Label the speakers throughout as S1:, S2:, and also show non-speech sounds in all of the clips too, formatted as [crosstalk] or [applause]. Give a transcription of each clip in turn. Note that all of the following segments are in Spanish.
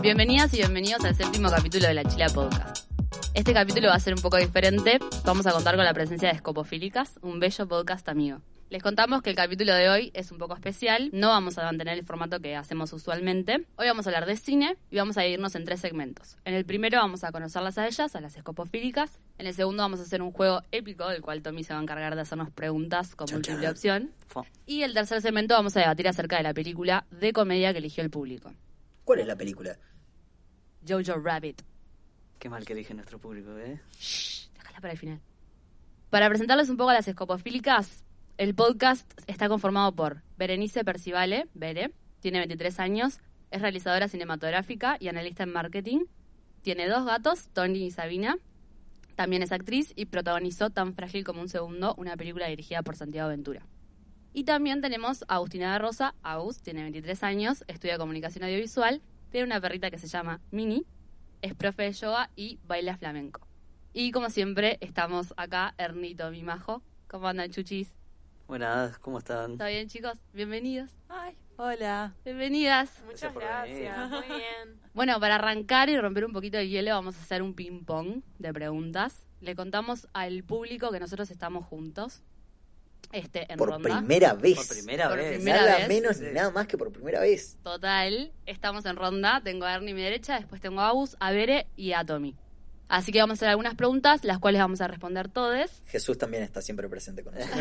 S1: Bienvenidas y bienvenidos al séptimo capítulo de La Chila Podcast. Este capítulo va a ser un poco diferente. Vamos a contar con la presencia de Escopofílicas, un bello podcast amigo. Les contamos que el capítulo de hoy es un poco especial. No vamos a mantener el formato que hacemos usualmente. Hoy vamos a hablar de cine y vamos a irnos en tres segmentos. En el primero vamos a conocerlas a ellas, a las escopofílicas. En el segundo vamos a hacer un juego épico, del cual Tommy se va a encargar de hacernos preguntas con
S2: Chan, chan.
S1: múltiple opción.
S2: Fua.
S1: Y el tercer segmento vamos a debatir acerca de la película de comedia que eligió el público.
S2: ¿Cuál es la película?
S1: Jojo Rabbit.
S2: Qué mal que dije nuestro público, ¿eh?
S1: Déjala para el final. Para presentarles un poco a las escopofílicas, el podcast está conformado por Berenice Percivale, Bere, tiene 23 años, es realizadora cinematográfica y analista en marketing, tiene dos gatos, Tony y Sabina, también es actriz y protagonizó Tan frágil como un segundo, una película dirigida por Santiago Ventura. Y también tenemos a Agustina de Rosa, Agus, tiene 23 años, estudia comunicación audiovisual, tiene una perrita que se llama Mini, es profe de yoga y baila flamenco. Y como siempre, estamos acá, Ernito, mi majo. ¿Cómo andan, chuchis?
S2: Buenas, ¿cómo están?
S1: ¿Está bien, chicos? Bienvenidos.
S3: Ay, hola.
S1: Bienvenidas.
S2: Gracias
S3: Muchas
S2: por
S3: gracias. Muy bien.
S1: Bueno, para arrancar y romper un poquito el hielo, vamos a hacer un ping-pong de preguntas. Le contamos al público que nosotros estamos juntos. Este, en
S4: por
S1: ronda.
S4: primera vez.
S2: Por primera
S1: Por
S2: vez.
S1: primera
S4: nada
S1: vez.
S4: menos
S2: Sí.
S4: ni nada más que por primera vez.
S1: Total, estamos en ronda. Tengo a Ernie a mi derecha, después tengo a Agus, a Bere y a Tommy. Así que vamos a hacer algunas preguntas, las cuales vamos a responder todos.
S4: Jesús también está siempre presente
S1: [laughs]
S4: con nosotros.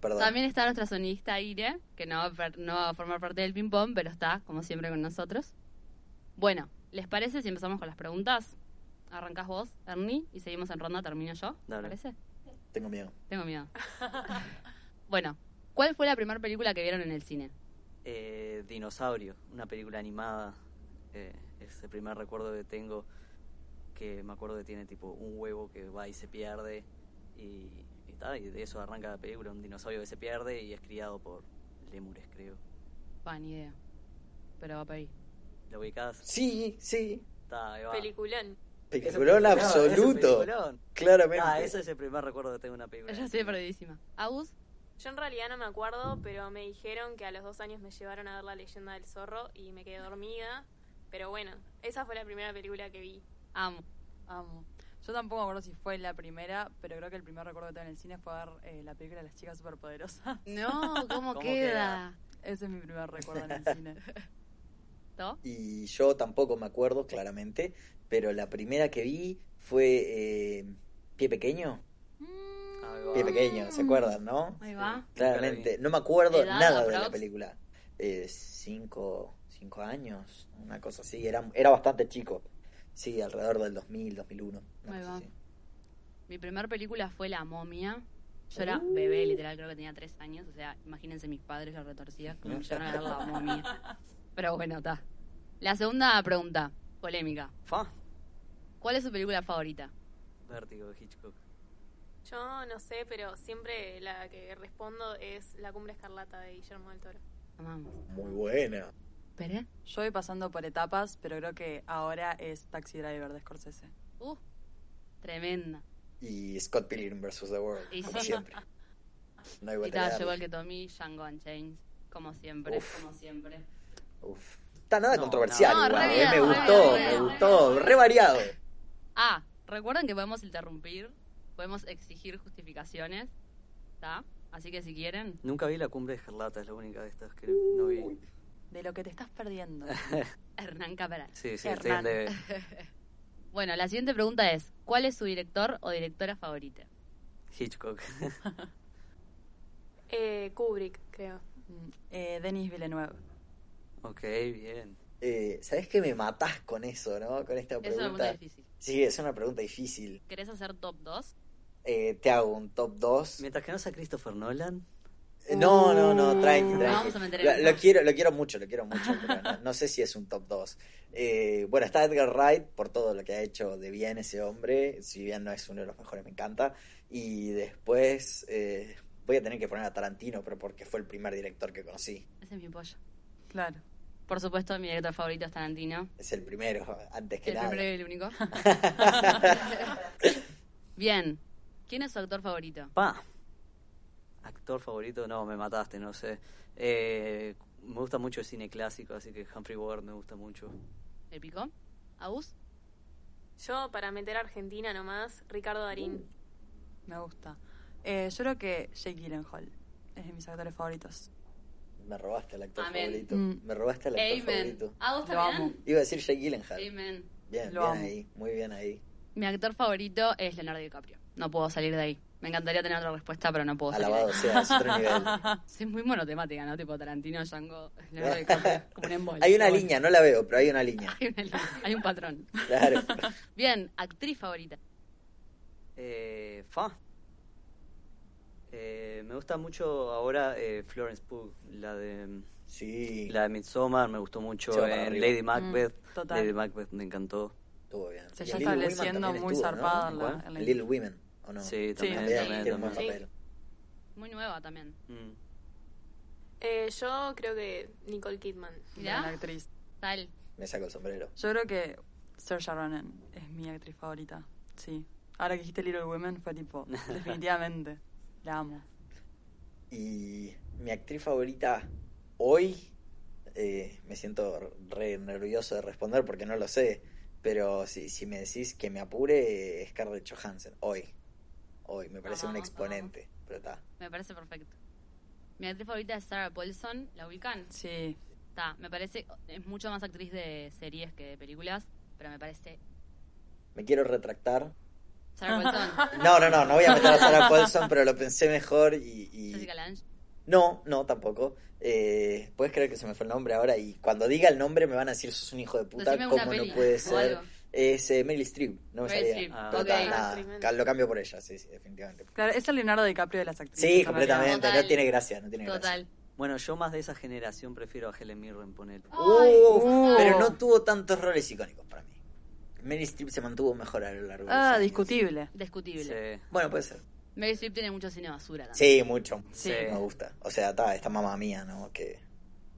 S4: Perdón.
S1: También está nuestra sonidista Ire, que no va, a per- no va a formar parte del ping-pong, pero está, como siempre, con nosotros. Bueno, ¿les parece si empezamos con las preguntas? Arrancás vos, Ernie, y seguimos en ronda, termino yo. ¿Te
S2: Dale.
S1: parece?
S4: Tengo miedo.
S1: Tengo miedo. [laughs] bueno, ¿cuál fue la primera película que vieron en el cine?
S2: Eh, Dinosaurio, una película animada. Eh, es el primer recuerdo que tengo que me acuerdo que tiene tipo un huevo que va y se pierde y, y tal, y de eso arranca la película, un dinosaurio que se pierde y es criado por lemures, creo.
S1: Pa, ni idea. Pero va para ahí.
S2: ¿Lo ubicás?
S4: Sí, sí.
S2: Ta, ahí va.
S3: Peliculón.
S2: Es un
S4: Peliculón
S2: peliculón, es un
S4: absoluto.
S2: peliculón.
S4: Claramente.
S2: Ah, ese es el primer recuerdo que tengo de una película.
S1: Yo estoy perdidísima. Agus,
S3: Yo en realidad no me acuerdo, pero me dijeron que a los dos años me llevaron a ver La leyenda del zorro y me quedé dormida. Pero bueno, esa fue la primera película que vi.
S1: amo.
S5: Amo. Yo tampoco me acuerdo si fue la primera, pero creo que el primer recuerdo que tengo en el cine fue ver eh, la película de las chicas superpoderosas. [laughs]
S1: No, ¿cómo,
S2: [laughs] ¿Cómo
S1: queda?
S2: queda?
S5: Ese es mi primer
S4: [laughs]
S5: recuerdo en el cine.
S1: ¿To?
S4: Y yo tampoco me acuerdo, claramente. Pero la primera que vi fue eh, Pie Pequeño.
S2: Ahí va.
S4: Pie Pequeño, ¿se acuerdan, no?
S1: Ah. Ahí va.
S4: Claramente. No me acuerdo
S1: ¿Edad,
S4: nada de la
S1: aprox?
S4: película. Eh, cinco, cinco años, una cosa así. Era, era bastante chico. Sí, alrededor del 2000, 2001. una
S1: Ahí
S4: cosa
S1: va.
S4: así.
S1: Mi primera película fue La momia. Yo era bebé, literal, creo que tenía tres años. O sea, imagínense mis padres la retorcida que me llevaron a ver La momia. Pero bueno, está. La segunda pregunta, polémica.
S2: Fa,
S1: ¿Cuál es su película favorita?
S2: Vértigo de Hitchcock.
S3: Yo no sé, pero siempre la que respondo es La cumbre escarlata de Guillermo del Toro.
S1: Amamos.
S4: Muy buena.
S1: ¿Pere?
S5: Yo voy pasando por etapas, pero creo que ahora es Taxi Driver de Scorsese.
S1: Uh, tremenda.
S4: Y Scott Pilgrim vs. The World,
S1: Y
S4: como
S1: sí. [laughs]
S4: siempre. No hay
S1: Y
S4: vuelta que
S1: tal,
S4: darle.
S1: yo igual que Tommy, Django Unchained. Como siempre,
S4: Uf.
S1: como siempre.
S4: Uf. Está nada
S2: No,
S4: controversial
S1: no.
S4: igual,
S1: No, re
S4: ¿eh? me
S1: bien,
S4: gustó,
S1: re bien,
S4: me
S1: re
S4: gustó,
S3: bien.
S4: re variado.
S1: Ah, recuerden que podemos interrumpir, podemos exigir justificaciones. ¿Está? Así que si quieren,
S2: Nunca vi la cumbre de Escarlata, es la única de estas que no vi.
S5: De lo que te estás
S4: [laughs]
S5: perdiendo.
S1: Hernán Caparal.
S2: Sí, sí, estoy en
S5: Hernán.
S2: debe.
S1: Bueno, la siguiente pregunta es, ¿cuál es su director o directora favorita?
S2: Hitchcock.
S3: Eh, Kubrick, creo.
S5: Mm, eh, Denis Villeneuve.
S2: ok, bien.
S4: Eh, ¿Sabes que me matás con eso, no? Con esta
S1: Es una pregunta
S4: pregunta.
S1: difícil.
S4: Sí, es una pregunta difícil.
S1: ¿Querés hacer top 2?
S4: Eh, te hago un top 2.
S2: Mientras que no sea Christopher Nolan,
S4: Eh, No, no, no, tranqui,
S5: No,
S4: tranqui.
S1: Uh. vamos a meter
S4: Lo,
S1: el-
S4: lo quiero, lo quiero mucho, lo quiero mucho, pero no, no sé si es un top 2. bueno, está Edgar Wright por todo lo que ha hecho de bien ese hombre, si bien no es uno de los mejores, me encanta. Y después eh, voy a tener que poner a Tarantino, pero porque fue el primer director que conocí.
S1: Ese es mi pollo.
S5: Claro.
S1: Por supuesto, mi director favorito es Tarantino.
S4: Es el primero, antes que
S1: el
S4: nada.
S1: primero y el único.
S4: [laughs]
S1: Bien. ¿Quién es su actor favorito?
S2: pa. Actor favorito, no, me mataste, no sé. Eh, me gusta mucho el cine clásico, así que Humphrey Bogart me gusta mucho.
S1: ¿Le picó? ¿Agus?
S3: Yo, para meter a Argentina nomás, Ricardo Darín.
S5: Me gusta. Eh, yo creo que Jake Gyllenhaal es de mis actores favoritos.
S4: Me robaste al actor
S1: Amén.
S4: favorito.
S5: Mm.
S4: Me robaste al actor favorito.
S1: Amen. ¿Agus
S5: Lo amo.
S1: también?
S4: Iba a decir Jake Gyllenhaal.
S1: Amen.
S4: Bien,
S5: Lo
S4: bien
S5: amo.
S4: ahí. Muy bien ahí.
S1: Mi actor favorito es Leonardo DiCaprio. No puedo salir de ahí. Me encantaría tener otra respuesta, pero no puedo salir. de ahí.
S4: Alabado sea, es otro
S5: [laughs]
S4: nivel.
S1: Sí, es muy monotemática, ¿no? Tipo Tarantino, Django,
S4: [laughs]
S1: Leonardo DiCaprio. Como un embole.
S4: Hay una
S1: Pero bueno.
S4: línea, no la veo, pero hay una línea.
S1: [laughs] Hay una línea, hay un patrón.
S4: Claro.
S1: [laughs] Bien, actriz favorita.
S2: Eh, fa. Eh, me gusta mucho ahora eh, Florence Pugh, la de
S4: Sí,
S2: la de Midsommar, me gustó mucho
S4: Se va para
S2: en
S4: arriba.
S2: Lady Macbeth.
S5: Mm, total.
S2: Lady Macbeth me encantó.
S4: estuvo bien.
S5: Se
S4: Y
S5: está
S4: Little Women
S5: estableciendo
S4: también
S5: muy
S4: estuvo, ¿no?
S5: zarpada en
S2: ¿Cuál?
S5: la, en la
S4: Little Women, ¿o no?
S2: Sí,
S5: Sí,
S2: también,
S4: También,
S2: también,
S4: tiene un buen
S2: también.
S4: papel.
S1: Muy nueva también.
S2: Mm.
S3: Eh, yo creo que Nicole Kidman.
S1: Mirá.
S5: gran actriz.
S1: Tal.
S4: Me saco el sombrero.
S5: Yo creo que Saoirse Ronan es mi actriz favorita. Sí. Ahora que dijiste Little Women fue tipo, definitivamente. La amo.
S4: Y mi actriz favorita hoy, eh, me siento re nervioso de responder porque no lo sé, pero si, si me decís que me apure, eh, Scarlett Johansson, hoy. Hoy, me parece un
S5: Ah,
S1: Vamos,
S4: exponente, pero está.
S1: Me parece perfecto. Mi actriz favorita es Sarah Paulson, la ubican.
S5: Sí.
S1: Está, me parece, es mucho más actriz de series que de películas, pero me parece.
S4: Me quiero retractar.
S1: Sarah Paulson,
S4: No, no, no, no voy a meter a
S5: [laughs]
S4: Sarah Paulson, pero lo pensé mejor y... [laughs] y-
S1: Jessica Lange.
S4: No, no, tampoco. Eh, Puedes creer que se me fue el nombre ahora y cuando diga el nombre me van a decir sos un hijo de puta,
S1: Decime una
S4: ¿cómo
S1: peli
S4: no puede
S1: o
S4: ser?
S1: algo.
S4: Es eh, Meryl Streep, no me
S1: Meryl
S4: salía.
S1: Streep,
S4: Pero
S1: ok.
S4: ta, nada,
S3: Tremendo.
S4: ca- lo cambio por ella, sí, sí, definitivamente.
S5: Claro, es el Leonardo DiCaprio de las actrices.
S4: Sí,
S5: en realidad.
S4: completamente,
S1: Total.
S4: no tiene gracia, no tiene gracia.
S1: Total.
S2: Bueno, yo más de esa generación prefiero a Helen Mirren poner.
S1: Ay,
S4: Uh,
S1: total.
S4: pero no tuvo tantos roles icónicos para mí. Meryl Streep se mantuvo mejor a lo largo de los
S5: Ah,
S4: años.
S5: discutible.
S1: Discutible.
S2: Sí.
S4: Bueno, puede ser.
S1: Meryl Streep tiene mucho cine basura también.
S4: Sí, mucho.
S2: Sí.
S4: Me gusta. O sea, ta, esta mamá mía, ¿no? Que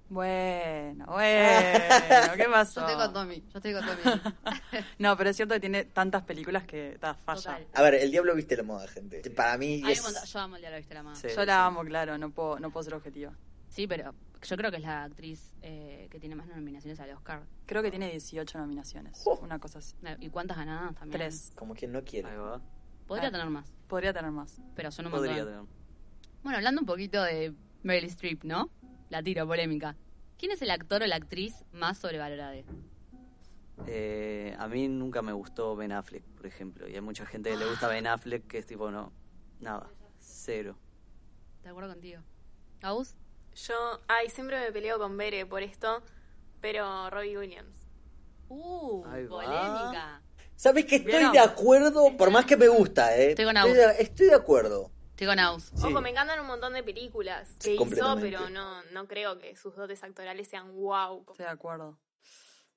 S5: Bueno, bueno,
S1: [laughs]
S5: ¿qué pasó?
S1: Yo estoy con Tommy, yo estoy con [laughs]
S4: [laughs]
S1: Tommy.
S5: No, pero es cierto que tiene tantas películas que ta, falla.
S1: Total.
S4: A ver, El Diablo viste la moda, gente. Para mí
S1: Hay
S4: es...
S1: un montón- Yo amo el diálogo viste la mano.
S2: Sí,
S5: Yo
S2: sí.
S5: la amo, claro, no puedo, no puedo ser objetiva.
S1: Sí, pero yo creo que es la actriz eh, que tiene más nominaciones al Oscar.
S5: Creo que tiene 18 nominaciones,
S4: Oh.
S5: una cosa así.
S1: ¿Y cuántas ganadas también?
S5: Tres.
S4: Como quien no quiere.
S2: Ahí va.
S1: Podría
S5: Ah.
S1: tener más,
S5: Podría tener más.
S1: pero son un
S2: Podría
S1: montón.
S2: tener.
S1: Bueno, hablando un poquito de Meryl Streep, ¿no? La tiro, polémica. ¿Quién es el actor o la actriz más sobrevalorada?
S2: Eh, a mí nunca me gustó Ben Affleck, por ejemplo. Y hay mucha gente que le gusta Ben Affleck que es tipo, no, nada, cero.
S1: De acuerdo contigo. ¿Aus?
S3: Yo, ay, siempre me peleo con Bere por esto, pero Robbie Williams.
S1: Uh,
S2: Ahí va.
S1: polémica.
S4: ¿Sabes que estoy
S5: ¿Vieron?
S4: de acuerdo? Por más que me gusta, ¿eh?
S1: Estoy con
S4: de,
S1: Agus.
S4: estoy de acuerdo.
S1: Estoy con Aus.
S4: Sí.
S3: Ojo, me encantan un montón de películas que hizo,
S4: Completamente.
S3: pero no, no creo que sus dotes actorales sean wow.
S5: Estoy de acuerdo.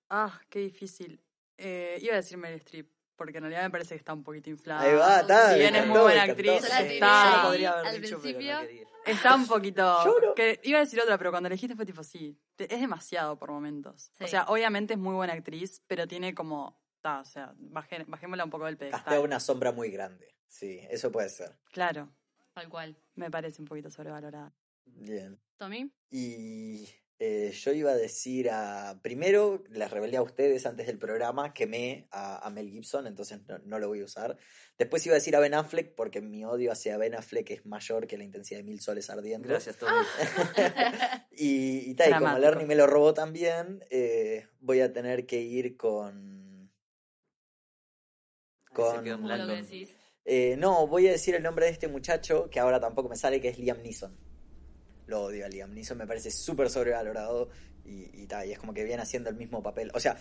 S5: Ah, qué difícil. Eh, iba a decir Meryl Streep, porque en realidad me parece que está un poquito inflada.
S4: Ahí va, está.
S1: Si
S4: me
S1: bien es
S4: encantó,
S5: muy buena
S4: me encantó.
S5: actriz,
S1: la tiré
S5: está,
S1: ahí
S5: podría haber
S1: al
S2: dicho, pero no
S1: principio.
S2: quería.
S5: Está
S4: [laughs]
S5: un poquito.
S4: Lloro.
S5: Que iba a decir otra, pero cuando elegiste fue tipo, sí, te- es demasiado por momentos. O
S1: Sí.
S5: sea, obviamente es muy buena actriz, pero tiene como. Ta, o sea, bajé- bajémosla un poco del
S4: Castea
S5: pedestal.
S4: una sombra muy grande. Sí, eso puede ser.
S5: Claro,
S1: Tal cual.
S5: me parece un poquito sobrevalorada.
S4: Bien.
S1: ¿Tommy?
S4: Y eh, yo iba a decir a. Primero, les revelé a ustedes antes del programa, quemé a, a Mel Gibson, entonces no, no lo voy a usar. Después iba a decir a Ben Affleck, porque mi odio hacia Ben Affleck es mayor que la intensidad de mil soles ardientes.
S2: Gracias, Tommy.
S1: Ah.
S4: Y, y tal, y como
S5: Dramático.
S4: Lerny me lo robó también, eh, voy a tener que ir con.
S2: se quedó en
S1: ¿Cómo
S4: con.
S2: blanco.
S1: lo
S2: Landon.
S1: decís?
S4: Eh, no, voy a decir el nombre de este muchacho que ahora tampoco me sale, que es Liam Neeson. Lo odio a Liam Neeson, me parece súper sobrevalorado y, y tal, y es como que viene haciendo el mismo papel. O sea,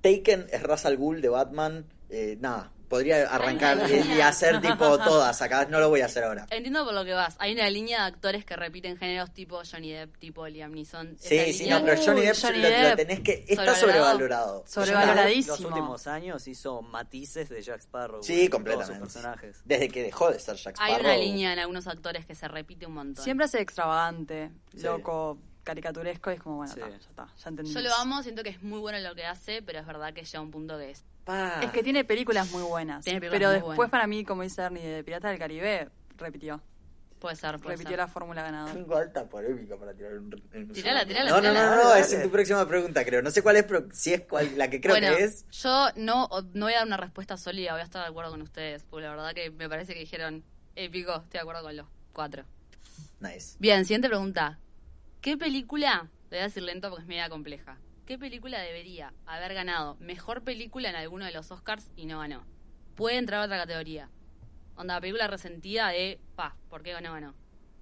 S4: Taken es Ra's al Ghul de Batman, eh, nada, podría arrancar
S1: Ay,
S4: y, y hacer tipo todas acá, no lo voy a hacer ahora.
S1: Entiendo por lo que vas. Hay una línea de actores que repiten géneros tipo Johnny Depp, tipo Liam Neeson. Esa
S4: Sí, sí,
S1: línea-
S4: no, pero Johnny
S5: Uy,
S4: Depp,
S5: Johnny
S4: lo, lo
S5: Depp.
S4: tenés que. Está
S1: Sobrevalorado.
S4: sobrevalorado.
S5: Sobrevaloradísimo.
S2: Los últimos años hizo matices de Jack Sparrow.
S4: Sí,
S2: güey, en
S4: completamente.
S2: Todos sus personajes.
S4: Desde que dejó de ser Jack
S1: Hay
S4: Sparrow.
S1: una línea en algunos actores que se repite un montón.
S5: Siempre hace extravagante,
S4: Sí.
S5: loco, caricaturesco, y es como, bueno,
S2: Sí.
S5: ta, ya está, ya entendí.
S1: Yo lo amo, siento que es muy bueno lo que hace, pero es verdad que llega un punto que es.
S4: Pa.
S5: Es que tiene películas muy buenas,
S1: Tiene películas
S5: pero
S1: muy
S5: después
S1: buenas.
S5: para mí, como dice Ernie, de Pirata del Caribe, repitió.
S1: Puede ser, puede
S5: Repitió
S1: ser.
S5: la fórmula
S4: [laughs]
S5: ganadora.
S4: Tengo alta polémica para tirar un. un
S1: Tirala,
S4: segundo.
S1: tirala,
S4: No, no,
S1: tirala.
S4: no, no,
S2: Dale,
S4: es en
S2: dale.
S4: tu próxima pregunta, creo. No sé cuál es, pero si es cuál, la que creo
S1: bueno,
S4: que es.
S1: yo no, no voy a dar una respuesta sólida, voy a estar de acuerdo con ustedes, porque la verdad que me parece que dijeron épico, estoy de acuerdo con los cuatro.
S4: Nice.
S1: Bien, siguiente pregunta. ¿Qué película, le voy a decir lento porque es media compleja, qué película debería haber ganado mejor película en alguno de los Oscars y no ganó? Puede entrar a otra categoría. Onda, película resentida de, pa, ¿por qué no ganó?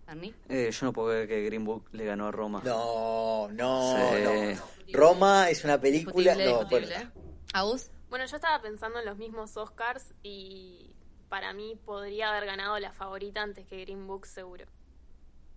S1: ¿Ernie?
S2: Eh, yo no puedo creer que Green Book le ganó a Roma.
S4: No, no,
S2: Sí.
S4: no. Roma es una película.
S1: Discutible,
S4: no,
S1: discutible.
S4: bueno,
S1: ¿Agus?
S3: Bueno, yo estaba pensando en los mismos Oscars y para mí podría haber ganado la favorita antes que Green Book, seguro.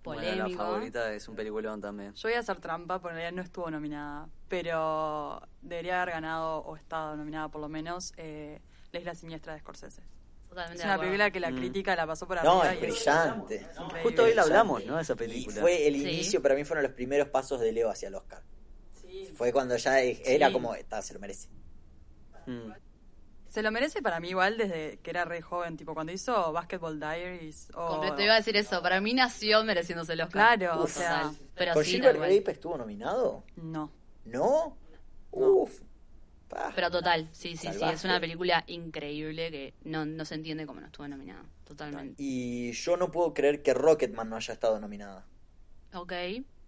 S2: Bueno,
S1: Polémico.
S2: la favorita es un peliculón también.
S5: Yo voy a hacer trampa, porque en realidad no estuvo nominada, pero debería haber ganado o estado nominada por lo menos eh, La Isla Siniestra de Scorsese.
S1: Totalmente
S5: Es
S1: de
S5: una
S1: acuerdo.
S5: película que la
S2: Mm.
S5: crítica la pasó por arriba.
S4: no,
S5: y
S4: es brillante.
S5: increíble.
S2: Justo hoy la hablamos, ¿no? Esa película.
S4: Y fue el
S1: Sí.
S4: inicio, para mí fueron los primeros pasos de Leo hacia el Oscar.
S5: Sí.
S4: Fue cuando ya e- era
S5: Sí.
S4: como, está, se lo merece.
S2: Mm.
S5: Se lo merece para mí igual desde que era re joven, tipo cuando hizo Basketball Diaries o...
S1: Completo, iba a decir eso. Para mí nació mereciéndose el Oscar.
S5: Claro, o
S1: Uf,
S5: sea,
S1: total. Pero
S4: ¿Con
S1: sí,
S4: Gilbert
S1: tal cual.
S4: Grape estuvo nominado?
S5: No.
S4: ¿No?
S5: No.
S4: Uf. Pa.
S1: Pero total, sí, sí, sí.
S4: Salvaje.
S1: Es una película increíble que no, no se entiende cómo no estuvo nominada. Totalmente.
S4: Y yo no puedo creer que Rocketman no haya estado nominada.
S1: Ok.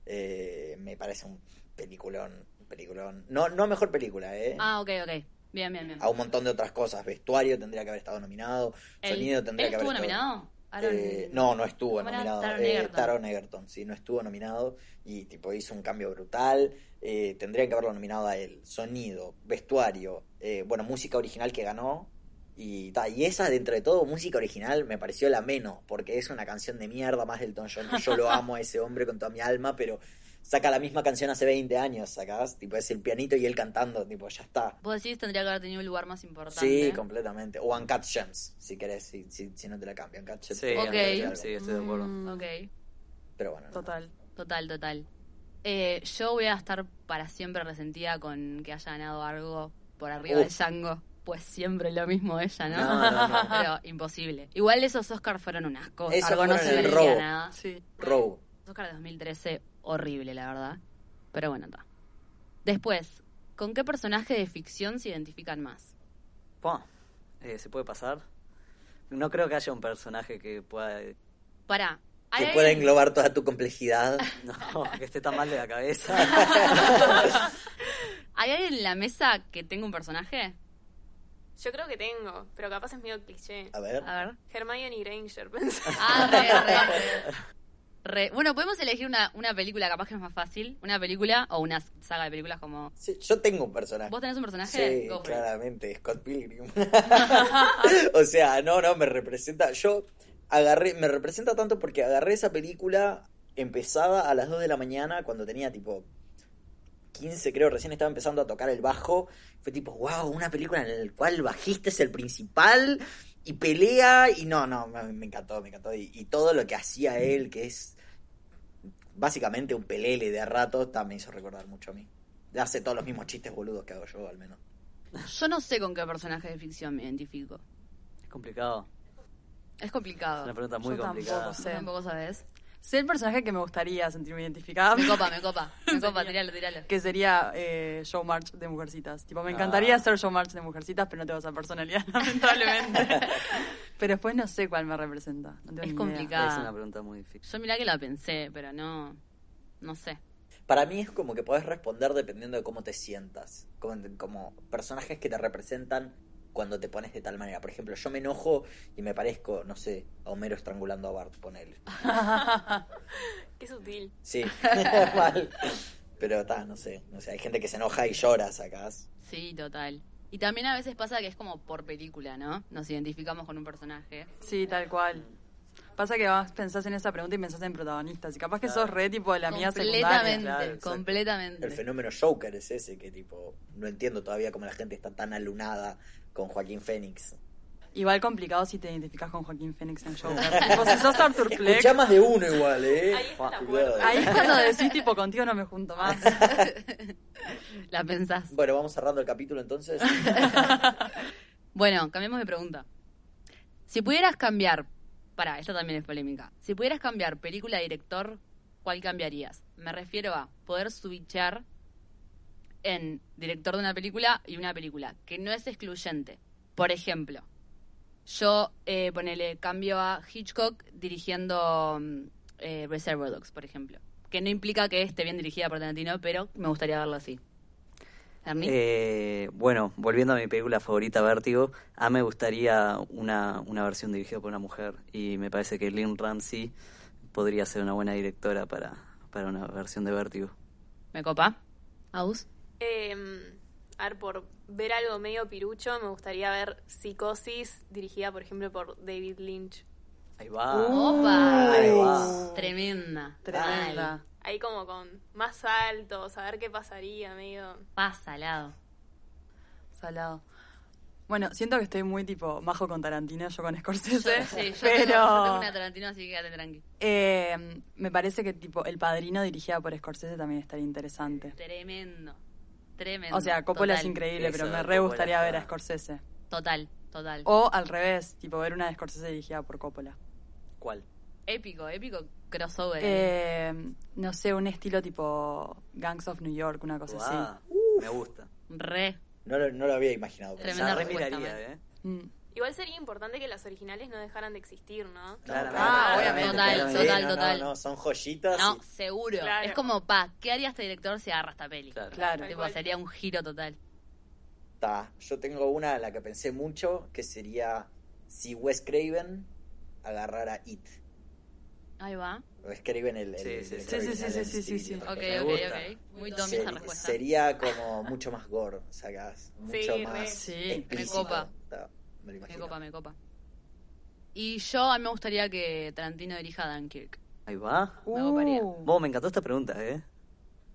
S4: Eh, me parece un peliculón, un peliculón. No, no mejor película, ¿eh?
S1: Ah, ok, ok. Bien, bien, bien.
S4: A un montón de otras cosas. Vestuario tendría que haber estado nominado.
S1: Él-
S4: Sonido tendría
S1: ¿él
S4: que haber
S1: estuvo
S4: estado.
S1: nominado? Aaron-
S4: Eh, no, no estuvo
S1: ¿Cómo era?
S4: nominado.
S1: Taron
S4: Eh,
S1: Egerton.
S4: Taron Egerton, sí, no estuvo nominado y tipo hizo un cambio brutal. Eh, tendrían que haberlo nominado a él. Sonido, vestuario, eh, bueno, música original que ganó. Y, ta, y esa, dentro de todo, música original me pareció la menos, porque es una canción de mierda más del Tom John. Yo lo amo a ese hombre con toda mi alma, pero saca la misma canción hace 20 años, sacás. Tipo, es el pianito y él cantando, tipo, ya está.
S1: Vos decís tendría que haber tenido un lugar más importante.
S4: Sí, completamente. O Uncut Gems, si querés, si, si, si no te la cambian. Uncut Gems.
S2: Sí,
S1: Ok.
S2: Andrea, sí, estoy de acuerdo.
S5: Mm,
S1: Ok.
S4: Pero bueno. no.
S5: Total.
S1: Total, total. Eh, yo voy a estar para siempre resentida con que haya ganado algo por arriba
S4: Uf.
S1: del Django. Pues siempre lo mismo ella, ¿no?
S4: No, no, no.
S1: [laughs] Pero imposible. Igual esos Oscars fueron un asco.
S4: Esos
S1: Argo no
S4: fueron
S1: se
S4: el
S1: merecía
S4: robo.
S1: nada.
S5: Sí.
S4: Row.
S1: Los Oscar de 2013, horrible, la verdad. Pero bueno, está. Después, ¿con qué personaje de ficción se identifican más?
S2: Pa, eh, ¿Se puede pasar? No creo que haya un personaje que pueda... [laughs]
S1: Para.
S4: Que pueda englobar toda tu complejidad.
S2: No, que esté tan mal de la
S5: [laughs]
S2: cabeza.
S1: ¿Hay alguien en la mesa que tenga un personaje?
S3: Yo creo que tengo, pero capaz es medio cliché.
S4: [laughs] A ver.
S1: A ver.
S3: Hermione Granger, [laughs] pensé.
S1: Ah, re, re, re. Bueno, podemos elegir una, una película, capaz que es más fácil. Una película o una saga de películas como.
S4: Sí, yo tengo un personaje.
S1: ¿Vos tenés un personaje?
S4: Sí,
S1: Go for it.
S4: claramente, Scott Pilgrim. [laughs] o sea, no, no, me representa. Yo agarré, me representa tanto porque agarré esa película empezada a las 2 de la mañana cuando tenía tipo 15, creo, recién estaba empezando a tocar el bajo. Fue tipo, wow, una película en la cual el bajista es el principal y pelea. Y no, no, me, me encantó, me encantó. Y, y todo lo que hacía él, que es básicamente un pelele de a ratos, ta, me hizo recordar mucho a mí. Hace todos los mismos chistes boludos que hago yo, al menos.
S1: Yo no sé con qué personaje de ficción me identifico.
S2: es complicado.
S1: Es
S2: Es
S1: complicado.
S2: una pregunta muy
S5: Yo
S2: complicada.
S5: tampoco
S1: Vos Tampoco sabes.
S5: Sé el personaje que me gustaría sentirme identificada.
S1: Me copa, me copa. Me copa, tiralo, tiralo.
S5: que sería eh, Show March de Mujercitas. Tipo, me encantaría
S2: Ah.
S5: hacer Show March de Mujercitas, pero no tengo esa personalidad,
S4: [laughs]
S5: [laughs] lamentablemente. pero después no sé cuál me representa. No tengo
S1: Es
S5: ni idea.
S1: complicado.
S2: Es una pregunta muy difícil.
S1: Yo mirá que la pensé, pero no. No sé.
S4: Para mí es como que podés responder dependiendo de cómo te sientas. Como, como personajes que te representan cuando te pones de tal manera. Por ejemplo, yo me enojo y me parezco, no sé, a Homero estrangulando a Bart, ponele.
S3: Qué sutil.
S4: Sí, [laughs] mal. Pero está, no sé. No sé, hay gente que se enoja y llora, sacás.
S1: Sí, total. Y también a veces pasa que es como por película, ¿no? Nos identificamos con un personaje.
S5: Sí, tal cual. Pasa que vas, pensás en esa pregunta y pensás en protagonistas. Y capaz que sos re tipo la mía
S1: completamente,
S5: secundaria.
S2: claro, exacto.
S1: completamente.
S4: El fenómeno Joker es ese que, tipo, no entiendo todavía cómo la gente está tan alunada con Joaquín Fénix.
S5: Igual complicado si te identificás con Joaquín Phoenix en Joker. tipo, si sos Arthur Fleck,
S4: Escuchá más de uno igual, ¿eh?
S3: Ahí está la
S4: Cuidado.
S3: puerta.
S5: ahí es cuando decís tipo, contigo no me junto
S4: [laughs]
S5: más.
S1: La pensás.
S4: Bueno, vamos cerrando el capítulo entonces.
S1: Bueno, cambiemos de pregunta. Si pudieras cambiar Para, esta también es polémica. Si pudieras cambiar película de director, ¿cuál cambiarías? Me refiero a poder switchar en director de una película y una película, que no es excluyente. Por ejemplo, yo eh, ponele cambio a Hitchcock dirigiendo mm, eh, Reservoir Dogs, por ejemplo. Que no implica que esté bien dirigida por Tarantino, pero me gustaría verlo así. Ernie.
S2: Eh, bueno, volviendo a mi película favorita, Vértigo, a mí me gustaría una, una versión dirigida por una mujer y me parece que Lynn Ramsey podría ser una buena directora para, para una versión de Vértigo.
S1: ¿Me copa? ¿Aus?
S3: Eh, a ver, por ver algo medio pirucho, me gustaría ver Psicosis, dirigida, por ejemplo, por David Lynch.
S2: Ahí va.
S1: ¡Opa!
S2: Ahí va.
S1: Tremenda.
S5: Tremenda.
S1: Mal.
S3: Ahí como con más saltos, a ver qué pasaría, medio...
S1: Pasa al lado.
S5: Salado. Bueno, siento que estoy muy tipo majo con Tarantino, yo con Scorsese.
S1: Sí, yo,
S5: pero
S1: tengo, yo tengo una Tarantino, así que quédate tranqui.
S5: eh, me parece que tipo El Padrino dirigida por Scorsese también estaría interesante.
S1: Tremendo. Tremendo.
S5: O sea, Coppola es
S1: Total,
S5: increíble,
S2: Eso
S5: pero
S2: de
S5: me re
S2: Coppola
S5: gustaría ver a
S2: está-
S5: Scorsese.
S1: Total, total.
S5: O al revés, tipo ver una de Scorsese dirigida por Coppola.
S2: ¿Cuál?
S1: Épico, épico crossover.
S5: Eh, no sé, un estilo tipo Gangs of New York, una cosa
S2: Ah, me gusta.
S1: Re.
S4: No lo, no lo había imaginado.
S2: Ya
S1: Tremenda
S2: re
S1: respuesta,
S2: miraría,
S1: man.
S2: ¿eh?
S5: así. Mm.
S3: Igual sería importante que las originales no dejaran de existir, ¿no?
S2: Claramente.
S1: Ah,
S4: claramente,
S1: total,
S4: claramente.
S1: total,
S4: Sí, no, no,
S1: total.
S4: No, son joyitas.
S1: No,
S4: y-
S1: seguro.
S3: Claro.
S1: Es como, pa, ¿qué haría este director si agarra esta peli?
S2: Claro.
S5: Claro.
S1: Tipo,
S3: cual.
S1: sería un giro total.
S4: Ta, Yo tengo una a la que pensé mucho, que sería si Wes Craven agarrara It.
S1: Ahí va.
S4: Wes Craven el, el
S2: Sí, sí, sí.
S4: director
S5: Sí, sí,
S4: original
S5: sí,
S4: de
S5: sí, sí,
S4: Steven
S5: sí.
S4: Spielberg.
S1: Ok,
S2: Me
S1: ok,
S2: gusta.
S1: ok. Muy Tommy
S4: Seri-
S1: esa respuesta.
S4: Sería como mucho más gore, sacás. Mucho
S3: re.
S4: más.
S5: Sí, me
S4: explícito.
S1: copa.
S4: Ta, Me lo imagino.
S1: Me copa, me copa. Y yo, a mí me gustaría que Tarantino dirija Dunkirk.
S2: Ahí va.
S1: Me coparía.
S5: Uh.
S2: Vos, me encantó esta pregunta, ¿eh?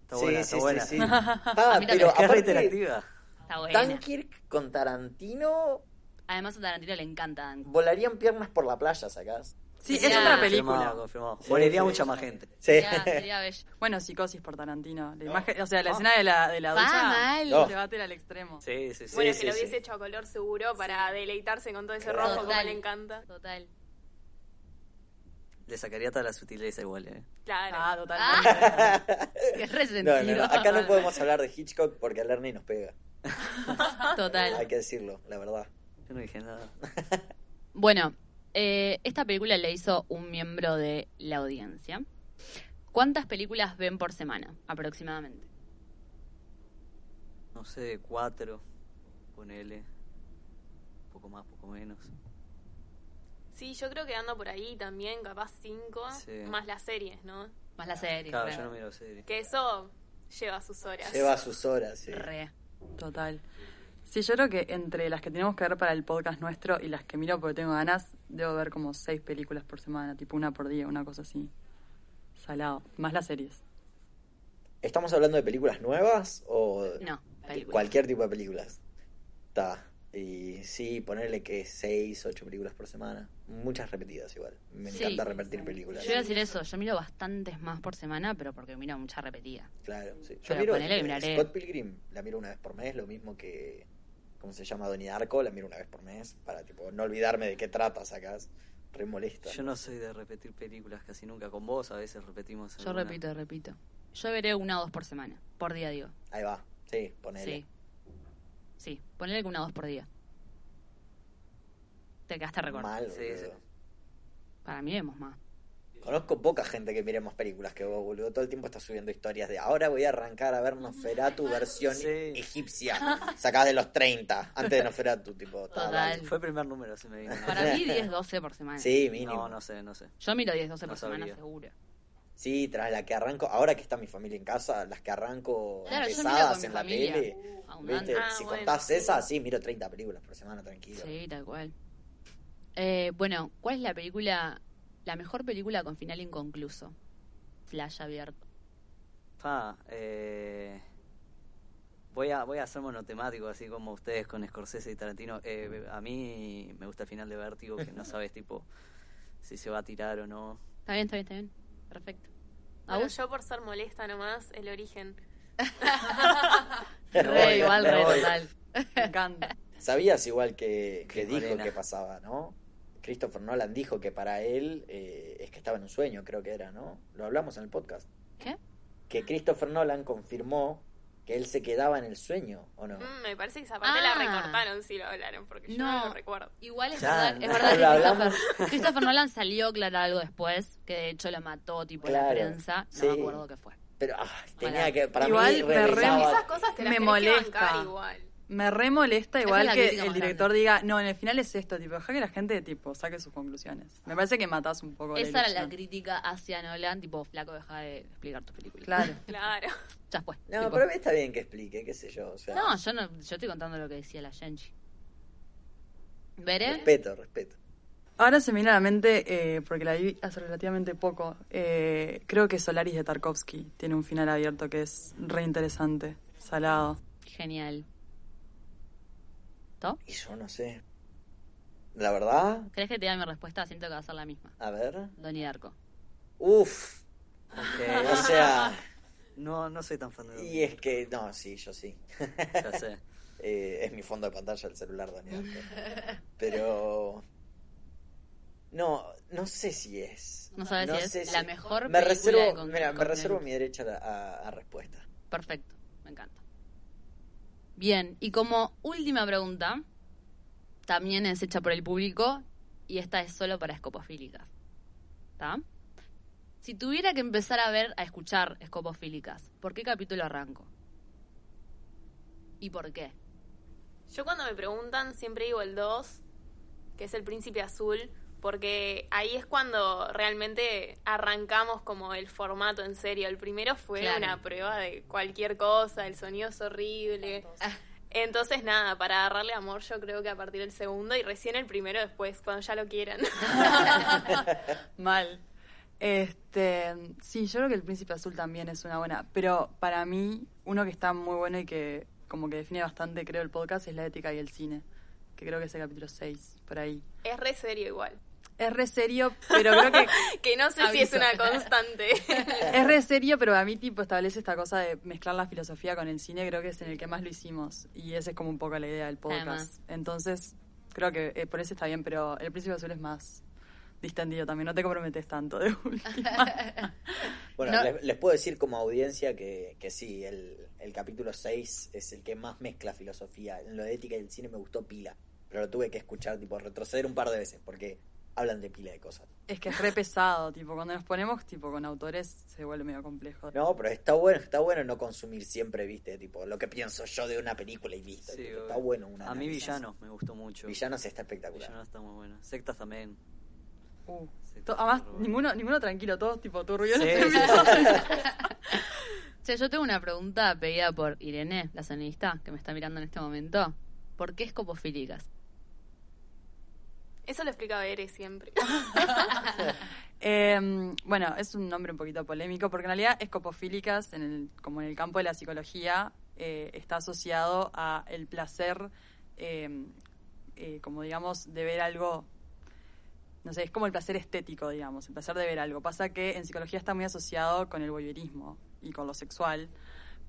S2: Está
S4: Sí,
S2: buena,
S4: sí,
S2: está
S4: sí,
S2: buena. [laughs]
S4: sí. Ah,
S1: mí también.
S4: pero
S2: Es que es re
S4: aparte,
S2: interactiva.
S1: Está buena.
S4: Dunkirk con Tarantino
S1: Además, a Tarantino le encanta Dunkirk.
S4: volarían piernas por la playa, sacás.
S5: Sí,
S1: Sí,
S5: es otra
S1: sí,
S5: película.
S2: Confirmado, confirmado.
S4: Sí,
S2: Moriría
S4: sí,
S2: mucha
S4: sí.
S2: más gente.
S4: Sí.
S1: Sería, sería
S4: [laughs]
S1: bello.
S5: Bueno, psicosis por Tarantino. La imagen, o sea,
S2: Ah.
S5: la escena de la, de la
S1: Va,
S5: ducha.
S1: Ah, mal.
S2: eh.
S4: No.
S5: Debate al extremo.
S2: Sí, sí, sí.
S3: bueno,
S4: sí,
S3: que lo
S4: sí.
S3: hubiese hecho a color seguro para deleitarse con todo ese
S4: Claro.
S3: rojo como
S1: Total.
S3: le encanta.
S1: Total.
S2: Le sacaría toda la sutileza igual, ¿eh?
S3: Claro.
S5: Ah, totalmente.
S1: Ah, qué resentido.
S4: [laughs] No, no, no,
S1: [laughs]
S4: acá no podemos hablar de Hitchcock porque al Ernie nos pega. Hay
S1: Total.
S4: que decirlo, la verdad.
S2: Yo no dije nada.
S1: Bueno, eh, esta película la hizo un miembro de la audiencia. ¿Cuántas películas ven por semana, aproximadamente?
S2: No sé, cuatro. Ponele. Poco más, poco menos.
S3: Sí, yo creo que ando por ahí también, capaz cinco,
S2: Sí.
S3: más las series, ¿no?
S1: Más la serie.
S2: Claro,
S1: re,
S2: yo no miro series.
S3: Que eso lleva sus horas.
S4: Lleva sus horas. sí.
S1: re.
S5: Total. Sí, yo creo que entre las que tenemos que ver para el podcast nuestro y las que miro porque tengo ganas, debo ver como seis películas por semana, tipo una por día, una cosa así. Salado. Más las series.
S4: ¿Estamos hablando de películas nuevas o
S1: No, películas.
S4: cualquier tipo de películas? Está. Y sí, ponerle que 6, 8 películas por semana. Muchas repetidas igual. Me
S1: Sí.
S4: encanta repetir películas.
S1: Yo iba a decir eso, yo miro bastantes más por semana, pero porque miro mucha repetida.
S4: Claro, sí. Yo
S1: Pero
S4: miro
S1: ponele que
S4: eh,
S1: miraré.
S4: Scott Pilgrim, la miro una vez por mes, lo mismo que ¿cómo se llama? Donnie Darko, la miro una vez por mes para tipo no olvidarme de qué trata, sacás. Re molesta.
S2: Yo no soy de repetir películas casi nunca. Con vos a veces repetimos.
S1: Yo
S2: alguna.
S1: repito, repito. Yo veré una o dos por semana, por día digo.
S4: Ahí va. Sí, ponele.
S1: Sí. Sí, ponele que una o dos por día. Te quedaste recortado.
S4: Mal,
S2: Sí,
S4: boludo.
S1: Para mí vemos
S4: [laughs]
S1: más.
S4: Conozco poca gente que mire más películas que vos, boludo. Todo el tiempo estás subiendo historias de ahora voy a arrancar a
S1: [laughs]
S4: ver Nosferatu versión
S2: Sí.
S4: egipcia. Sacás de los 30, antes de Nosferatu,
S1: [laughs]
S4: tipo. ta,
S1: Total.
S4: dale.
S2: Fue el primer número, se me vino.
S1: Para mí 10, 12 por semana.
S4: Sí, mínimo.
S2: no, no sé, no sé.
S1: Yo miro 10, 12
S2: No
S1: por semana
S2: sabría.
S1: seguro.
S4: Sí, tras la que arranco, ahora que está mi familia en casa, las que arranco
S1: Claro, yo miro
S4: empezadas
S1: con mi
S4: en la
S1: familia.
S4: tele.
S1: Abundante.
S4: ¿Viste?
S3: Ah,
S4: si
S3: bueno,
S4: contás
S3: sí.
S4: esas, sí, miro 30 películas por semana, tranquilo.
S1: Sí, tal cual. Eh, bueno, ¿cuál es la película, la mejor película con final inconcluso? Flash abierto.
S2: Pa, eh, voy, a, voy a ser monotemático, así como ustedes con Scorsese y Tarantino. Eh, a mí me gusta el final de Vértigo, que no sabes, tipo, si se va a tirar o no.
S1: Está bien, está bien, está bien. Perfecto. ¿A
S3: Bueno,
S1: vos?
S3: yo por ser molesta nomás, el origen.
S2: Me
S1: Re,
S2: voy,
S1: igual,
S2: me
S1: re
S2: voy.
S1: total. [laughs]
S5: Me encanta.
S4: Sabías igual que, que
S2: Qué
S4: dijo
S2: morena.
S4: que pasaba, ¿no? Christopher Nolan dijo que para él eh, es que estaba en un sueño, creo que era, ¿no? Lo hablamos en el podcast.
S1: ¿Qué?
S4: Que Christopher Nolan confirmó que él se quedaba en el sueño, ¿o no?
S3: Mm, me parece que esa parte
S1: Ah.
S3: la recortaron si lo hablaron, porque yo no,
S1: No.
S3: lo recuerdo.
S1: Igual es
S4: Ya,
S1: verdad,
S4: no,
S1: es verdad
S4: lo
S1: que
S4: hablamos.
S1: Christopher, Christopher Nolan salió a aclarar algo después, que de hecho lo mató tipo la
S4: Claro,
S1: prensa, no
S4: sí.
S1: me acuerdo qué fue.
S4: Pero ay, tenía
S1: Ojalá.
S4: que. Para mí,
S5: Igual me re-
S4: regresaba-
S3: Esas cosas te las
S5: Me
S3: tenés que
S5: molesta.
S3: bancar igual.
S5: Me re
S1: Esa
S5: molesta
S1: es
S5: igual
S1: la
S5: que
S1: crítica
S5: el
S1: más
S5: director diga, no, en el final es esto, tipo, deja que la gente tipo saque sus conclusiones. Me parece que matás un poco
S1: Esa era la
S5: ilusión.
S1: crítica hacia Nolan, tipo, flaco, deja de explicar tus películas.
S5: Claro.
S3: Claro.
S1: Ya fue.
S4: No,
S1: tipo.
S4: pero está bien que explique, qué sé yo. O sea,
S1: No, yo no, yo estoy contando lo que decía la Genchi. ¿Veré?
S4: respeto, respeto.
S5: Ahora se me viene a la mente, eh, porque la vi hace relativamente poco, eh, creo que Solaris de Tarkovsky tiene un final abierto que es re interesante, salado.
S1: Genial. ¿Top?
S4: Y yo no sé. La verdad,
S1: ¿Crees que te da mi respuesta? Siento que va a ser la misma.
S4: a ver.
S1: Donnie Darko.
S4: Uf.
S2: Ok. [laughs]
S4: O sea,
S2: No, no soy tan fan de Don
S4: y es que. No, sí, yo sí.
S2: Ya sé.
S4: Eh, es mi fondo de pantalla el celular, Daniel.
S1: [laughs]
S4: Pero. No, no sé si es.
S1: No sabes si es
S4: sé
S1: la mejor
S4: Me
S1: película
S4: reservo,
S1: con-
S4: mira, me
S1: con-
S4: reservo mi derecho a, a- a respuesta.
S1: Perfecto, me encanta. Bien, y como última pregunta, también es hecha por el público y esta es solo para escopofílicas. ¿Está? Si tuviera que empezar a ver, a escuchar escopofílicas, ¿por qué capítulo arranco? ¿Y por qué?
S3: Yo cuando me preguntan siempre digo el 2, que es el príncipe azul, porque ahí es cuando realmente arrancamos como el formato en serio. El primero fue
S1: Claro.
S3: una prueba de cualquier cosa, el sonido es horrible. Entonces nada, para agarrarle amor yo creo que a partir del segundo y recién el primero después, cuando ya lo quieran. [laughs]
S5: Mal. Este, sí, yo creo que El Príncipe Azul también es una buena, pero para mí uno que está muy bueno y que como que define bastante creo el podcast es La ética y el cine, que creo que es el capítulo 6, por ahí.
S3: es re serio igual.
S5: Es re serio, pero creo que
S3: Que no sé si es
S1: Aviso. [laughs]
S3: una constante.
S5: Es re serio, pero a mí tipo establece esta cosa de mezclar la filosofía con el cine, creo que es en el que más lo hicimos. Y esa es como un poco la idea del podcast.
S1: Además.
S5: Entonces, creo que eh, por eso está bien, pero El Príncipe Azul es más distendido también, no te comprometes tanto de última.
S4: Bueno,
S1: No.
S4: les, les puedo decir como audiencia que, que sí, el, el capítulo 6 es el que más mezcla filosofía. En lo de ética y el cine me gustó pila, pero lo tuve que escuchar, tipo, retroceder un par de veces porque hablan de pila de cosas.
S5: es que es re pesado, tipo, cuando nos ponemos tipo con autores se vuelve medio complejo.
S4: No, pero está bueno, está bueno no consumir siempre, viste, tipo, lo que pienso yo de una película y listo.
S2: Sí,
S4: tipo,
S2: obvio.
S4: está bueno una
S2: A mí Villanos me gustó mucho.
S4: Villanos está espectacular.
S2: Villanos está muy bueno. Sectas también.
S5: Uh. To-
S2: Sectas
S5: Además,
S2: está re bueno.
S5: ninguno, ninguno tranquilo, todos tipo turbios. [laughs]
S2: Sí, sí,
S1: Che, yo tengo una pregunta pedida por Irene, la sonidista, que me está mirando en este momento. ¿Por qué escopofílicas?
S3: Eso lo explica Bere siempre.
S5: Eh, bueno, es un nombre un poquito polémico porque en realidad escopofílicas, en el, como en el campo de la psicología, eh, está asociado a el placer, eh, eh, como digamos, de ver algo, no sé, es como el placer estético, digamos, el placer de ver algo. Pasa que en psicología está muy asociado con el voyeurismo y con lo sexual,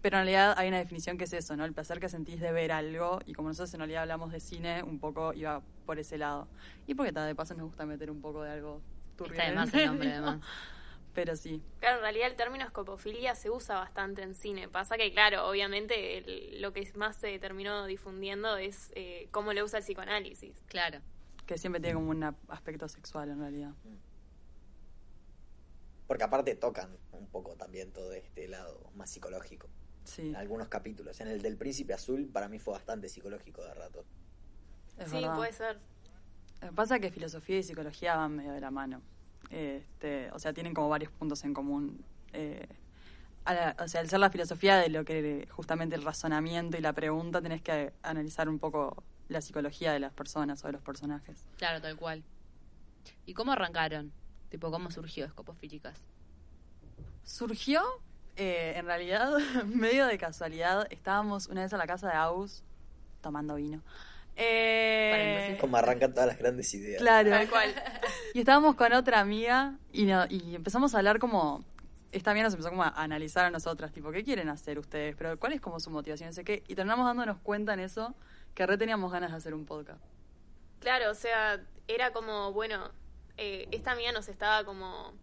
S5: pero en realidad hay una definición que es eso, ¿no? El placer que sentís de ver algo y como nosotros en realidad hablamos de cine, un poco iba por ese lado. Y porque tal, de paso nos gusta meter un poco de algo turbio.
S1: Está de
S5: en
S1: más el
S5: medio. [laughs]
S1: nombre, además.
S5: Pero sí.
S3: Claro, en realidad el término escopofilia se usa bastante en cine. Pasa que, claro, obviamente el- lo que más se terminó difundiendo es eh, cómo lo usa el psicoanálisis.
S1: Claro.
S5: que siempre tiene como un ap- aspecto sexual en realidad.
S4: Porque aparte tocan un poco también todo este lado más psicológico.
S5: Sí,
S4: En algunos capítulos. En el del Príncipe Azul, para mí fue bastante psicológico de rato.
S5: es
S3: sí,
S5: verdad.
S3: puede ser.
S5: Lo que Eh, pasa es que filosofía y psicología van medio de la mano. Este, o sea, tienen como varios puntos en común. Eh, a la- o sea, al ser la filosofía de lo que justamente el razonamiento y la pregunta, tenés que analizar un poco la psicología de las personas o de los personajes.
S1: Claro, tal cual. ¿Y cómo arrancaron? Tipo, ¿cómo surgió Escopofílicas?
S5: Surgió, eh, en realidad, [laughs] medio de casualidad. Estábamos una vez a la casa de Agus tomando vino. Eh,
S1: Paréntesis.
S4: Como arrancan todas las grandes ideas.
S5: Claro.
S3: Tal cual.
S5: Y estábamos con otra amiga y, no- y empezamos a hablar como... Esta amiga nos empezó como a analizar a nosotras, tipo, ¿qué quieren hacer ustedes? Pero ¿cuál es como su motivación? No sé qué. Y terminamos dándonos cuenta en eso que re teníamos ganas de hacer un podcast.
S3: Claro, o sea, era como, bueno, eh, esta mía nos estaba como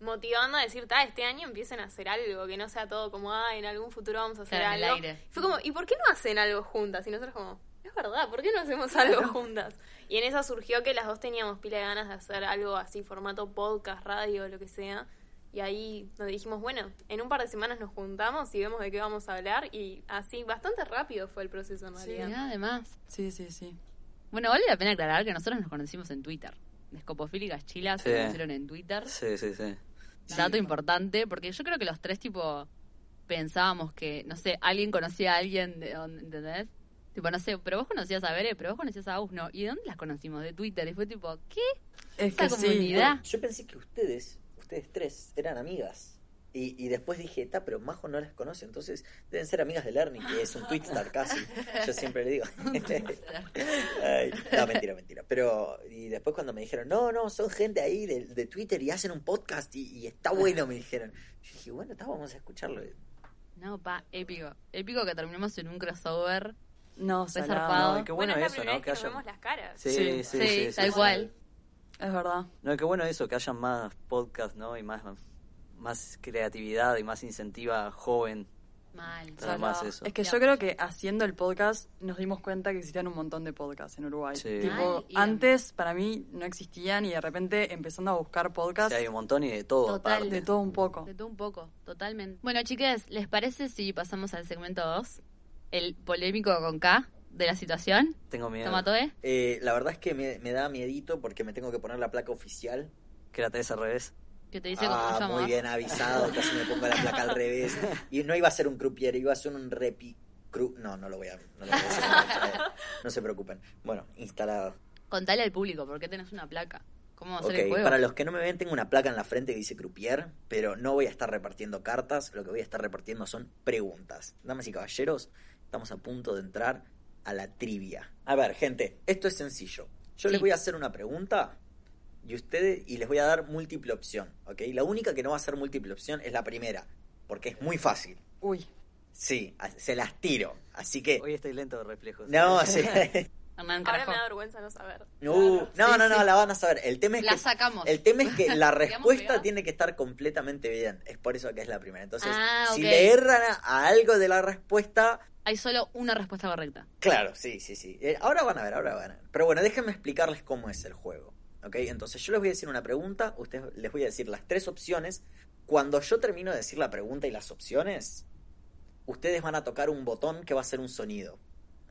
S3: motivando a decir, ta, este año empiecen a hacer algo, que no sea todo como, ah, en algún futuro vamos a hacer
S1: Claro, en el
S3: algo.
S1: aire.
S3: Fue como, ¿y por qué no hacen algo juntas? Y nosotros como, es verdad, ¿por qué no hacemos algo juntas? Y en eso surgió que las dos teníamos pila de ganas de hacer algo así, formato podcast, radio, lo que sea. Y ahí nos dijimos, bueno, en un par de semanas nos juntamos y vemos de qué vamos a hablar. Y así, bastante rápido fue el proceso en
S5: Sí.
S3: realidad.
S1: Mirá, además.
S5: Sí, sí, sí.
S1: Bueno, vale la pena aclarar que nosotros nos conocimos en Twitter. Escopofílicas chilas
S2: Sí.
S1: se conocieron en Twitter.
S2: Sí, sí, sí.
S1: Dato importante, porque yo creo que los tres, tipo, pensábamos que, no sé, alguien conocía a alguien, de, dónde- ¿entendés? Tipo, no sé, pero vos conocías a Bere, pero vos conocías a Agus, no. ¿Y de dónde las conocimos? De Twitter. Y fue tipo, ¿qué?
S5: Es
S1: Esta
S5: que sí.
S1: comunidad.
S4: Bueno, yo pensé que ustedes, ustedes tres, eran amigas. Y, y después dije, ta, pero Majo no las conoce, entonces deben ser amigas de Lerny, que es un twitstar casi. Yo siempre le digo.
S2: [laughs]
S4: [laughs] eh. Ay, no, mentira, mentira. Pero, y después cuando me dijeron, no, no, son gente ahí de, de Twitter y hacen un podcast y, y está bueno, me dijeron. Yo dije, bueno, ta, vamos a escucharlo.
S1: No, pa, épico. Épico que terminamos en un crossover.
S5: No,
S1: zarpado.
S5: salado.
S2: Ay, qué bueno,
S3: es la
S2: eso,
S3: primera
S2: ¿no?
S3: vez
S2: Que
S3: que nos
S2: haya...
S3: vemos las caras.
S2: Sí,
S5: Sí.
S2: sí,
S1: Sí,
S2: sí, sí,
S1: tal
S2: sí.
S1: cual.
S5: Es verdad.
S2: No, qué bueno eso, que haya más podcasts, ¿no? Y más, más creatividad y más incentiva joven.
S1: Mal.
S2: Nada más eso.
S5: Es que yo creo que haciendo el podcast nos dimos cuenta que existían un montón de podcasts en Uruguay.
S2: Sí.
S5: Tipo,
S1: Ay, y-
S5: antes para mí no existían y de repente empezando a buscar
S2: Sí,
S5: podcasts
S2: hay un montón y de todo,
S1: Total.
S2: aparte.
S5: de todo un poco.
S1: De todo un poco, totalmente. Bueno, chiques, ¿les parece si pasamos al segmento 2? El polémico con K de la situación.
S2: Tengo miedo.
S1: Tomatoe.
S4: Eh, la verdad es que me, me da miedito porque me tengo que poner la placa oficial.
S2: Que la tenés al revés.
S1: Que te dice
S4: ah,
S1: cómo
S4: muy
S1: nos llamamos.
S4: bien avisado, casi me pongo la placa al revés. Y no iba a ser un croupier, iba a ser un repi... cru- No, no lo voy a, no lo voy a decir. Eh, no se preocupen. Bueno, instalado.
S1: Contale al público, ¿por qué tenés una placa? ¿Cómo va a ser
S4: Ok,
S1: el juego?
S4: para los que no me ven, tengo una placa en la frente que dice croupier, pero no voy a estar repartiendo cartas, lo que voy a estar repartiendo son preguntas. Damas y caballeros, estamos a punto de entrar a la trivia. A ver, gente, esto es sencillo.
S1: Sí.
S4: Yo les voy a hacer una pregunta y ustedes y les voy a dar múltiple opción, ¿ok? La única que no va a ser múltiple opción es la primera, porque es muy fácil.
S5: Uy, [coughs]
S4: Sí, a- se las tiro. Así que
S2: Hoy estoy lento de reflejos.
S4: no, sí.
S1: [laughs] Hernán
S3: Ahora me da
S1: Carajó.
S3: vergüenza no saber.
S4: Uh, [laughs] no,
S5: Sí,
S4: no, no,
S5: sí.
S4: la van a saber. El tema es
S1: La
S4: que
S1: sacamos.
S4: el tema es
S1: [laughs]
S4: que la respuesta
S1: pegada.
S4: tiene que estar completamente bien. Es por eso que es la primera. Entonces,
S1: Ah,
S4: si
S1: ok.
S4: le erran a, a algo de la respuesta,
S1: Hay solo una respuesta correcta.
S4: claro, sí, sí, sí. Eh, ahora van a ver, ahora van a ver. Pero bueno, déjenme explicarles cómo es el juego. ¿Ok? Entonces, yo les voy a decir una pregunta, ustedes les voy a decir las tres opciones. Cuando yo termino de decir la pregunta y las opciones, ustedes van a tocar un botón que va a ser un sonido.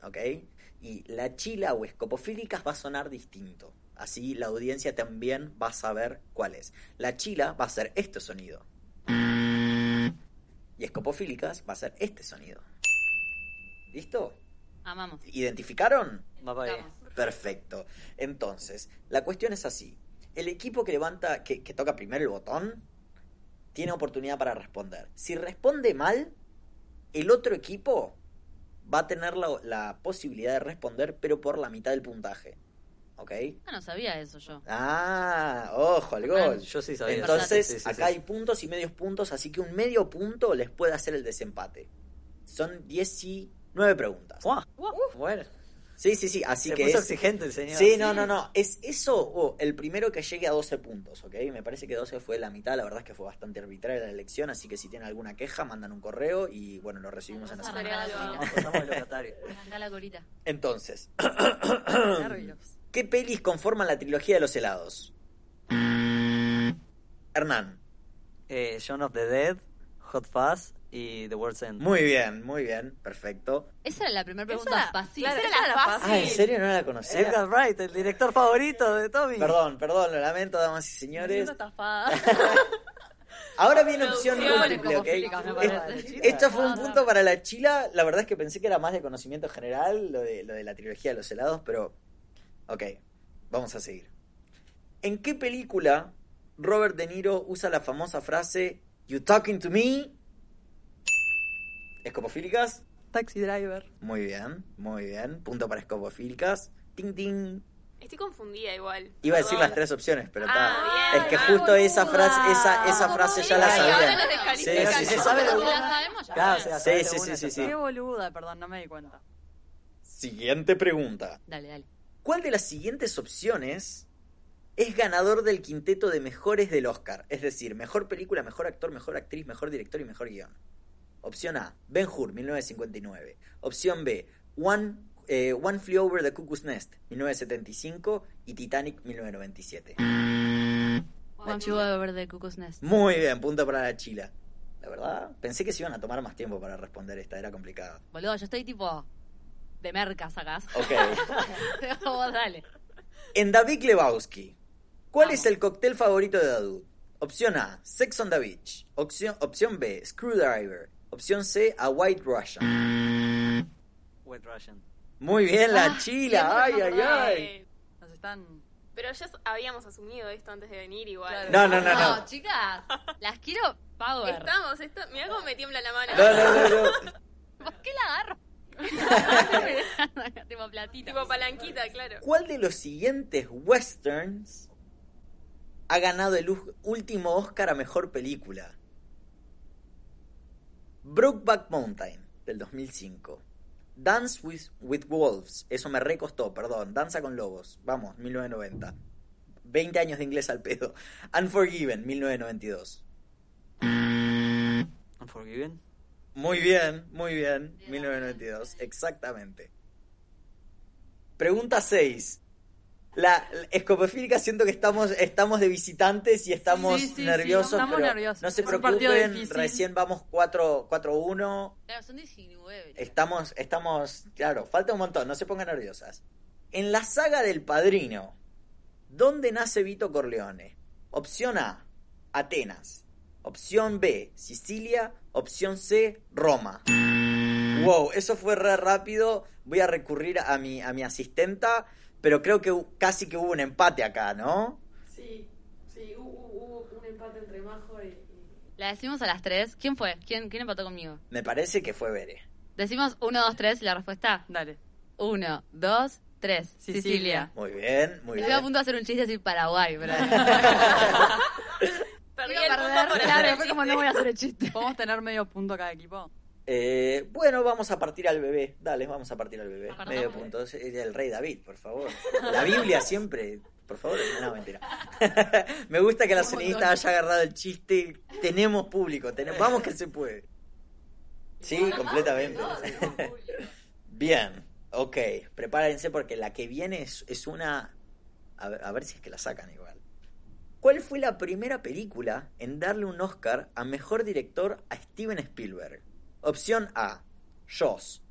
S4: ¿Ok? Y la chila o escopofílicas va a sonar distinto. Así la audiencia también va a saber cuál es. La chila va a ser este sonido. Y escopofílicas va a ser este sonido. ¿Listo?
S1: Amamos.
S4: ¿Identificaron?
S2: Va para ahí.
S1: Vamos.
S4: Perfecto. Entonces, la cuestión es así. El equipo que levanta, que, que toca primero el botón, tiene oportunidad para responder. Si responde mal, el otro equipo va a tener la, la posibilidad de responder, pero por la mitad del puntaje. ¿Ok?
S1: Ah, no sabía eso yo.
S4: Ah, ojo al gol.
S2: Yo sí sabía.
S4: Entonces,
S2: Sí, sí, sí,
S4: acá
S2: sí.
S4: hay puntos y medios puntos, así que un medio punto les puede hacer el desempate. Son 19 preguntas.
S2: Guau, Bueno,
S4: Sí, sí, sí, así
S2: se
S4: que
S2: puso
S4: es-
S2: exigente el señor.
S4: Sí, no, no, no. Es eso o el primero que llegue a 12 puntos, ¿ok? Me parece que 12 fue la mitad. La verdad es que fue bastante arbitraria la elección, así que si tienen alguna queja, mandan un correo y bueno, lo recibimos en la
S1: Vamos a
S4: semana.
S1: arreglar la
S3: Regalo.
S1: colita.
S2: Pasamos al locatario.
S4: [laughs]
S1: Arrancá la colita.
S4: Entonces, [clears throat]
S5: nervios.
S4: ¿qué pelis conforman la trilogía de los helados? Hernán.
S2: Eh, Shaun of the Dead, Hot Fuzz y The World's End.
S4: Muy bien, muy bien, perfecto.
S1: Esa era la primera pregunta
S5: Esa era-
S1: fácil.
S5: claro,
S3: Esa
S5: esa
S3: era la
S5: era
S3: fácil.
S5: fácil.
S4: Ah, ¿en serio no la conocía?
S2: Eh, Edgar Wright, el director favorito de Tommy.
S4: Perdón, perdón, lo lamento, damas y
S5: Me
S4: señores.
S5: siento estafada.
S4: [laughs] Ahora viene opción
S3: Producción,
S4: múltiple, ¿ok?
S1: escopofílicas, me
S4: Es-
S1: parece.
S4: Esto fue un punto para la chila. La verdad es que pensé que era más de conocimiento general, lo de, lo de la trilogía de los helados, pero. Ok, vamos a seguir. ¿En qué película Robert De Niro usa la famosa frase You talking to me? ¿Escopofílicas?
S5: Taxi driver.
S4: Muy bien, muy bien. Punto para escopofílicas. Ting, ting.
S3: Estoy confundida igual.
S4: Iba a decir las
S3: Perdón.
S4: tres opciones, pero
S3: Ah,
S4: está.
S3: bien,
S4: Es que
S3: ah,
S4: justo esa
S5: boluda.
S4: frase, esa, esa frase ya la
S3: Ay, ahora
S4: sabía.
S3: nos descalifican.
S4: Sí, sí, sí,
S1: Si
S2: sabe de
S1: la
S2: una.
S1: sabemos, ya
S2: Claro,
S1: está.
S2: o sea, sabe de
S4: Sí, sí,
S2: una,
S4: sí,
S2: ya
S4: sí,
S2: está.
S4: sí.
S5: Qué boluda, perdón, no me di cuenta.
S4: Siguiente pregunta.
S1: Dale, dale.
S4: ¿Cuál de las siguientes opciones es ganador del quinteto de mejores del Oscar? Es decir, mejor película, mejor actor, mejor actriz, mejor director y mejor guión. Opción A, Ben Hur, 1959. Opción B, One, eh, One Flew Over the Cuckoo's Nest, 1975. Y Titanic, 1997.
S1: One Flew Over the Cuckoo's Nest.
S4: Muy bien, punto para la chila. La verdad, pensé que se iban a tomar más tiempo para responder esta, era complicada.
S1: Boludo, yo estoy tipo de merca sacás. [laughs]
S4: Ok.
S1: Vos dale.
S4: En David Lebowski, ¿cuál
S1: Vamos.
S4: es el cóctel favorito de David? Opción A, Sex on the Beach. Opción, opción B, Screwdriver. Opción C, A White
S1: Mm.
S4: Russian.
S2: Wet Russian.
S4: Muy bien, la
S1: Ah,
S4: chila. Ay, ay, ay.
S3: Ay,
S5: Nos están.
S3: Pero ya habíamos asumido esto antes de venir igual.
S4: No, no, no,
S1: No,
S4: no.
S1: chicas, las quiero power.
S3: Estamos, esto, mirá cómo me tiembla la mano.
S4: No, no, no, no.
S1: ¿Por qué la agarro? [laughs] tipo platito.
S3: Tipo palanquita, claro.
S4: ¿Cuál de los siguientes westerns ha ganado el u- último Oscar a mejor película? Brokeback Mountain, del 2005. Dance with, with Wolves, eso me recostó, perdón. Danza con Lobos, vamos, 1990. 20 años de inglés al pedo. Unforgiven, 1992.
S2: Unforgiven.
S4: Muy bien, muy bien. 1992, exactamente. Pregunta 6. La, la escopofílica, siento que estamos, estamos de visitantes y estamos
S5: Sí, sí, sí,
S4: nerviosos.
S5: estamos
S4: pero
S5: nerviosos.
S4: No se
S5: Es un partido
S4: preocupen,
S5: difícil.
S4: recién vamos 4 4-1.
S1: Claro, son 19.
S4: Estamos, estamos, claro, falta un montón, no se pongan nerviosas. En la saga del padrino, ¿dónde nace Vito Corleone? Opción A, Atenas. Opción B, Sicilia. Opción C, Roma. Wow, eso fue re rápido. Voy a recurrir a mi, a mi asistenta, pero creo que hu- casi que hubo un empate acá, ¿no?
S6: Sí, sí, hu- hu- hubo, un empate entre Majo y... y-
S1: La decimos a las 3. ¿Quién fue? ¿Quién, quién empató conmigo?
S4: Me parece que fue Bere.
S1: Decimos 1, 2, 3 y la respuesta.
S5: Dale.
S1: 1, 2, 3.
S5: Sicilia.
S1: Sicilia.
S4: Muy bien, muy
S1: Estoy a
S4: bien.
S1: punto de hacer un chiste así Paraguay, [laughs] pero.
S3: Perdí
S1: Iba
S3: el
S1: a perder,
S3: punto por
S1: claro,
S3: hacer
S1: fue como no voy a hacer el chiste.
S5: ¿Podemos tener medio punto
S4: [laughs]
S5: cada equipo?
S4: Eh, bueno, vamos a partir al bebé. Dale, vamos a partir al bebé.
S1: Apartamos
S4: Medio
S1: al bebé.
S4: punto. Es El rey David, por favor. La Biblia siempre. Por favor, no, mentira. [laughs] Me gusta que la sonidista haya agarrado el chiste. Tenemos público, tenemos, vamos que se puede. Sí, completamente. Bien, ok. Prepárense porque la que viene es, es una... A ver, a ver si es que la sacan igual. ¿Cuál fue la primera película en darle un Oscar a Mejor Director a Steven Spielberg? Opción A, Jaws.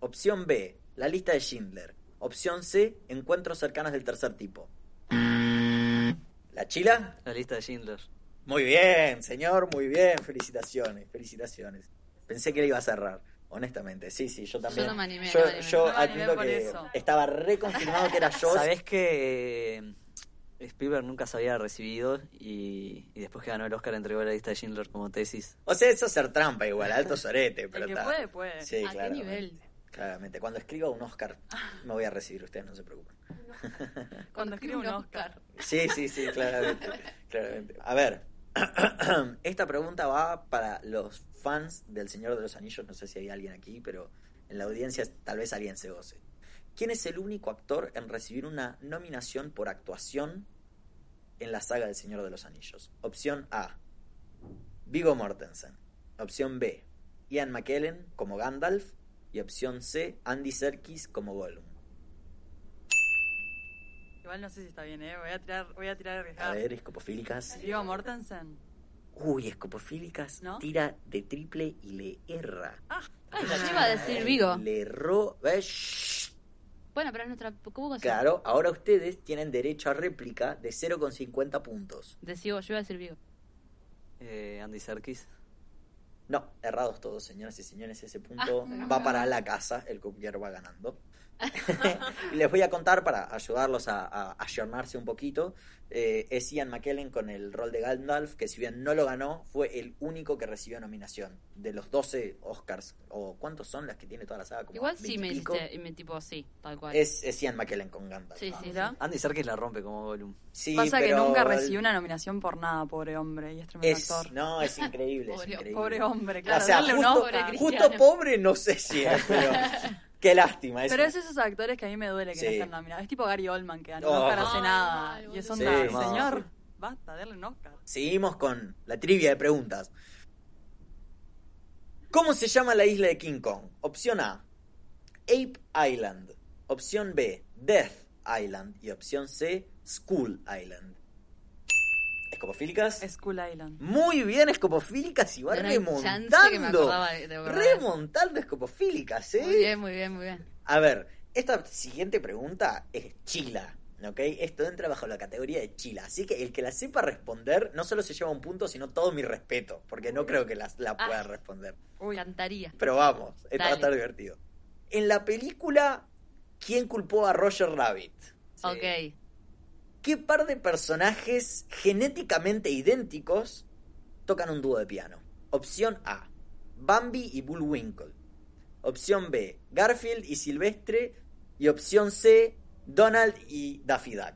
S4: Opción B, La Lista de Schindler. Opción C, Encuentros Cercanos del Tercer Tipo. ¿La chila?
S2: La lista de Schindler.
S4: Muy bien, señor, muy bien. Felicitaciones, felicitaciones. Pensé que le iba a cerrar, honestamente. Sí, sí, yo también.
S1: Yo no me animé,
S4: Yo,
S1: no me animé.
S4: yo
S5: No me animé
S4: admito
S5: por
S4: que
S5: eso.
S4: estaba reconfirmado
S1: [laughs]
S4: que era yo.
S2: Sabés que eh, Spielberg nunca se había recibido y, y después que ganó el Oscar entregó la lista de Schindler como tesis.
S4: O sea, eso es ser trampa igual, alto sorete, pero
S5: El que
S4: está.
S5: puede, puede.
S4: Sí,
S1: ¿A qué
S4: claramente.
S1: nivel?
S4: Claramente. Cuando escriba
S1: [laughs]
S4: un Oscar, me voy a recibir, ustedes no se preocupen.
S5: Cuando escribe un Oscar.
S4: Sí, sí, sí, claramente. claramente. A ver, [clears throat] esta pregunta va para los fans del Señor de los Anillos. No sé si hay alguien aquí, pero en la audiencia tal vez alguien se goce. ¿Quién es el único actor en recibir una nominación por actuación en la saga del Señor de los Anillos? Opción A, Vigo Mortensen. Opción B, Ian McKellen como Gandalf. Y opción C, Andy Serkis como Gollum.
S5: Igual no sé si está bien, ¿eh? Voy a tirar, voy a tirar
S4: A
S5: arriesgado.
S4: ver, escopofílicas.
S5: Vigo Mortensen.
S4: Uy, escopofílicas
S5: ¿No?
S4: tira de triple y le erra.
S1: Ah,
S4: Ah,
S1: Ay, yo iba a decir Vigo.
S4: Le erró. eh, shh.
S1: Bueno, pero es nuestra. ¿Cómo cosa?
S4: Claro, ahora ustedes tienen derecho a réplica de 0,50 puntos.
S1: Decido, yo iba a decir Vigo.
S2: Eh, Andy Serkis.
S4: No, errados todos, señoras y señores. Ese punto va para la casa. El cookier va ganando. [laughs] y les voy a contar para ayudarlos a, a ayornarse un poquito. eh, es Ian McKellen con el rol de Gandalf, que si bien no lo ganó, fue el único que recibió nominación de los 12 Oscars. ¿O cuántos son las que tiene toda la saga? Como
S1: Igual sí
S4: 20 y
S1: me
S4: pico.
S1: hiciste. Y me tipo, sí, tal cual.
S4: Es, es Ian McKellen con Gandalf. Ah,
S1: Sí, sí.
S5: Mira.
S2: Andy Serkis la rompe como Gollum.
S4: Sí,
S5: Pasa que
S4: pero
S5: nunca
S4: el-
S5: recibió una nominación por nada, pobre hombre. Y es tremendo
S4: es-
S5: actor.
S4: No, es increíble, es
S1: Pobre-
S4: increíble.
S5: Pobre hombre, claro.
S4: o sea,
S5: darle un
S4: justo,
S5: Oscar.
S1: pobre [laughs]
S4: justo
S1: Cristiano.
S4: pobre no sé si es, pero Qué lástima.
S5: Pero es esos actores que a mí me duele que
S4: Sí.
S5: no estén nominados. Es tipo Gary Oldman, que ganó
S4: Oh.
S5: un Oscar hace
S6: Ay,
S5: nada.
S6: mal,
S5: y es
S6: boludo.
S5: onda,
S4: Sí,
S2: no,
S5: señor,
S4: sí.
S5: basta, darle un Oscar.
S4: Seguimos con la trivia de preguntas. ¿Cómo se llama la isla de King Kong? Opción A, Ape Island. Opción B, Death Island. Y opción C, School Island. ¿Escopofílicas?
S5: School Island.
S4: Muy bien, escopofílicas. Y va
S1: No hay chance que me
S4: remontando.
S1: acordaba de- de acordar de eso.
S4: Remontando escopofílicas, ¿eh?
S1: Muy bien, muy bien, muy bien.
S4: A ver, esta siguiente pregunta es chila, ¿ok? Esto entra bajo la categoría de chila. Así que el que la sepa responder no solo se lleva un punto, sino todo mi respeto, porque no creo que la, la
S1: Ah.
S4: pueda responder.
S1: Uy. Cantaría.
S4: Pero vamos, esto va a
S1: Dale.
S4: estar divertido. En la película, ¿quién culpó a Roger Rabbit?
S2: Sí.
S1: Ok.
S4: ¿Qué par de personajes genéticamente idénticos tocan un dúo de piano? Opción A, Bambi y Bullwinkle. Opción B, Garfield y Silvestre. Y opción C, Donald y Daffy Duck.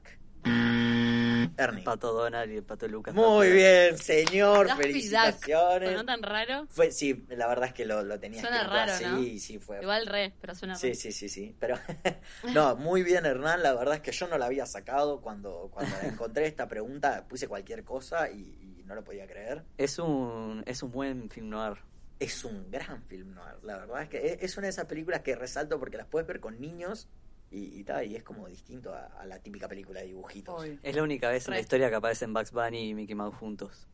S4: Ernie.
S2: El pato Donald y el pato Lucas.
S4: Muy bien, señor.
S1: Daffy Duck.
S4: Felicitaciones.
S1: Sonó tan raro.
S4: Fue, sí, la verdad es que lo, lo tenía
S1: Suena
S4: escrito
S1: raro,
S4: así,
S1: ¿no?
S4: sí, fue
S1: Igual re, pero suena
S4: Sí,
S1: raro.
S4: sí, sí, sí. Pero [laughs] no, muy bien, Hernán. La verdad es que yo no la había sacado cuando, cuando encontré esta pregunta. Puse cualquier cosa y, y no lo podía creer.
S2: Es un, es un buen film noir.
S4: Es un gran film noir. La verdad es que e, es, es una de esas películas que resalto porque las puedes ver con niños y, y tal. Y es como distinto a, a la típica película de dibujitos.
S5: Obvio.
S2: Es la única vez en la
S1: Re.
S2: historia que aparecen Bugs Bunny y Mickey Mouse juntos.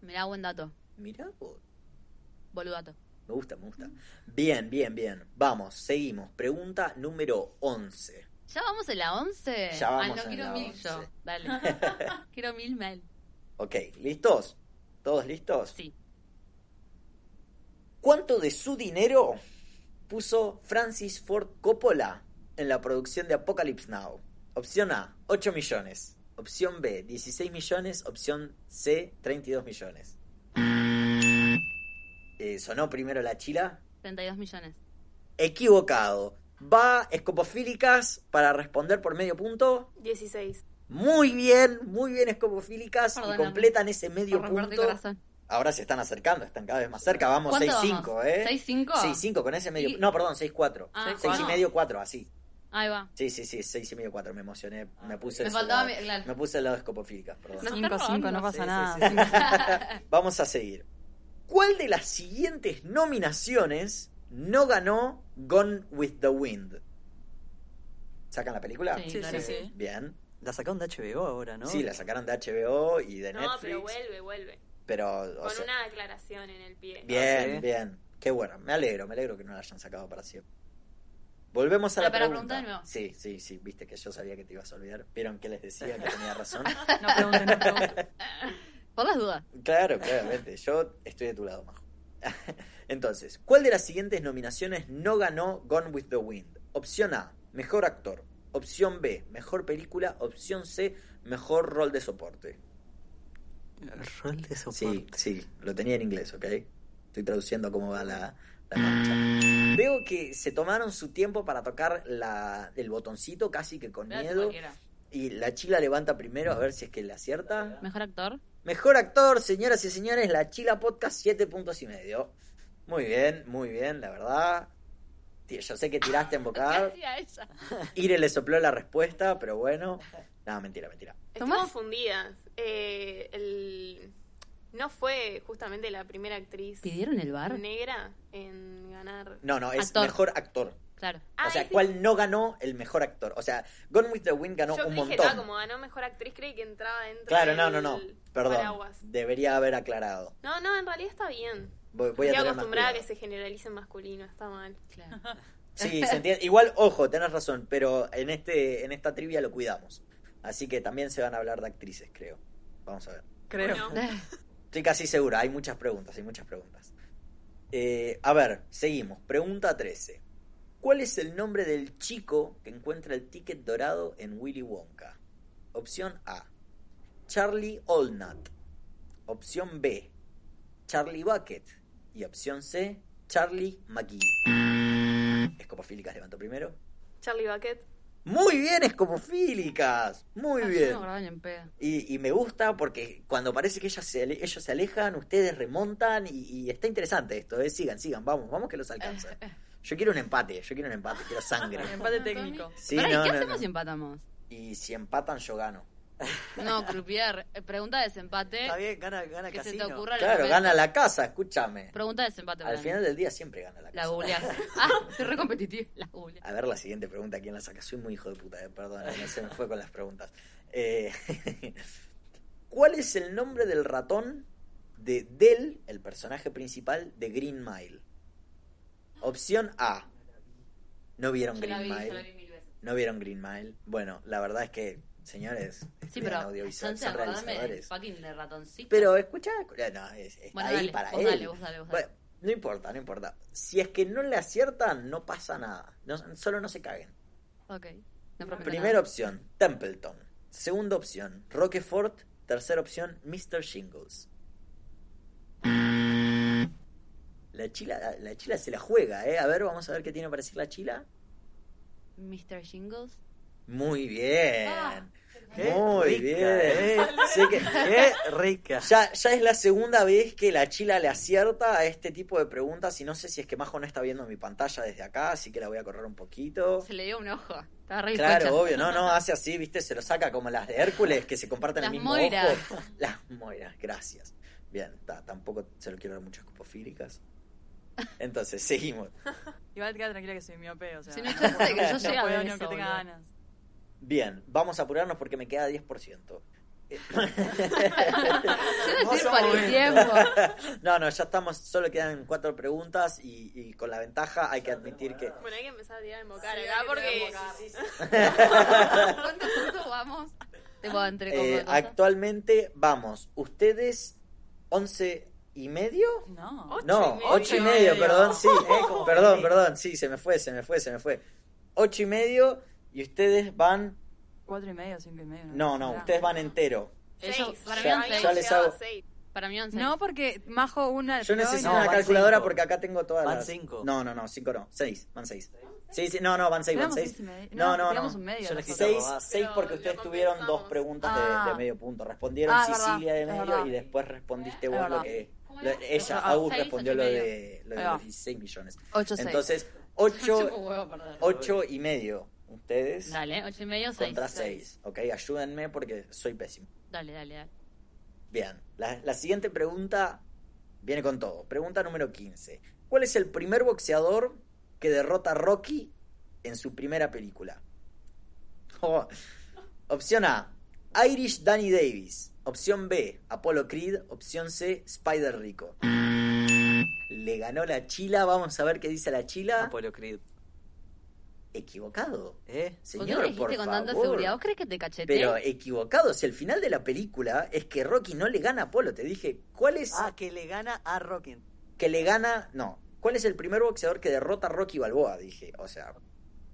S1: Mirá, buen dato.
S4: Mirá, vos.
S1: Boludato.
S4: me gusta, me gusta. Bien, bien, bien. Vamos, seguimos. Pregunta número 11.
S1: ¿Ya vamos en la 11?
S4: Ya vamos
S1: ah, no,
S4: en
S1: quiero
S4: la
S1: mil
S4: 11.
S1: yo. Dale.
S4: [laughs]
S1: quiero mil mal.
S4: Ok, ¿listos? ¿Todos listos?
S1: Sí.
S4: ¿Cuánto de su dinero puso Francis Ford Coppola en la producción de Apocalypse Now? Opción A, 8 millones. Opción B, 16 millones. Opción C, 32 millones. Eh, ¿Sonó primero la chila?
S1: 32 millones.
S4: Equivocado. Va Escopofílicas para responder por medio punto.
S3: 16.
S4: Muy bien, muy bien Escopofílicas. Y
S1: Perdóname
S4: completan ese medio
S1: Por romperte el
S4: punto.
S1: corazón.
S4: Ahora se están acercando, están cada vez más cerca. Vamos
S1: ¿Cuánto
S4: 6-5,
S1: vamos?
S4: ¿eh?
S1: 6-5.
S4: 6-5 con ese medio.
S1: Y-
S4: No, perdón, 6-4.
S1: Ah,
S4: 6 y
S1: wow.
S4: medio, 4, así.
S1: Ahí va.
S4: Sí, sí, sí, 6 y medio, 4. Me emocioné. Me puse
S1: Ah, Me
S4: el
S1: faltaba
S4: lado,
S1: mi- claro.
S4: me puse el lado escopofílicas, perdón.
S1: No, está
S5: 5 5 no
S1: robando,
S5: pasa
S2: sí,
S5: nada.
S2: sí, sí.
S4: Vamos a seguir. ¿Cuál de las siguientes nominaciones no ganó Gone with the Wind? ¿Sacan la película?
S1: Sí,
S5: Sí, sí,
S1: claro.
S4: [laughs]
S5: sí.
S4: Bien.
S2: La sacaron de HBO ahora, ¿no?
S4: Sí, la sacaron de HBO y de
S3: No, pero
S4: Netflix.
S3: vuelve, vuelve.
S4: Pero, o
S3: Con
S4: sea,
S3: una aclaración en el pie.
S4: bien,
S2: Ah, sí.
S4: bien. Qué bueno. Me alegro, me alegro que no la hayan sacado para siempre. Volvemos a la
S1: Ah, para
S4: pregunta.
S1: preguntar de nuevo.
S4: Sí, sí, sí. Viste que yo sabía que te ibas a olvidar. Vieron que les decía que tenía razón. [laughs]
S5: No pregunten, no pregunten.
S1: Por las dudas.
S4: Claro, claramente. Yo estoy de tu lado, Majo. [laughs] Entonces, ¿cuál de las siguientes nominaciones no ganó Gone with the Wind? Opción A, mejor actor. Opción B, mejor película. Opción C, mejor rol de soporte.
S2: El rol de
S4: Sí,
S2: soporte.
S4: sí, lo tenía en inglés, ¿ok? Estoy traduciendo cómo va la, la marcha. Veo que se tomaron su tiempo para tocar la, el botoncito casi que con
S1: Gracias,
S4: miedo.
S1: cualquiera.
S4: Y la chila levanta primero a ver si es que le acierta.
S1: Mejor actor.
S4: Mejor actor, señoras y señores, la Chila Podcast, siete puntos y medio. Muy bien, muy bien, la verdad. Tío, Yo sé que tiraste
S1: [laughs]
S4: en bocado.
S1: Gracias a ella.
S4: Ire le sopló la respuesta, pero bueno. No, mentira, mentira.
S3: Estoy
S1: ¿Tomás?
S3: confundida. Eh, el... ¿No fue justamente la primera actriz
S1: ¿Pidieron el bar?
S3: negra en ganar?
S4: No, no, es
S1: Actor.
S4: mejor actor.
S1: Claro.
S3: Ah,
S4: O sea,
S3: es-
S4: ¿cuál no ganó el mejor actor? O sea, Gone with the Wind ganó
S3: Yo
S4: un
S3: creí que
S4: montón.
S3: estaba como ganó mejor actriz, creí que entraba dentro
S4: Claro,
S3: del
S4: no, no, no. Perdón.
S3: paraguas.
S4: Debería haber aclarado.
S3: No, no, en realidad está bien.
S4: Voy, voy a
S3: Estoy
S4: tener más
S3: acostumbrada a que
S4: cuidado.
S3: se generalice en masculino, está mal.
S1: claro.
S4: [laughs]
S3: [laughs]
S4: Sí, se entiende. Igual, ojo, tenés razón, pero en este, en esta trivia lo cuidamos. Así que también se van a hablar de actrices, creo. Vamos a ver.
S5: Creo.
S3: Bueno,
S4: Estoy casi segura, hay muchas preguntas, hay muchas preguntas. Eh, a ver, seguimos. Pregunta 13. ¿Cuál es el nombre del chico que encuentra el ticket dorado en Willy Wonka? Opción A. Charlie Allnut. Opción B. Charlie Bucket. Y opción C. Charlie McGee. Escopofílicas levantó primero.
S3: Charlie Bucket.
S4: Muy bien, escopofílicas. Muy
S1: Ah, yo
S4: bien.
S1: No me acordaba ni en pedo.
S4: Y, y me gusta porque cuando parece que ellas se ale- ellos
S1: [laughs]
S4: se alejan, ustedes remontan y, y está interesante esto. ¿eh? Sigan, sigan, vamos, vamos que los alcanzan. Yo quiero un empate, yo quiero un empate, quiero sangre.
S5: Empate técnico.
S4: Sí,
S1: Pará, ¿y
S4: no,
S1: qué
S4: no,
S1: hacemos
S4: no.
S1: si empatamos?
S4: Y si empatan, yo gano.
S1: No, Crupier, eh, pregunta de desempate.
S2: Está bien, Eh, gana, gana
S1: Que se
S2: casino.
S1: te ocurra lo
S4: Claro,
S1: que-
S4: gana la casa, escúchame.
S1: Pregunta de desempate.
S4: Al
S1: para mí.
S4: final del día siempre gana la
S1: La
S4: casa. [laughs]
S1: googleás. Ah, soy re competitiva. La googleás.
S4: A ver la siguiente pregunta, ¿quién la saca? Soy muy hijo de puta, eh, perdón, eh, se me fue con las preguntas. Eh, [laughs] ¿Cuál es el nombre del ratón de Del, el personaje principal de Green Mile? Opción A. ¿No vieron
S1: Yo la
S4: Green
S1: vi, yo la
S4: Mile?
S1: vi mil veces.
S4: ¿No vieron Green Mile? Bueno, la verdad es que, señores,
S1: Sí,
S4: estudian
S1: pero
S4: audiovisual,
S1: chance de
S4: son
S1: acordarme del
S4: realizadores.
S1: fucking de ratoncito.
S4: Pero escucha, no, es, está
S1: Bueno,
S4: ahí
S1: dale,
S4: para
S1: vos
S4: él.
S1: dale, vos dale, vos dale.
S4: Bueno, no importa, no importa. Si es que no le aciertan, no pasa nada. No- solo no se caguen.
S1: Ok. No prometo
S4: Primera opción, Templeton. Segunda opción, Roquefort. Tercera opción, Mr. Shingles. La chila, la chila se la juega, ¿eh? A ver, vamos a ver qué tiene para decir la chila.
S1: nada. Mr. Shingles.
S4: Muy bien.
S1: Ah,
S2: Qué
S4: Muy
S2: rica,
S4: bien.
S2: eh.
S4: Sé que- eh,
S2: ¡Qué rica!
S4: ya, ya es la segunda vez que la chila le acierta a este tipo de preguntas y no sé si es que Majo no está viendo mi pantalla desde acá, así que la voy a correr un poquito.
S1: Se le dio un ojo. Estaba re bizcocha.
S4: Claro, obvio, no, no, hace así, viste, se lo saca como las de Hércules que se comparten
S1: Las
S4: el mismo
S1: Moiras.
S4: ojo. Las moiras, gracias. Bien, ta, tampoco se lo quiero dar muchas copofílicas. Entonces, [laughs] seguimos.
S5: Igual queda tranquila que soy miope, o sea.
S1: Si no, yo sé que yo llegué a
S5: puedo
S1: ver
S5: ni aunque
S1: eso,
S5: tenga
S1: boludo.
S5: ganas.
S4: Bien, vamos a apurarnos porque me queda 10%. Eh,
S1: [laughs] Yo iba a decir
S2: Vos sos
S1: por el
S2: momento.
S1: tiempo.
S4: [laughs] no, no, ya estamos, solo quedan cuatro preguntas y, y con la ventaja hay que admitir que...
S3: Bueno, hay que empezar a tirar en bocar
S6: Sí, hay
S3: acá
S6: que
S3: porque.
S6: tirar en bocar.
S1: ¿Cuántos puntos vamos? Te puedo entre con
S4: eh,
S1: cosas.
S4: actualmente, vamos, ustedes 11 y medio.
S5: No.
S3: Ocho
S4: No,
S3: y medio.
S4: ocho y
S5: Ocho y
S4: medio,
S5: medio.
S4: perdón, sí,
S2: Eh,
S1: [laughs]
S2: como
S4: perdón,
S2: que-
S4: perdón, sí, se me fue, se me fue, se me fue. Ocho y medio y ustedes van,
S5: Cuatro y medio, cinco y medio.
S4: no, no,
S5: Ya.
S4: ustedes van entero.
S1: Ellos-
S3: Seis.
S1: para
S4: mí
S3: Ya-
S4: eran
S3: habíamos
S4: seis. Ya les
S3: llegado
S4: hago-
S3: a seis.
S1: Para mí 11.
S5: No, porque majo una.
S4: Yo necesito
S2: no,
S4: una
S2: van
S4: calculadora
S2: cinco.
S4: porque acá tengo todas
S2: Van
S4: las-
S2: cinco.
S4: No, no, no, cinco no, seis, van seis. Sí, sí, no, no, van seis, van
S5: Éramos
S4: seis.
S5: seis y medio.
S4: No,
S5: No,
S4: no,
S5: éramos
S4: no.
S5: un medio
S2: Yo les
S5: nosotros.
S2: quité
S4: Seis,
S2: Pero
S4: seis porque
S3: lo
S4: ustedes tuvieron dos
S3: compensamos.
S4: preguntas de- de,
S5: Ah.
S4: medio punto. Respondieron
S5: Ah, es verdad,
S4: Sicilia de
S5: es
S4: medio
S5: verdad.
S4: y después respondiste
S5: Es
S4: vos lo
S5: verdad.
S4: que...
S1: ¿Cómo
S4: lo-
S1: era?
S4: ella,
S5: Ah,
S4: Agus,
S1: seis,
S4: respondió
S1: ocho y
S4: lo
S1: medio.
S4: de, lo de
S5: Ahí va.
S4: los 16 millones.
S5: Ocho, seis.
S4: Entonces,
S1: Yo
S4: ocho...
S1: me huevo a perder.
S4: 8 y medio. Ustedes
S1: Dale, 8 y medio, 6.
S4: contra 6. Ok, ayúdenme porque soy pésimo.
S1: Dale, dale, dale.
S4: Bien, la, la siguiente pregunta viene con todo. Pregunta número 15. ¿Cuál es el primer boxeador que derrota a Rocky en su primera película? [laughs] Oh. Opción A, Irish Danny Davis. Opción B, Apollo Creed. Opción C, Spider Rico. Le ganó la chila. Vamos a ver qué dice la chila.
S2: Apollo Creed.
S4: Equivocado.
S2: ¿Eh?
S1: ¿Por qué lo
S4: Señor,
S1: dijiste
S4: por
S1: con tanta
S4: favor.
S1: seguridad? ¿Vos crees que te cacheté?
S4: Pero equivocado, si el final de la película es que Rocky no le gana a Apolo, te dije, ¿cuál es
S2: Ah, que le gana a Rocky.
S4: que le gana? No, ¿cuál es el primer boxeador que derrota a Rocky Balboa? Dije, o sea,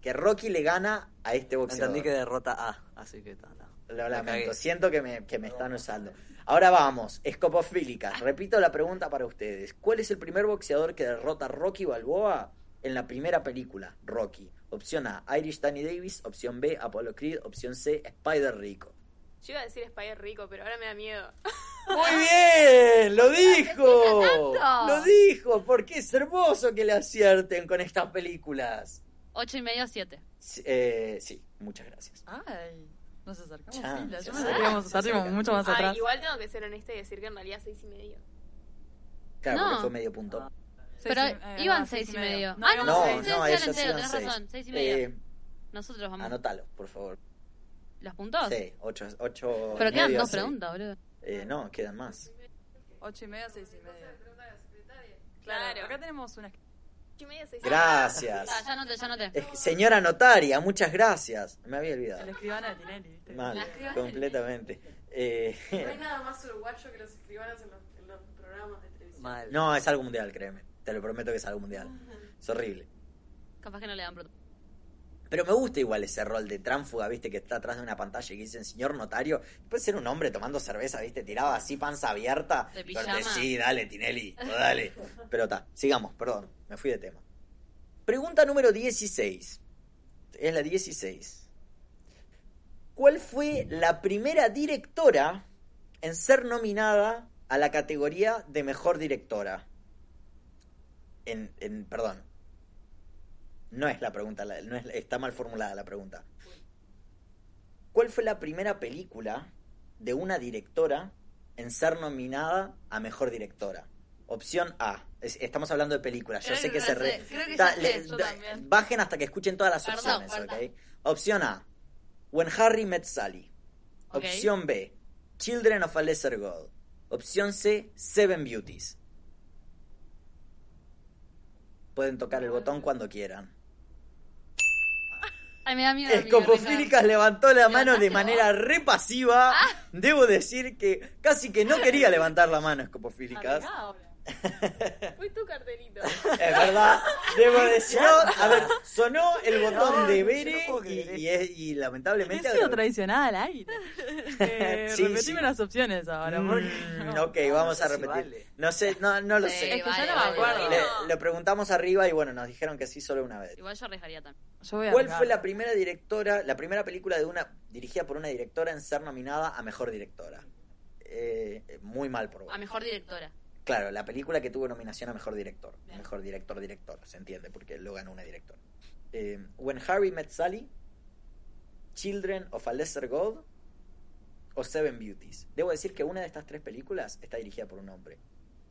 S4: que Rocky le gana a este boxeador.
S2: Entendí que derrota a, así que ta, no.
S4: Lo
S2: La
S4: lamento,
S2: cagué.
S4: siento que me, que me están usando. Ahora vamos,
S2: Ah.
S4: escopofílicas. Repito la pregunta para ustedes. ¿Cuál es el primer boxeador que derrota a Rocky Balboa en la primera película? Rocky. Opción A, Irish Danny Davis. Opción B, Apollo Creed. Opción C, Spider Rico.
S3: Yo iba a decir Spider Rico, pero ahora me da miedo.
S4: Muy bien, lo dijo.
S1: ganando.
S4: Lo dijo, porque es hermoso que le acierten con estas películas.
S1: 8 y medio, 7.
S4: Sí, eh, sí, muchas gracias.
S5: Ay. Nos acercamos
S4: Ya,
S5: pila.
S4: se
S5: Yo pensé que íbamos a estar
S4: acerca.
S5: tipo, mucho más
S3: Ay,
S5: atrás.
S3: Ah, igual tengo que ser honesta y decir que en realidad seis y medio.
S4: Claro,
S1: No.
S4: porque fue medio punto.
S5: Seis
S1: Pero
S5: y- eh,
S1: iban
S5: no,
S1: 6 y medio.
S5: No,
S1: ah, no,
S5: íbamos
S4: no,
S5: seis.
S1: ustedes
S4: no,
S1: eran
S4: ellos
S1: enteros,
S4: eran
S1: tenés
S4: seis.
S1: razón, 6 y medio.
S4: Eh,
S1: Nosotros vamos.
S4: anótalo, por favor.
S1: ¿Los puntos?
S4: Sí, ocho, ocho
S1: Pero
S4: y
S1: quedan
S4: medio,
S1: dos
S4: sí.
S1: preguntas, boludo.
S4: Eh, no, quedan más.
S5: Ocho y medio, seis y medio.
S3: Claro.
S5: Acá tenemos una.
S3: Ocho y medio, seis y medio.
S4: Gracias.
S1: [laughs] Ah, ya noté, ya noté.
S4: Es que- señora notaria, muchas gracias. Me había
S5: La
S4: olvidado.
S5: escribana de Tinelli, ¿viste?
S4: Mal,
S1: La escribana.
S4: completamente. Eh,
S6: No hay nada más uruguayo que los escribanas en los, en los programas de televisión.
S2: Mal.
S4: no, es algo mundial, créeme. Te lo prometo que es algo mundial. Es horrible.
S1: Capaz que no le dan bruto.
S4: Pero me gusta igual ese rol de tránfuga, viste, que está atrás de una pantalla y que dicen señor notario. Puede ser un hombre tomando cerveza, viste, tirado así, panza abierta.
S1: De
S4: Pero te-
S1: pijama.
S4: sí, dale, Tinelli, o dale. Pero está, sigamos, perdón, me fui de tema. Pregunta número 16. Es la 16. ¿Cuál fue la primera directora en ser nominada a la categoría de mejor directora? En, en perdón, No es la pregunta, la- no es- está mal formulada la pregunta. ¿Cuál fue la primera película de una directora en ser nominada a mejor directora? Opción A. Es- estamos hablando de películas. Yo
S1: Eh,
S7: Creo
S4: sé
S7: que
S4: que
S7: me
S4: se
S7: la
S4: re-
S7: sé, creo que ya
S4: Ta-
S7: sé,
S4: le-
S7: yo
S4: da-
S7: también.
S4: Bajen hasta que escuchen todas las
S7: Perdón,
S4: opciones,
S7: perdón.
S4: ¿ok? Opción A. When Harry Met Sally.
S1: Ok.
S4: Opción B. Children of a Lesser God. Opción C. Seven Beauties. Pueden tocar el botón cuando quieran.
S1: Ay, me da miedo. amiga,
S4: Escopofílicas levantó la mano de
S7: ¿Levantaste
S4: manera repasiva.
S7: Ah.
S4: Debo decir que casi que no quería levantar la mano,
S7: Ah,
S4: Escopofílicas.
S3: Arreglá ahora. Fue tu cartelito.
S4: Es verdad,
S2: [laughs]
S4: debo decir. no, a ver, sonó el botón de Bere
S2: yo no puedo
S4: y,
S2: creer
S4: y es- y
S5: He
S4: lamentablemente.
S5: sido traicionada al [laughs] aire. Eh,
S4: Sí,
S5: repetime
S4: sí.
S5: las opciones ahora.
S4: Mm,
S5: Porque...
S4: ok, vamos
S2: sé
S4: a
S2: si
S4: repetir.
S2: vale.
S4: No sé, no, no lo
S1: Sí,
S4: sé.
S5: Es que yo no me
S1: vale, vale.
S5: acuerdo.
S4: Le, le preguntamos arriba y bueno, nos dijeron que sí solo una vez.
S1: Igual yo arriesgaría también.
S5: Yo voy a
S4: ¿Cuál fue la
S5: arreglar.
S4: primera directora, la primera película de una dirigida por una directora en ser nominada a mejor directora? Eh, muy mal por vos.
S1: A mejor directora.
S4: Claro, la película que tuvo nominación a mejor director. Mejor director, director, se entiende, porque lo ganó una directora. Eh, When Harry Met Sally, Children of a Lesser God o Seven Beauties. Debo decir que una de estas tres películas está dirigida por un hombre.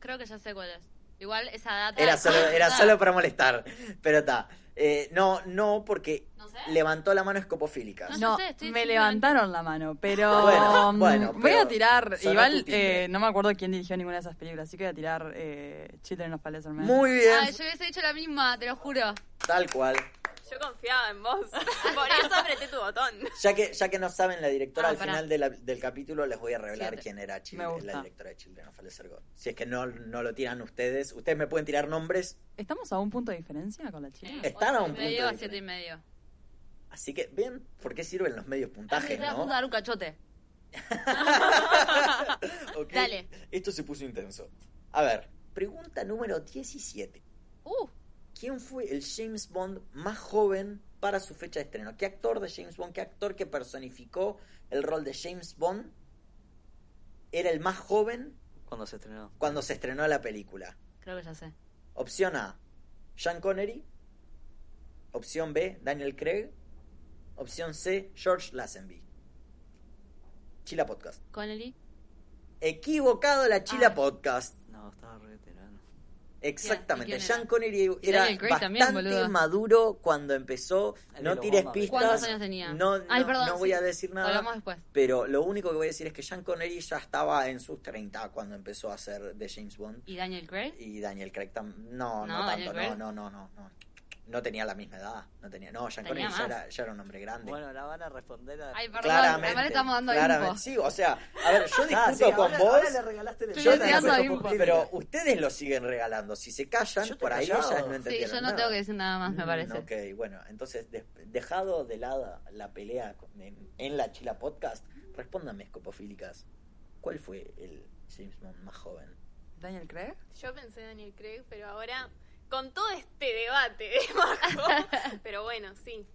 S1: Creo que ya sé cuál es. Igual esa data.
S4: Era solo, era
S1: [laughs] Ah,
S4: solo para molestar, pero está. Eh, no, no, porque
S1: Ah, No sé.
S4: levantó la mano escopofílica.
S1: No,
S5: No,
S1: sé, estoy
S5: me
S1: simplemente-
S5: levantaron la [laughs] mano, pero
S4: Bueno,
S5: mm,
S4: bueno,
S5: voy
S4: pero
S5: a tirar,
S4: sonó tu
S5: igual
S4: timbre.
S5: eh, no me acuerdo quién dirigió ninguna de esas películas, así que voy a tirar eh, Children of a Lesser Man.
S4: Muy bien,
S1: Ay, Ah, yo hubiese hecho la misma, te lo juro.
S4: tal cual.
S3: Yo confiaba en vos. [laughs] Por eso apreté tu botón.
S4: Ya que, ya que no saben la directora,
S1: Ah,
S4: al
S1: pará.
S4: final de la- del capítulo les voy a revelar
S1: Siete.
S4: quién era Chil-
S5: Me gusta.
S4: la directora de Children of a Lesser God. Si es que no, no lo tiran ustedes, ustedes me pueden tirar nombres.
S5: ¿Estamos a un punto de diferencia con la chica?
S4: Están a un
S1: Ocho
S4: punto.
S1: y medio
S4: de
S1: a siete y
S4: diferencia.
S1: medio.
S4: Así que ven por qué sirven los medios
S1: Ay, Ah, me
S4: puntajes,
S1: estaba a punto de
S4: ¿no?
S1: dar un cachote.
S4: Ok.
S1: Dale.
S4: Esto se puso intenso. A ver, pregunta número 17.
S1: Uh,
S4: ¿Quién fue el James Bond más joven para su fecha de estreno? ¿Qué actor de James Bond, qué actor que personificó el rol de James Bond era el más joven
S2: Cuando se estrenó.
S4: cuando se estrenó la película?
S1: creo que ya sé.
S4: Opción A, Sean Connery. Opción B, Daniel Craig. Opción C, George Lazenby. Chila Podcast.
S1: Connelly.
S4: Equivocado la Chila
S1: Ah.
S4: Podcast.
S2: No, estaba re veterano.
S4: Exactamente.
S1: quién era?
S4: Sean Connery
S1: Y
S4: era
S1: Daniel Craig
S4: bastante
S1: también, boludo.
S4: maduro cuando empezó.
S2: El de
S4: No
S2: los
S4: tires
S2: Bomba
S4: pistas.
S2: Babies.
S1: ¿Cuántos años tenía?
S4: No, no,
S1: Ay, perdón,
S4: no voy
S1: sí.
S4: a decir nada.
S1: Hablamos después.
S4: Pero lo único que voy a decir es que Sean Connery ya estaba en sus 30 cuando empezó a hacer de James Bond.
S1: ¿Y Daniel Craig?
S4: Y Daniel Craig tam- no, no,
S1: No, Daniel
S4: tanto, no,
S1: Craig.
S4: no, no, no, no. No tenía la misma edad, no tenía, no, Sean
S1: Tenía
S4: Connery ya
S1: más.
S4: era, ya era un hombre grande.
S2: Bueno, la van a responder a.
S1: Ay, perdón,
S4: claramente.
S1: además le estamos dando
S4: claramente.
S1: info.
S4: Sí, o sea, a ver, yo discuto
S2: Ah, sí,
S4: con
S2: ahora-
S4: vos.
S2: ahora le regalaste el-
S1: Estoy
S4: yo
S2: Yo te la
S1: deseando
S4: discuto
S2: saco,
S1: info.
S4: con- pero ustedes lo siguen regalando. Si se
S2: Yo
S4: callan,
S2: estoy
S4: por ahí
S2: callado.
S4: ellas no
S1: Sí,
S4: entendieron
S1: yo no
S4: nada.
S1: tengo que decir nada más, me parece.
S4: Mm, Ok, bueno, entonces des- dejado de lado la pelea con- en, en la Chila Podcast, respóndanme, escopofílicas. ¿Cuál fue el James Bond más joven?
S5: ¿Daniel Craig?
S3: Yo pensé en Daniel Craig, pero ahora, con todo este debate de [laughs] Marco, pero bueno, sí.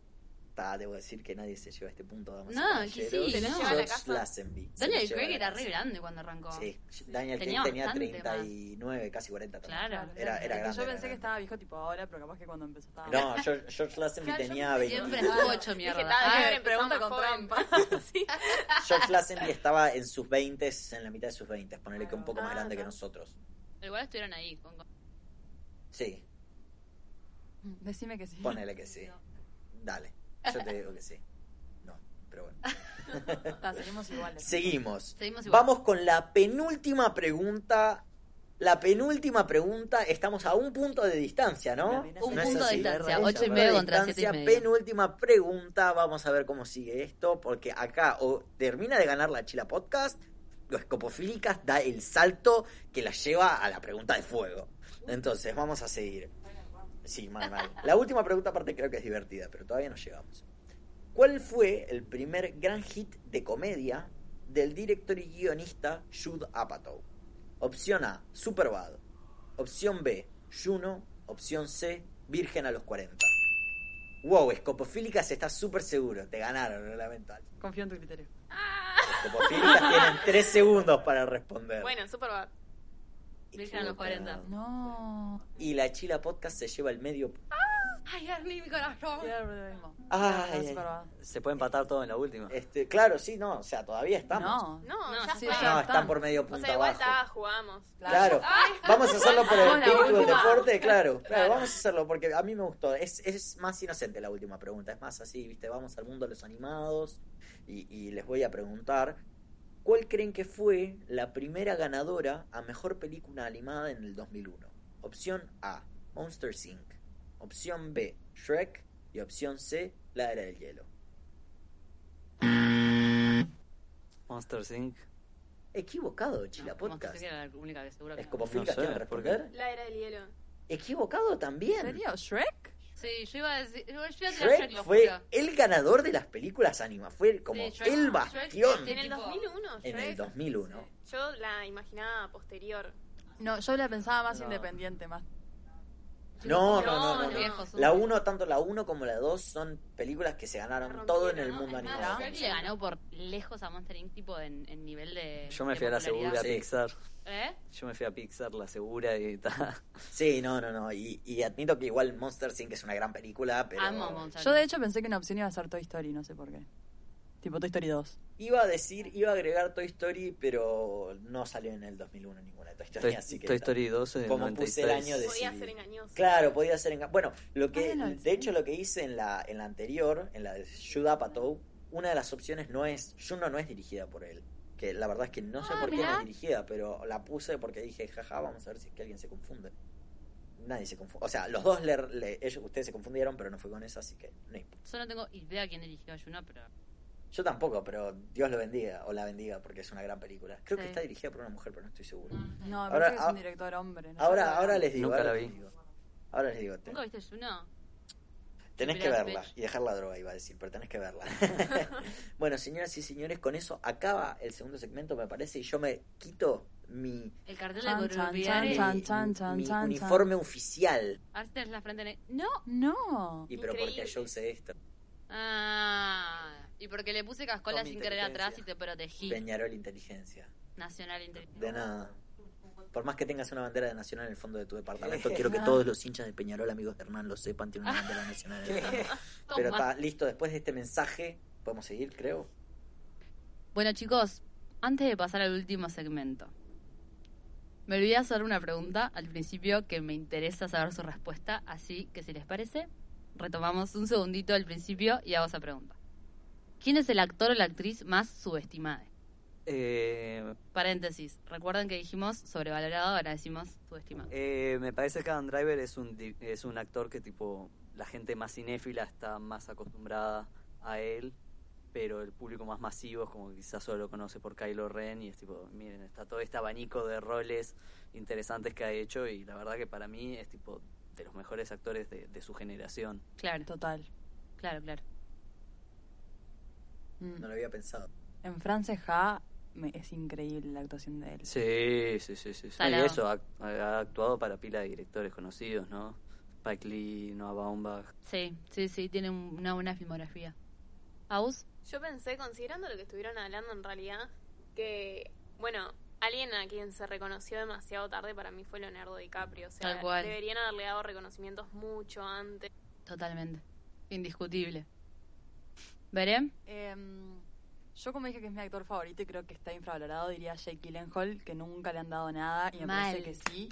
S4: Ta, debo decir que nadie se lleva a este punto, damas y
S1: No, que sí,
S4: caballeros.
S1: se lo lleva
S4: George
S3: a la casa.
S4: Lazenby. Se lo
S1: Daniel
S4: lleva
S1: Craig
S4: a la
S1: era
S4: casa.
S1: re grande cuando arrancó.
S4: Sí, Daniel
S1: Tenía
S4: Craig tenía
S1: bastante
S4: 39, casi 40 también.
S1: Claro.
S4: Era, era grande.
S5: Yo
S4: era
S5: pensé que
S4: grande.
S5: estaba viejo tipo ahora, pero capaz que cuando empezó estaba...
S4: No, George, George Lazenby
S5: Claro, yo
S4: tenía
S1: [laughs]
S4: 20.
S1: Siempre estuvo ocho
S3: Dije,
S1: mierda.
S5: Ah,
S1: Ah,
S3: tal,
S1: Ay,
S3: que empezó
S5: pregunta con
S3: más joven.
S5: trampa.
S3: sí.
S4: George Lazenby estaba en sus 20, en la mitad de sus 20. Ponele que un poco más
S3: Ah,
S4: grande que
S3: no.
S4: nosotros.
S1: igual estuvieron ahí. con- con-
S4: Sí,
S5: Decime que sí.
S4: ponele que sí. Dale, yo te digo que sí. No,
S1: [laughs]
S4: pero bueno.
S5: Está, seguimos iguales.
S4: Seguimos.
S1: Seguimos igual.
S4: Vamos con la penúltima pregunta. La penúltima pregunta, estamos a un punto de distancia, ¿no?
S2: Un
S4: ¿No
S1: Un
S4: es
S1: punto de
S4: así?
S1: distancia,
S2: Raya,
S1: ocho y
S2: raya.
S1: medio
S4: Una
S1: contra siete y
S4: distancia,
S1: medio.
S4: Penúltima pregunta, vamos a ver cómo sigue esto, porque acá o termina de ganar la Chila Podcast, los copofílicas da el salto que la lleva a la pregunta de fuego. Entonces, vamos a seguir. Sí, mal, mal. La última pregunta aparte creo que es divertida, pero todavía no llegamos. ¿Cuál fue el primer gran hit de comedia del director y guionista Jude Apatow? Opción A, Superbad. Opción B, Juno. Opción C, Virgen a los 40. Wow, Escopofílicas está súper seguro. Te ganaron, lamentable.
S5: Confío en tu criterio.
S4: Escopofílicas tienen 3 segundos para responder.
S3: Bueno, super bad.
S1: Virgen a los 40.
S5: No.
S4: Y la Chila Podcast se lleva el medio.
S1: Ay, Ernie, mi corazón.
S4: Ay,
S5: Ay,
S4: ay.
S2: Se puede empatar todo en la última.
S4: Este, claro, sí, no, o sea, todavía estamos.
S5: No.
S3: No,
S1: No,
S3: ya
S5: sí,
S3: fue.
S5: ya
S4: No,
S5: están.
S4: están por medio
S3: O
S4: punto
S3: sea, igual
S4: abajo.
S3: está, jugamos.
S4: Claro. Vamos a hacerlo por el
S5: Somos la
S4: espíritu del
S5: última.
S4: deporte, claro. Claro,
S3: Claro.
S4: vamos a hacerlo porque a mí me gustó. Es, es más inocente la última pregunta. Es más así, ¿viste? Vamos al mundo de los animados y, y les voy a preguntar. ¿Cuál creen que fue la primera ganadora a mejor película animada en el 2001? Opción A, Monster Inc. Opción B, Shrek. Y opción C, La Era del Hielo.
S2: Monster Inc.
S4: Equivocado, Chila
S1: No,
S4: Podcast.
S1: Monster Inc. era la única que seguro que
S4: Es
S1: no.
S4: como
S2: No
S4: Filca,
S2: sé,
S4: ¿quieren
S2: ¿por
S4: responder?
S3: La era del hielo.
S4: Equivocado también.
S5: ¿En serio? ¿Shrek?
S1: Sí, yo iba a decir. Yo iba a tirar Shrek,
S4: Shrek
S1: lo
S4: fue
S1: juro.
S4: el ganador de las películas anima, fue el- como
S1: Sí, Shrek-
S4: el
S1: Shrek
S4: bastión
S3: En el
S1: Tipo-
S3: 2001,
S4: en el
S3: Shrek.
S4: 2001.
S3: Yo la imaginaba posterior.
S5: No, yo la pensaba más
S2: No.
S5: independiente, más.
S4: No, no, no, no, no.
S1: Viejos,
S4: La
S1: un-
S4: 1, tanto la 1 como la 2 son películas que se ganaron
S3: La
S4: todo en el
S3: rompieron,
S4: mundo
S3: ¿no? Es
S4: animado.
S5: más,
S1: Shrek le Ah, ganó por lejos a Monster Inc. tipo en, en nivel de.
S2: Yo me
S1: de
S2: fui a la
S1: popularidad.
S2: segura, a
S4: Sí.
S2: Pixar.
S1: ¿Eh?
S2: Yo me fui a Pixar, la segura y tal.
S4: Sí, no, no, no. Y, y admito que igual Monster Inc. es una gran película, pero
S1: Amo Monster
S5: Yo de
S1: Inc.
S5: hecho pensé que una opción iba a ser Toy Story, no sé por qué. Tipo Toy Story 2.
S4: iba a decir, iba a agregar Toy Story, pero no salió en el 2001 ninguna de Toy Story,
S2: Toy,
S4: así que
S2: Toy
S4: está-
S2: Story 2 en el
S4: Como puse el
S2: 93.
S4: año de-
S3: Podía
S4: Sí.
S3: ser engañoso.
S4: Claro, podía ser enga- Bueno, lo que
S5: Ah, no,
S4: de hecho lo que hice en la en la anterior, en la de Shoot Up Atou, una de las opciones no es Juno no es dirigida por él, que la verdad es que no sé
S1: Ah,
S4: por qué no
S1: mirá.
S4: es dirigida, pero la puse porque dije, jaja, vamos a ver si es que alguien se confunde. Nadie se confunde. O sea, los dos le, le- ellos ustedes se confundieron, pero no fue con eso, así que no importa.
S1: Yo no tengo idea quién dirigió a Juno, pero.
S4: Yo tampoco, pero Dios lo bendiga o la bendiga porque es una gran película. Creo que
S1: Sí.
S4: está dirigida por una mujer, pero no estoy seguro.
S5: No, me
S4: Ahora-
S5: parece que es
S4: ah-
S5: un director hombre. no sé por
S4: Ahora
S5: qué.
S4: ahora les digo,
S2: Nunca
S4: ahora
S2: la
S4: les
S2: vi.
S4: digo. Ahora les digo.
S1: ¿Nunca viste Juno?
S4: Tenés que
S1: Mirá,
S4: verla
S1: bitch.
S4: y dejar la droga, iba a decir, pero tenés que verla.
S5: [laughs]
S4: [laughs] bueno, señoras y señores, con eso acaba el segundo segmento, me parece, y yo me quito mi,
S1: El cartel
S5: Chan,
S1: de
S5: chan,
S1: Corupiare.
S5: chan,
S4: mi-
S5: chan, chan,
S4: mi
S5: chan,
S4: uniforme oficial.
S1: A ver si tenés la frente negra. ¡No!
S5: No.
S4: Y pero
S3: Increíble.
S4: porque yo usé esto.
S1: Ah. Y porque le puse cascola
S2: Con mi
S1: sin querer atrás y
S2: inteligencia.
S1: te protegí.
S4: Peñarol Inteligencia.
S1: Nacional inteligente.
S4: De nada. Por más que tengas una bandera de Nacional en el fondo de tu
S5: [laughs]
S4: departamento, quiero que todos los hinchas de Peñarol, amigos de Hernán, lo sepan, tienen una bandera nacional.
S5: [laughs]
S4: en el fondo. Pero
S1: Toma.
S4: está listo, después de este mensaje, podemos seguir, creo.
S1: Bueno, chicos, antes de pasar al último segmento, me olvidé hacer una pregunta al principio que me interesa saber su respuesta, así que si les parece, retomamos un segundito al principio y hago esa pregunta. ¿Quién es el actor o la actriz más subestimada?
S2: Eh,
S1: Paréntesis, recuerden que dijimos sobrevalorado, ahora decimos subestimado.
S2: eh, me parece que Adam Driver es un, di- es un actor que, tipo, la gente más cinéfila está más acostumbrada a él, pero el público más masivo es como que quizás solo lo conoce por Kylo Ren y es tipo, miren, está todo este abanico de roles interesantes que ha hecho y la verdad que para mí es tipo de los mejores actores de, de su generación.
S1: Claro,
S5: Total.
S1: claro, claro.
S5: Mm.
S4: No lo había pensado.
S5: En Frances Ha me- es increíble la actuación de él.
S2: Sí, sí, sí, sí. sí. Y
S1: Salado.
S2: eso, ha, ha actuado para pila de directores conocidos, ¿no? Spike Lee, Noah Baumbach.
S1: Sí, sí, sí, tiene un- una buena filmografía. ¿Aus?
S3: Yo pensé, considerando lo que estuvieron hablando en realidad, que, bueno, alguien a quien se reconoció demasiado tarde para mí fue Leonardo DiCaprio. O sea,
S1: Tal cual.
S3: deberían haberle dado reconocimientos mucho antes.
S1: Totalmente. Indiscutible. ¿Veré?
S5: Em, yo como dije que es mi actor favorito y creo que está infravalorado, diría Jake Gyllenhaal, que nunca le han dado nada y me
S1: Mal.
S5: parece que sí.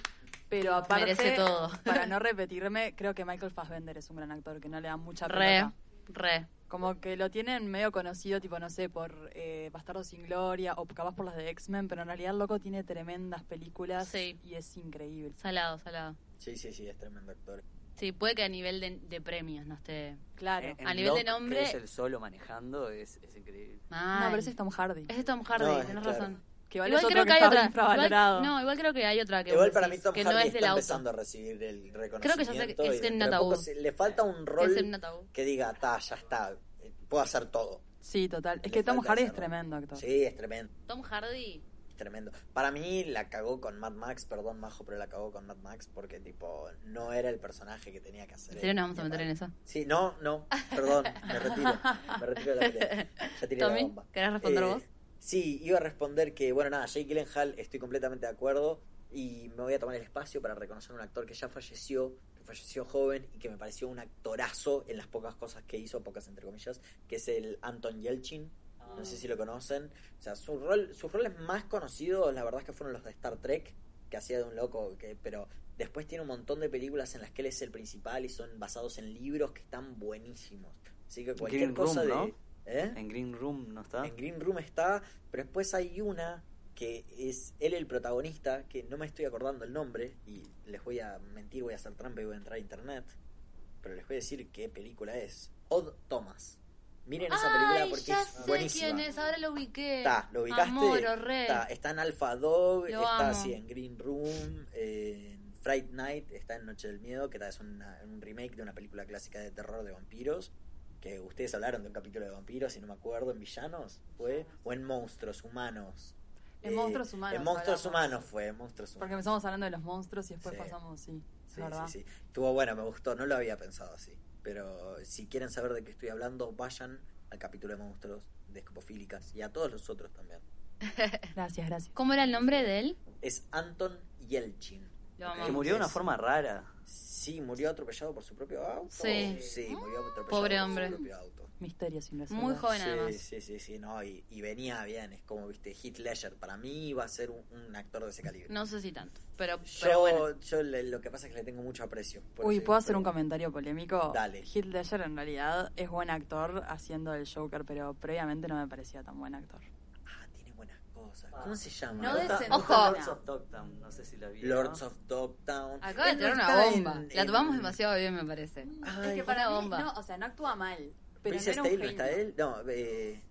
S5: Pero aparte,
S1: Merece todo. [laughs]
S5: para no repetirme, creo que Michael Fassbender es un gran actor que no le da mucha
S1: Re,
S5: pelota.
S1: re.
S5: Como que lo tienen medio conocido, tipo, no sé, por eh, Bastardo sin Gloria o capaz por las de X-Men, pero en realidad el loco tiene tremendas películas
S1: Sí.
S5: y es increíble.
S1: Salado, salado.
S4: Sí, sí, sí, es tremendo actor.
S1: Sí, puede que a nivel de, de premios no esté.
S5: Claro.
S4: Eh,
S2: En- en
S1: A nivel de
S2: Locke,
S1: nombre-
S2: que es el solo manejando, es, es increíble.
S1: Mal.
S5: no, pero ese es Tom Hardy.
S1: Es de Tom Hardy,
S4: No, es-
S1: tenés
S4: claro.
S1: razón.
S5: Que igual,
S1: igual
S5: es
S1: creo
S5: otro
S1: que
S5: que,
S1: hay
S5: está
S1: otra.
S5: infravalorado.
S1: Igual- no, igual creo que hay otra que,
S4: Igual
S1: vos
S4: para mí
S1: decís,
S4: Tom
S1: que
S4: Hardy
S1: no es
S4: está
S1: del auto.
S4: empezando a recibir el reconocimiento.
S1: Creo que ya sé que es
S4: y
S1: en
S4: de a
S1: Natabú.
S4: poco se- le falta un
S1: Que es
S4: rol
S1: el Natabú.
S4: que diga, ta, ya está, eh, puedo hacer todo.
S5: Sí, total.
S4: Le
S5: Es que Tom
S4: falta
S5: Hardy
S4: ese
S5: es
S4: rol.
S5: tremendo actor.
S4: Sí, es tremendo,
S1: Tom Hardy.
S4: es tremendo. Para mí la cagó con Mad Max, perdón, Majo, pero la cagó con Mad Max porque, tipo, no era el personaje que tenía que hacer.
S1: ¿En serio
S4: él.
S1: nos vamos a meter en eso?
S4: Sí, no, no, perdón, me retiro, me retiro de la
S1: [laughs]
S4: pelea. Ya tiré la
S1: Tommy,
S4: bomba.
S1: ¿querés responder
S4: Eh,
S1: vos?
S4: Sí, iba a responder que, bueno, nada, Jake Gyllenhaal, estoy completamente de acuerdo y me voy a tomar el espacio para reconocer a un actor que ya falleció, que falleció joven y que me pareció un actorazo en las pocas cosas que hizo, pocas entre comillas, que es el Anton Yelchin. No sé si lo conocen. O sea, su rol, sus roles más conocidos, la verdad es que fueron los de Star Trek, que hacía de un loco, que, pero después tiene un montón de películas en las que él es el principal y son basados en libros que están buenísimos. Así que cualquier
S2: Green
S4: cosa
S2: Room,
S4: de.
S2: ¿no?
S4: ¿Eh?
S2: En Green Room, ¿no está?
S4: En Green Room está, pero después hay una que es él el protagonista, que no me estoy acordando el nombre, y les voy a mentir, voy a hacer trampa y voy a entrar a internet, pero les voy a decir qué película es. Odd Thomas. Miren esa película porque
S1: ya
S4: es
S1: sé
S4: buenísima.
S1: quién es, ahora lo ubiqué.
S4: Está, lo ubicaste.
S1: Amor, re.
S4: Está, está en Alpha Dog,
S1: Lo
S4: está
S1: amo.
S4: así en Green Room, eh, en Fright Night, está en Noche del Miedo, que es una- un remake de una película clásica de terror de vampiros. Que ustedes hablaron de un capítulo de vampiros, si no me acuerdo, en Villanos, ¿fue? O en Monstruos Humanos. Eh,
S5: En Monstruos Humanos
S4: En Monstruos
S5: hablamos.
S4: Humanos fue, en Monstruos Humanos.
S5: Porque empezamos hablando de los monstruos y después
S4: Sí.
S5: pasamos, sí. es
S4: Sí,
S5: verdad.
S4: sí, sí. Estuvo bueno, me gustó, no lo había pensado así. Pero si quieren saber de qué estoy hablando, vayan al capítulo de Monstruos, de Escopofílicas y a todos los otros también.
S5: Gracias, gracias.
S1: ¿Cómo era el nombre de él?
S4: es Anton Yelchin.
S1: Lo
S4: Ok.
S1: amamos.
S2: Que murió de una
S4: Entonces-
S2: forma rara.
S4: Sí, murió atropellado por su propio auto.
S1: Sí.
S4: murió atropellado
S1: Pobre
S4: por
S1: hombre.
S4: su propio auto.
S5: Misterio sin resolver.
S1: Muy joven además.
S4: Sí, sí, sí, sí, no, y, y venía bien, es como, viste, Heath Ledger, para mí iba a ser un, un actor de ese calibre.
S1: No sé si tanto, pero, pero
S4: yo
S1: bueno.
S4: yo le- lo que pasa es que le tengo mucho aprecio. por
S5: Uy,
S4: ese-
S5: ¿puedo hacer
S4: por-
S5: un comentario polémico?
S4: Dale.
S5: Heath Ledger en realidad es buen actor haciendo el Joker, pero previamente no me parecía tan buen actor.
S4: Ah, tiene buenas cosas. ¿Cómo se llama?
S5: No
S2: Me gusta-
S5: desentona.
S2: me gusta
S1: Ojo.
S2: Lords of Dogtown, no sé si la vi.
S4: Lords of Dogtown.
S1: Acaba de
S4: Él no
S1: tirar una
S4: está en-
S1: bomba. La
S4: en-
S1: tomamos demasiado bien, me parece.
S4: Ay,
S5: es que
S1: una
S5: para mí,
S1: bomba.
S5: no, o sea, no actúa mal. Pero no
S4: Princess
S5: era un
S4: Tale, ¿no está
S5: genio.
S4: él? No, eh,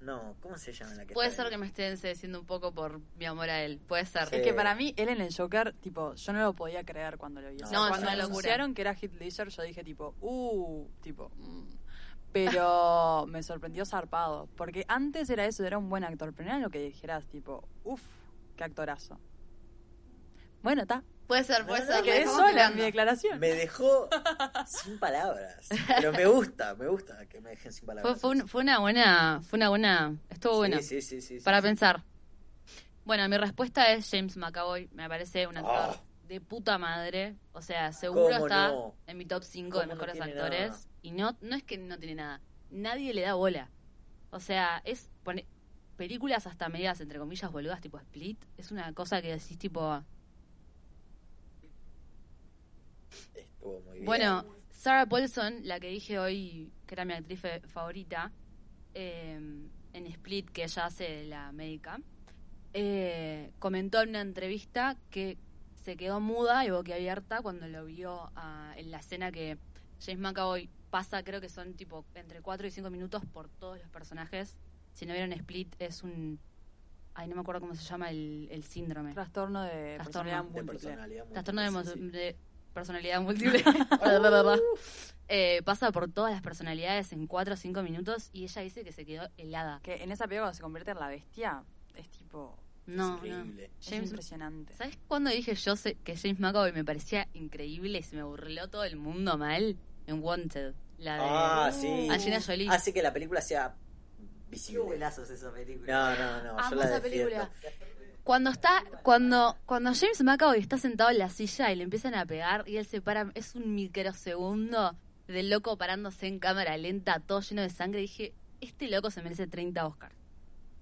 S4: no, ¿cómo se llama la que
S1: Puede
S4: está
S1: ser
S4: él?
S1: que me estén sedeciendo un poco por mi amor a él. Puede ser.
S4: Sí.
S5: Es que para mí, él en el Joker, tipo, yo no lo podía creer cuando lo vi.
S4: No,
S5: O sea,
S4: es
S5: cuando
S4: una locura.
S5: anunciaron que era Heath Ledger, yo dije, tipo, uh, tipo, mm. Pero [laughs] me sorprendió zarpado. Porque antes era eso, era un buen actor. Pero no era lo que dijeras, tipo, uff, qué actorazo. Bueno, está.
S1: Puede ser, puede
S4: No, no,
S1: ser.
S4: que
S1: la
S5: Quedé
S1: dejamos
S5: sola en
S1: picando.
S5: mi declaración.
S4: Me dejó
S1: [laughs]
S4: sin palabras. Pero me gusta, me gusta que me dejen sin
S1: Fue,
S4: palabras.
S1: fue, un- fue una buena, fue una buena, estuvo
S4: Sí,
S1: buena
S4: sí, sí, sí, sí,
S1: para
S4: sí.
S1: pensar. Bueno, mi respuesta es James McAvoy, me parece un actor
S4: Ah.
S1: de puta madre, o sea, seguro
S4: ¿Cómo
S1: está
S4: no?
S1: en mi top 5 de
S4: ¿Cómo no
S1: mejores
S4: tiene
S1: actores
S4: nada?
S1: y no no es que no tiene nada, nadie le da bola. O sea, es pone- películas hasta medias entre comillas boludas tipo Split, es una cosa que decís tipo,
S4: Estuvo muy bien.
S1: Bueno, Sarah Paulson, la que dije hoy que era mi actriz fe- favorita, eh, en Split, que ella hace de la médica, eh, comentó en una entrevista que se quedó muda y boquiabierta cuando lo vio ah, en la escena que James McAvoy pasa, creo que son tipo entre 4 y 5 minutos por todos los personajes. Si no vieron Split, es un... Ay, no me acuerdo cómo se llama el, el síndrome.
S5: Trastorno de
S1: Trastorno.
S5: personalidad
S4: de
S5: múltiple.
S4: personalidad muy
S1: Trastorno de,
S4: bien,
S1: emo-
S4: sí, sí.
S1: de personalidad múltiple. [laughs] Bla, bla, bla, bla. Eh, pasa por todas las personalidades en 4 o 5 minutos y ella dice que se quedó helada.
S5: Que en esa película cuando se convierte en la bestia, es tipo,
S1: No,
S4: es
S1: no.
S4: increíble.
S5: es
S1: James-
S5: impresionante.
S1: ¿Sabes cuándo dije yo sé- que James McAvoy me parecía increíble y se me burló todo el mundo mal? En Wanted, la de
S4: Ah, sí.
S1: Uh, Angelina Jolie.
S4: Hace que la película sea
S2: Qué
S4: visible.
S2: buenazos esa película.
S4: No, no, no. yo
S1: Amo
S4: la
S1: esa
S4: defiendo.
S1: película. Cuando está, cuando, cuando James McAvoy está sentado en la silla y le empiezan a pegar y él se para, es un microsegundo de loco parándose en cámara lenta, todo lleno de sangre, dije, este loco se merece 30 Oscars.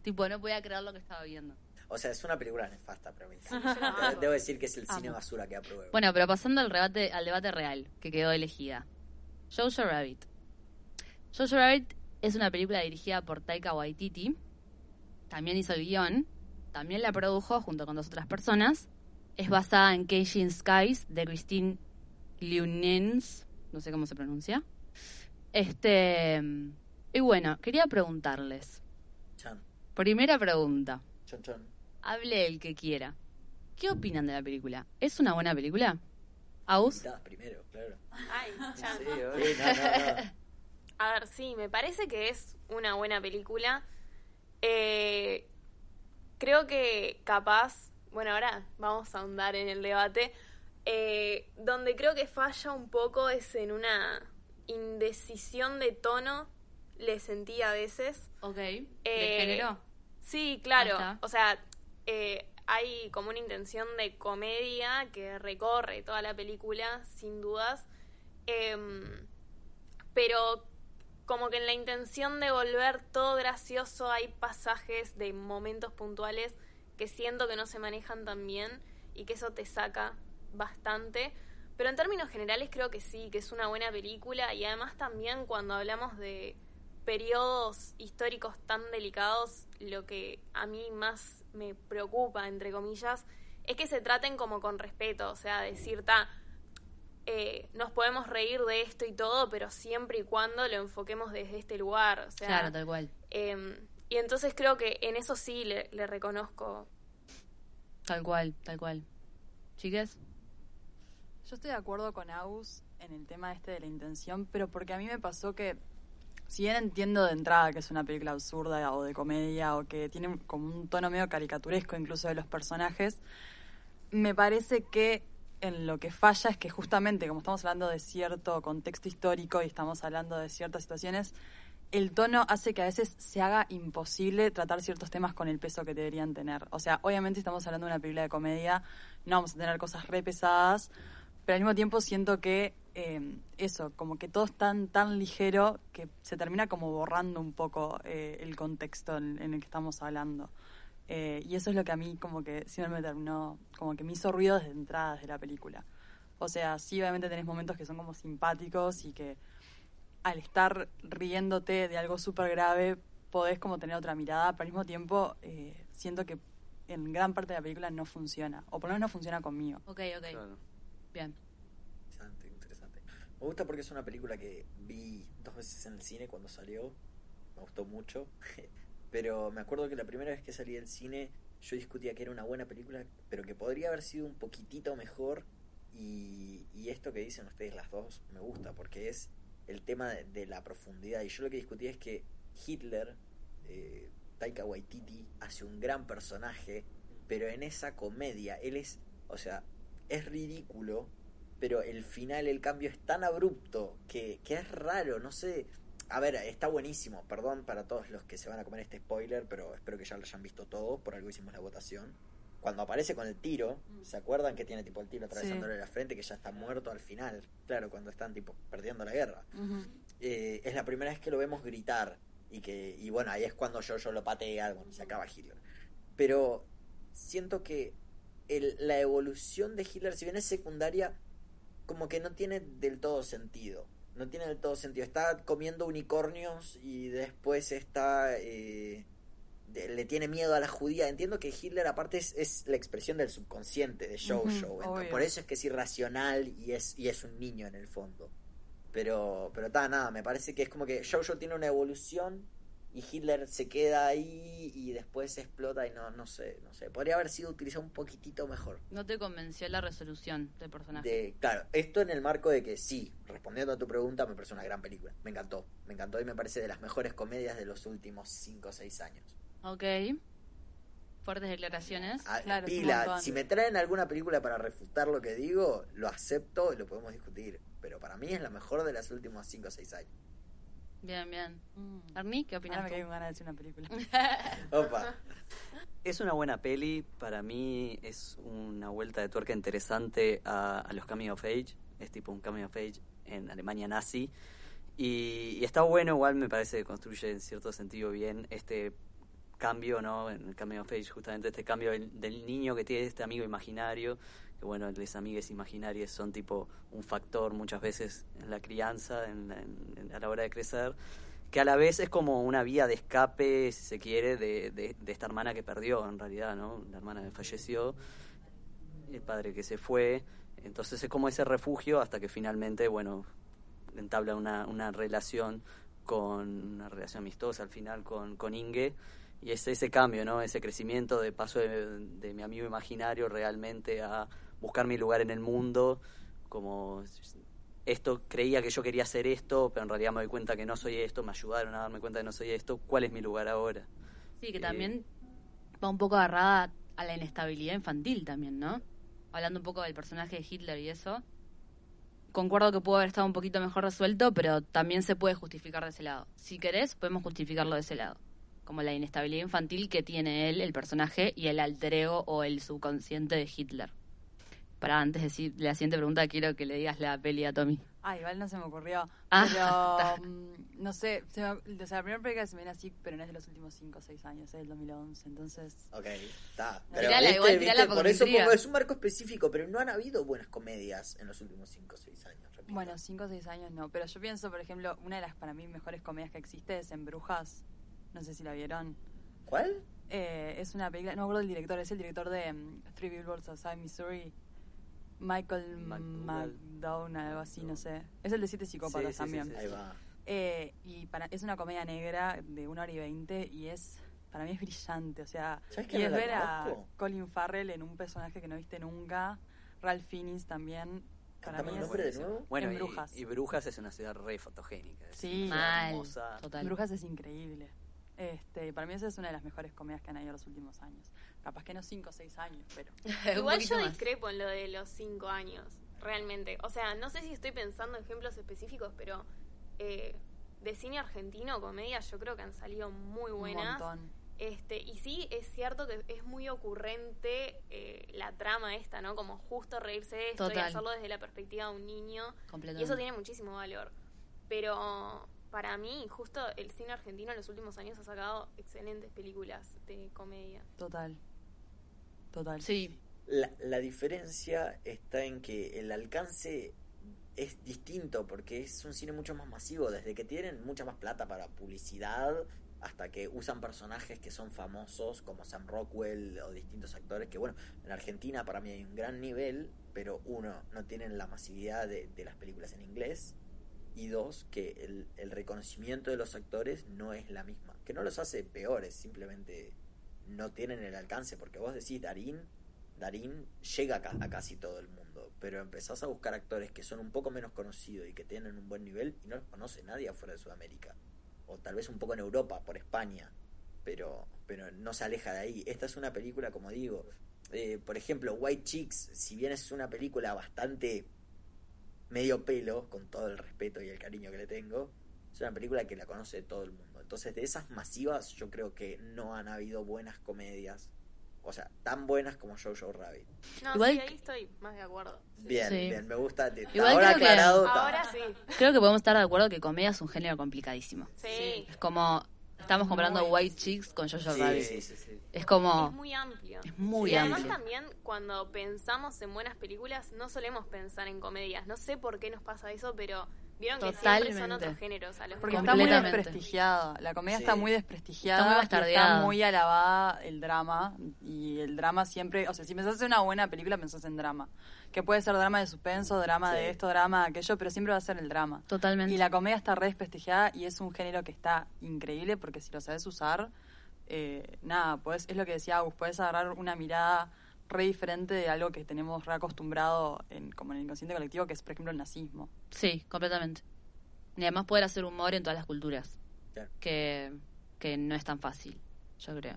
S1: Tipo, no podía creer lo que estaba viendo.
S4: O sea, es una película nefasta,
S1: [laughs]
S4: pero me encanta.
S3: Ajá.
S4: Debo decir que es el cine
S5: Amo.
S4: basura que apruebo.
S1: Bueno, pero pasando al, rebate, al debate real que quedó elegida. Jojo Rabbit. Jojo Rabbit es una película dirigida por Taika Waititi. También hizo el guión. También la produjo junto con dos otras personas. Es basada en Caging Skies de Christine Lunens. No sé cómo se pronuncia. Este. Y bueno, quería preguntarles.
S4: Chan,
S1: Primera pregunta.
S4: chon, chon.
S1: Hable el que quiera. ¿Qué opinan de la película? ¿Es una buena película? ¿Aus?
S4: Invitadas primero, claro.
S3: Ay, ya.
S2: Sí, obvio.
S4: Sí, no, no, no.
S3: A ver, sí, me parece que es una buena película. Eh, creo que capaz, bueno, ahora vamos a ahondar en el debate. Eh, donde creo que falla un poco es en una indecisión de tono, le sentí a veces.
S1: Ok. ¿De
S3: Eh,
S1: género?
S3: Sí, claro.
S1: Ajá.
S3: O sea, eh, hay como una intención de comedia que recorre toda la película, sin dudas. Em, pero como que en la intención de volver todo gracioso hay pasajes de momentos puntuales que siento que no se manejan tan bien y que eso te saca bastante. Pero en términos generales creo que sí, que es una buena película y además también cuando hablamos de periodos históricos tan delicados, lo que a mí más me preocupa, entre comillas, es que se traten como con respeto, o sea, decir, ta, eh, nos podemos reír de esto y todo, pero siempre y cuando lo enfoquemos desde este lugar, o sea,
S1: Claro, tal cual.
S3: em, y entonces creo que en eso sí le, le reconozco.
S1: Tal cual, tal cual. Chiques,
S5: Yo estoy de acuerdo con Agus en el tema este de la intención, pero porque a mí me pasó que, si bien entiendo de entrada que es una película absurda o de comedia o que tiene un- como un tono medio caricaturesco incluso de los personajes, me parece que en lo que falla es que justamente como estamos hablando de cierto contexto histórico y estamos hablando de ciertas situaciones, el tono hace que a veces se haga imposible tratar ciertos temas con el peso que deberían tener. O sea, obviamente estamos hablando de una película de comedia, no vamos a tener cosas re pesadas, pero al mismo tiempo siento que eh, eso, como que todo es tan, tan ligero que se termina como borrando un poco eh, el contexto en, en el que estamos hablando. Eh, y eso es lo que a mí como que siempre me terminó, como que me hizo ruido desde entrada de la película. O sea, sí, obviamente tenés momentos que son como simpáticos y que al estar riéndote de algo súper grave, podés como tener otra mirada, pero al mismo tiempo eh, siento que en gran parte de la película no funciona, o por lo menos no funciona conmigo.
S1: ok, ok,
S2: Claro.
S1: bien.
S4: Interesante, interesante. Me gusta porque es una película que vi dos veces en el cine cuando salió. Me gustó mucho. [laughs] Pero me acuerdo que la primera vez que salí del cine yo discutía que era una buena película, pero que podría haber sido un poquitito mejor. Y, y esto que dicen ustedes las dos me gusta porque es el tema de, de la profundidad. Y yo lo que discutía es que Hitler, eh, Taika Waititi, hace un gran personaje, pero en esa comedia él es, o sea, es ridículo, pero el final, el cambio es tan abrupto que, que es raro, no sé. A ver, está buenísimo, perdón para todos los que se van a comer este spoiler, pero espero que ya lo hayan visto todo, por algo hicimos la votación. Cuando aparece con el tiro, ¿se acuerdan que tiene tipo el tiro atravesándole la frente, que ya está muerto al final? Claro, cuando están tipo perdiendo la guerra eh, es la primera vez que lo vemos gritar y que y bueno ahí es cuando yo lo patea bueno, se acaba Hitler pero siento que el- la evolución de Hitler si bien es secundaria como que no tiene del todo sentido no tiene del todo sentido está comiendo unicornios y después está eh, de- le tiene miedo a la judía entiendo que Hitler aparte es, es la expresión del subconsciente de Show
S5: Ujú,
S4: Show Entonces,
S5: obvio.
S4: por eso es que es irracional y es y es un niño en el fondo pero, pero ta, nada, me parece que es como que Jojo tiene una evolución y Hitler se queda ahí y después se explota y no, no sé, no sé. Podría haber sido utilizado un poquitito mejor.
S1: No te convenció la resolución del personaje.
S4: De, claro, esto en el marco de que sí, respondiendo a tu pregunta, me parece una gran película. Me encantó, me encantó y me parece de las mejores comedias de los últimos 5 o 6 años.
S1: Ok. Fuertes declaraciones.
S4: Ah,
S5: Claro, es un
S4: pila,
S5: montón.
S4: si me traen alguna película para refutar lo que digo, lo acepto y lo podemos discutir. Pero para mí es la mejor de los últimos 5 o 6 años.
S1: Bien, bien. Arni, ¿qué
S5: Ahora me
S1: opinas
S5: quedé con ganas de decir una película.
S4: Opa.
S2: Es una buena peli, para mí es una vuelta de tuerca interesante a, a los coming of age, es tipo un coming of age en Alemania nazi y, y está bueno igual me parece que construye en cierto sentido bien este cambio, ¿no? En el coming of age justamente este cambio del, del niño que tiene este amigo imaginario, que bueno, les amigues imaginarios son tipo un factor muchas veces en la crianza, en la- en- en- a la hora de crecer que a la vez es como una vía de escape, si se quiere, de, de- de esta hermana que perdió, en realidad, ¿no? La hermana que falleció, el padre que se fue. Entonces es como ese refugio hasta que finalmente, bueno, entabla una, una relación con una relación amistosa al final con, con Inge. Y es ese cambio, ¿no? Ese crecimiento de paso de, de mi amigo imaginario realmente a buscar mi lugar en el mundo, como esto, creía que yo quería hacer esto, pero en realidad me doy cuenta que no soy esto, me ayudaron a darme cuenta que no soy esto, ¿cuál es mi lugar ahora?
S1: Sí, que
S2: Eh,
S1: también va un poco agarrada a la inestabilidad infantil también, ¿no? Hablando un poco del personaje de Hitler y eso. Concuerdo que pudo haber estado un poquito mejor resuelto, pero también se puede justificar de ese lado. Si querés, podemos justificarlo de ese lado. como la inestabilidad infantil que tiene él, el personaje, y el alter ego o el subconsciente de Hitler. Para antes de decir la siguiente pregunta, quiero que le digas la peli a Tommy.
S5: Ah, igual no se me ocurrió.
S1: Ah,
S5: pero, mm, no sé, se me- o sea, la primera película que se me viene así, pero no es de los últimos 5 o 6 años, es del 2011, entonces...
S4: Ok, está. Pero
S1: Tirala,
S4: viste,
S1: igual tirala
S4: viste,
S1: porque
S4: por
S1: me
S4: eso
S1: intriga.
S4: pongo- es un marco específico, pero no han habido buenas comedias en los últimos 5 o 6 años. repito.
S5: Bueno, 5 o 6 años no, pero yo pienso, por ejemplo, una de las para mí mejores comedias que existe es En Brujas, no sé si la vieron.
S4: ¿Cuál?
S5: Eh, es una película, no me acuerdo del director, es el director de mm, Three Billboards Outside Missouri, Michael
S2: McDougall.
S5: McDonough, algo así, no sé. Es el de Siete Psicópatas
S2: Sí, sí, sí,
S5: también.
S2: sí, sí.
S4: Ahí va.
S5: Eh, y para, es una comedia negra de 1 hora y 20 y es, para mí es brillante, o sea,
S4: ¿Sabes que
S5: y
S4: no
S5: es
S4: la
S5: ver a
S4: conozco?
S5: Colin Farrell en un personaje que no viste nunca, Ralph Fiennes también, para
S4: Cántame
S5: mí
S4: el
S5: es...
S4: nombre de nuevo.
S2: Bueno,
S5: En
S2: y
S5: Brujas.
S2: Brujas. Y Brujas es una ciudad re fotogénica. es
S5: Sí.
S2: una ciudad
S1: Mal.
S2: hermosa.
S1: Total.
S5: Brujas es increíble. Este, para mí esa es una de las mejores comedias que han habido en los últimos años. Capaz que no 5 o 6 años, pero...
S1: [laughs] Un
S3: Igual
S1: poquito
S3: yo
S1: más.
S3: discrepo en lo de los cinco años, realmente. O sea, no sé si estoy pensando en ejemplos específicos, pero eh, de cine argentino, comedia, yo creo que han salido muy buenas.
S5: Un montón.
S3: Este, y sí, es cierto que es muy ocurrente eh, la trama esta, ¿no? Como justo reírse de esto
S1: Total.
S3: y hacerlo desde la perspectiva de un niño. Y
S1: Completamente.
S3: eso tiene muchísimo valor. Pero para mí, justo el cine argentino en los últimos años ha sacado excelentes películas de comedia.
S5: Total. Total.
S1: Sí,
S4: La, la diferencia está en que el alcance es distinto porque es un cine mucho más masivo, desde que tienen mucha más plata para publicidad hasta que usan personajes que son famosos como Sam Rockwell o distintos actores que bueno, en Argentina para mí hay un gran nivel, pero uno, no tienen la masividad de, de las películas en inglés y dos, que el, el reconocimiento de los actores no es la misma, que no los hace peores, simplemente no tienen el alcance, porque vos decís Darín Darín llega a, ca- a casi todo el mundo, pero empezás a buscar actores que son un poco menos conocidos y que tienen un buen nivel y no los conoce nadie afuera de Sudamérica. O tal vez un poco en Europa, por España, pero, pero no se aleja de ahí. Esta es una película, como digo, eh, por ejemplo, White Chicks, si bien es una película bastante medio pelo, con todo el respeto y el cariño que le tengo, es una película que la conoce todo el mundo. Entonces, de esas masivas, yo creo que no han habido buenas comedias. O sea, tan buenas como Jojo Rabbit.
S3: No,
S1: Igual
S3: sí,
S1: que-
S3: ahí estoy más de acuerdo.
S4: Bien,
S1: Sí.
S4: bien, me gusta. te-
S1: Igual
S4: ahora
S1: creo que-
S4: aclarado. está.
S3: Ahora sí.
S1: creo que podemos estar de acuerdo que comedia es un género complicadísimo.
S3: Sí.
S1: Es como, estamos comparando White Chicks con Jojo
S4: Sí,
S1: Rabbit.
S4: sí, sí.
S1: Es
S3: Es
S1: como,
S3: muy amplio.
S1: es muy
S3: y además
S1: amplio.
S3: también cuando pensamos en buenas películas no solemos pensar en comedias. No sé por qué nos pasa eso, pero vieron que siempre son
S1: Totalmente.
S3: otros géneros a los
S5: Porque
S3: que-
S5: está muy
S1: Completamente.
S5: desprestigiada. La comedia está
S4: Sí.
S5: muy desprestigiada.
S1: Está muy
S5: y
S1: bastardeada.
S5: muy alabada el drama. Y el drama siempre. O sea, si pensás en una buena película, pensás en drama. Que puede ser drama de suspenso, drama
S4: Sí.
S5: de esto, drama de aquello, pero siempre va a ser el drama.
S1: Totalmente.
S5: Y la comedia está re desprestigiada y es un género que está increíble porque si lo sabes usar, eh, nada, pues es lo que decía Agus, puedes agarrar una mirada re diferente de algo que tenemos re acostumbrado en, como en el inconsciente colectivo, que es por ejemplo el nazismo.
S1: Sí, completamente. Y además poder hacer humor en todas las culturas.
S4: Claro.
S1: Que, que no es tan fácil, yo creo.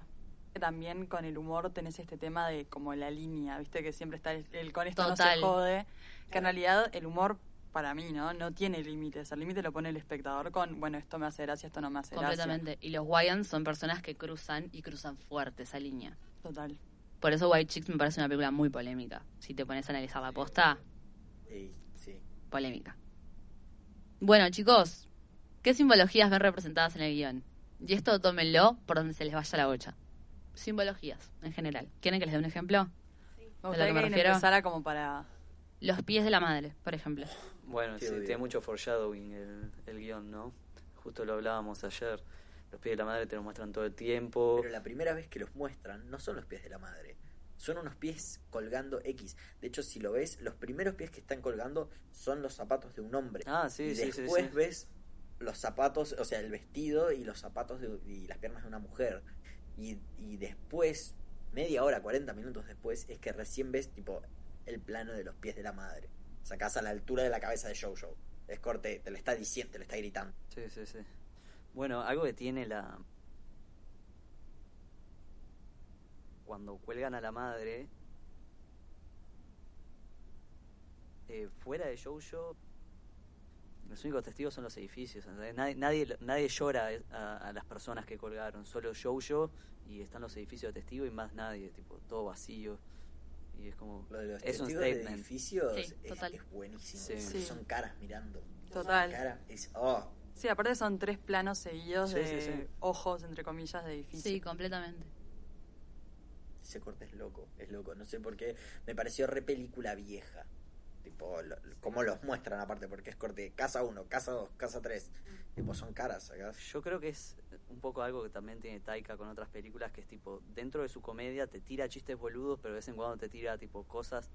S5: que también con el humor tenés este tema de como la línea, viste que siempre está el, el con esto
S1: Total.
S5: no se jode, que en realidad el humor para mí, ¿no? No tiene límites, el límite lo pone el espectador con, bueno, esto me hace gracia, esto no me hace gracia.
S1: Completamente. Y los Wyans son personas que cruzan y cruzan fuerte esa línea.
S5: Total.
S1: Por eso White Chicks me parece una película muy polémica. Si te pones a analizar la posta,
S4: Sí, sí.
S1: polémica. Bueno, chicos, ¿qué simbologías ven representadas en el guión? Y esto tómenlo por donde se les vaya la bocha. Simbologías, en general. ¿Quieren que les dé un ejemplo?
S5: Me
S1: ¿A lo que
S5: gustaría
S1: me
S5: que alguien
S1: refiero?
S5: empezara como para
S1: Los pies de la madre, por ejemplo.
S2: Bueno,
S4: Qué
S2: sí,
S4: odio.
S2: tiene mucho foreshadowing el, el guión, ¿no? Justo lo hablábamos ayer. Los pies de la madre te lo muestran todo el tiempo.
S4: Pero la primera vez que los muestran no son los pies de la madre. Son unos pies colgando X. De hecho, si lo ves, los primeros pies que están colgando son los zapatos de un hombre.
S2: Ah, sí,
S4: y
S2: sí, sí,
S4: después
S2: sí.
S4: ves los zapatos, o sea, el vestido y los zapatos de- y las piernas de una mujer. Y, y después, media hora, 40 minutos después, es que recién ves tipo el plano de los pies de la madre. Sacás a la altura de la cabeza de Jojo. Es corte, te lo está diciendo, te lo está gritando.
S2: Sí, sí, sí. Bueno, algo que tiene la... Cuando cuelgan a la madre... eh, fuera de Jojo Los únicos testigos son los edificios. ¿entendés? Nadie, nadie, nadie llora a, a las personas que colgaron. Solo Jojo y están los edificios de testigo y más nadie. Tipo, todo vacío. Y es como.
S4: Lo de los
S2: es un
S4: testigos de
S2: statement.
S4: edificios
S1: Sí,
S4: es,
S1: total.
S4: es buenísimo.
S2: Sí.
S4: porque
S5: Sí.
S4: Son caras mirando.
S5: Total.
S4: Cara, es, oh,
S5: Sí, aparte son tres planos seguidos
S2: Sí,
S5: de
S2: sí, sí.
S5: ojos, entre comillas, de edificio.
S1: Sí, completamente.
S4: ese corte es loco, es loco. No sé por qué. Me pareció re película vieja. Tipo, lo- cómo los muestran aparte, porque es corte casa 1, casa 2, casa 3. Tipo, son caras acá.
S2: Yo creo que es un poco algo que también tiene Taika con otras películas, que es tipo, dentro de su comedia te tira chistes boludos, pero de vez en cuando te tira tipo cosas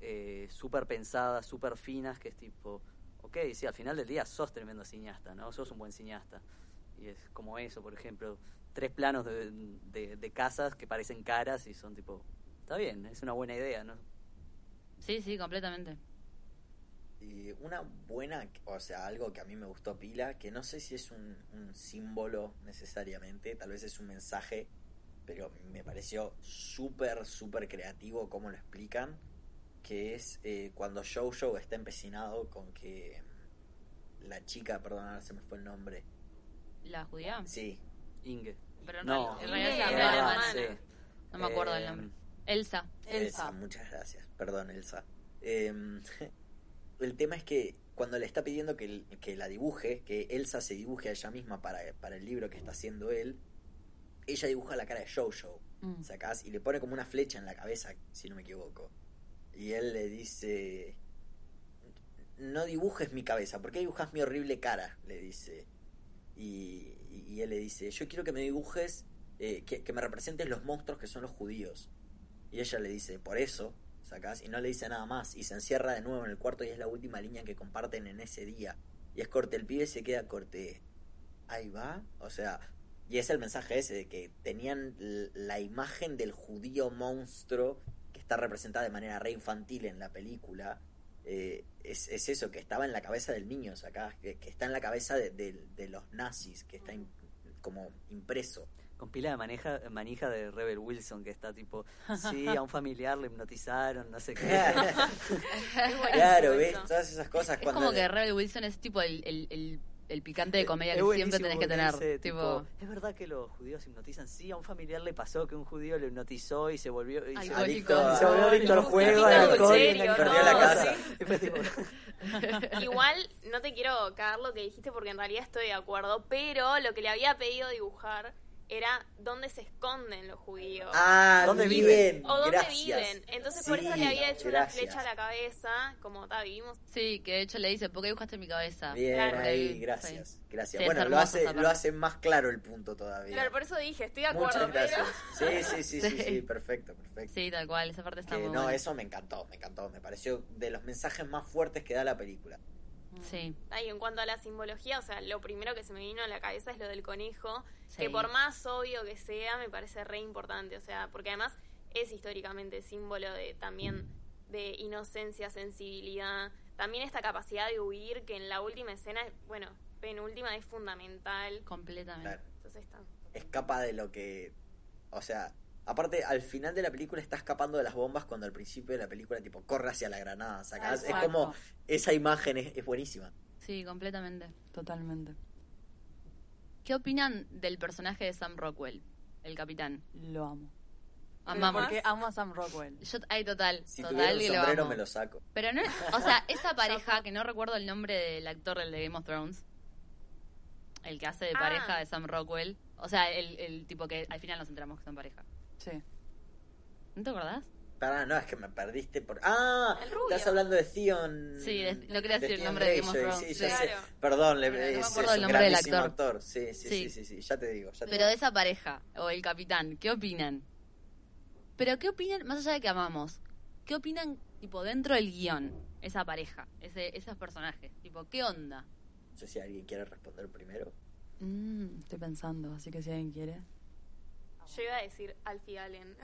S2: eh, súper pensadas, súper finas, que es tipo, ok, sí, al final del día sos tremendo cineasta, ¿no? Sos un buen cineasta. Y es como eso, por ejemplo, tres planos de, de- de casas que parecen caras y son tipo, está bien, es una buena idea, ¿no?
S1: Sí, sí, completamente.
S4: Y una buena, o sea, algo que a mí me gustó pila, que no sé si es un, un símbolo necesariamente, tal vez es un mensaje, pero me pareció súper, súper creativo cómo lo explican, que es eh, cuando Jojo está empecinado con que mm, la chica, perdón, ahora se me fue el nombre,
S1: ¿La judía?
S4: sí,
S2: Inge.
S1: Pero en
S2: No, Ah,
S1: realidad- en realidad es la
S3: Sí, era
S1: alemana.
S3: alemana.
S2: sí. [laughs]
S1: No me acuerdo del
S2: Eh,
S1: nombre. Elsa.
S4: Elsa,
S5: Elsa.
S4: muchas gracias. Perdón, Elsa. Em, [laughs] el tema es que cuando le está pidiendo que, l- que la dibuje, que Elsa se dibuje a ella misma para, para el libro que está haciendo él, ella dibuja la cara de Jojo,
S5: Mm.
S4: sacás, y le pone como una flecha en la cabeza, si no me equivoco. Y él le dice, no dibujes mi cabeza, ¿por qué dibujas mi horrible cara? Le dice. Y, y- y él le dice, yo quiero que me dibujes, eh, que, que me representes los monstruos que son los judíos. Y ella le dice, por eso, sacás, y no le dice nada más, y se encierra de nuevo en el cuarto y es la última línea que comparten en ese día. Y es corte, el pibe se queda corte, ahí va, o sea, y es el mensaje ese, de que tenían l- la imagen del judío monstruo que está representada de manera re infantil en la película. eh, es, es eso, que estaba en la cabeza del niño, sacás, que, que está en la cabeza de, de- de los nazis, que está im- como impreso.
S2: [laughs]
S4: [laughs]
S2: Con pila de maneja, manija de Rebel Wilson, que está
S1: [laughs]
S2: tipo, sí, a un familiar le hipnotizaron, no sé qué.
S4: Claro, ¿ves?
S3: eso.
S4: Todas esas cosas
S1: Es
S4: cuando...
S1: como que Rebel Wilson es tipo el, el, el, el picante de comedia
S2: Eh, Es
S1: que siempre tenés
S2: buenísimo
S1: que
S2: porque
S1: tener.
S2: dice,
S1: tipo,
S2: Es verdad que los judíos hipnotizan. Sí, a un familiar le pasó que un judío lo hipnotizó y se volvió. Y se,
S1: Alcohólico.
S4: adicto a-
S2: se volvió adicto al juego, al
S3: Alcohólico,
S2: alcohol,
S3: en serio,
S2: perdió la
S3: no,
S2: casa.
S3: sí.
S2: [laughs] Y fue tipo,
S3: Igual no te quiero cagar lo que dijiste porque en realidad estoy de acuerdo, pero lo que le había pedido dibujar era dónde se esconden los judíos.
S4: Ah,
S2: ¿Dónde
S4: bien,
S2: viven?
S3: o dónde
S4: gracias.
S3: viven. Entonces por
S4: Sí,
S3: eso le había hecho una
S4: gracias.
S3: flecha a la cabeza, como está, vivimos.
S1: sí, que de hecho le dice, ¿por qué dibujaste mi cabeza?
S4: Bien,
S3: Claro.
S4: ahí,
S1: Sí.
S4: gracias, gracias.
S1: Sí, es
S4: bueno, lo
S1: hermoso
S4: hace,
S1: esa
S4: lo
S1: parte.
S4: hace más claro el punto todavía.
S3: Claro, por eso dije, estoy de acuerdo,
S4: Muchas
S3: pero...
S4: gracias. Sí, sí, sí, sí,
S1: Sí.
S4: sí, perfecto, perfecto.
S1: Sí, tal cual, esa parte está
S4: Que
S1: muy
S4: no,
S1: buena.
S4: eso me encantó, me encantó. Me pareció de los mensajes más fuertes que da la película.
S1: Sí,
S3: Ay, en cuanto a la simbología, o sea, lo primero que se me vino a la cabeza es lo del conejo,
S1: sí.
S3: que por más obvio que sea, me parece re importante, o sea, porque además es históricamente símbolo de también de inocencia, sensibilidad, también esta capacidad de huir que en la última escena, bueno, penúltima es fundamental.
S1: Completamente.
S4: Claro.
S3: Entonces está.
S4: Escapa de lo que. O sea, aparte, al final de la película está escapando de las bombas cuando al principio de la película, tipo, corre hacia la granada. ¿sacás? Es
S5: Exacto.
S4: como. Esa imagen es, es buenísima.
S1: Sí, completamente.
S5: Totalmente.
S1: ¿Qué opinan del personaje de Sam Rockwell, el capitán?
S5: Lo amo.
S1: Amamos.
S5: Porque amo a Sam Rockwell.
S1: Yo, ay, total,
S4: Si tuviera
S1: total
S4: un
S1: que lo
S4: sombrero,
S1: amo.
S4: me lo saco.
S1: Pero no, o sea, esa pareja, que no recuerdo el nombre del actor del de Game of Thrones, el que hace de
S3: Ah.
S1: pareja de Sam Rockwell, o sea, el, el tipo que al final nos enteramos que son pareja.
S5: Sí.
S1: ¿No te acordás?
S4: Pará, no, es que me perdiste por. ¡Ah!
S3: El rubio.
S4: Estás hablando de Theon.
S1: Sí, de- no quería decir el
S4: Theon
S1: nombre de Game of
S4: Greyjoy,
S1: Thrones,
S4: Sí, ya
S3: sí.
S4: sé.
S3: Claro.
S4: Perdón, le,
S1: Pero no me
S4: es,
S1: acuerdo
S4: es
S1: el
S4: un
S1: nombre del
S4: grandísimo
S1: actor.
S4: actor. Sí, sí, sí,
S1: Sí.
S4: sí, sí, ya te digo. Ya te
S1: Pero de
S4: digo.
S1: esa pareja, o el capitán, ¿qué opinan? Pero ¿qué opinan, más allá de que amamos, qué opinan, tipo, dentro del guión, esa pareja, ese, esos personajes? Tipo, ¿qué onda?
S4: No sé si alguien quiere responder primero.
S5: Mm, estoy pensando, así que si alguien quiere.
S3: Yo iba a decir Alfie Allen.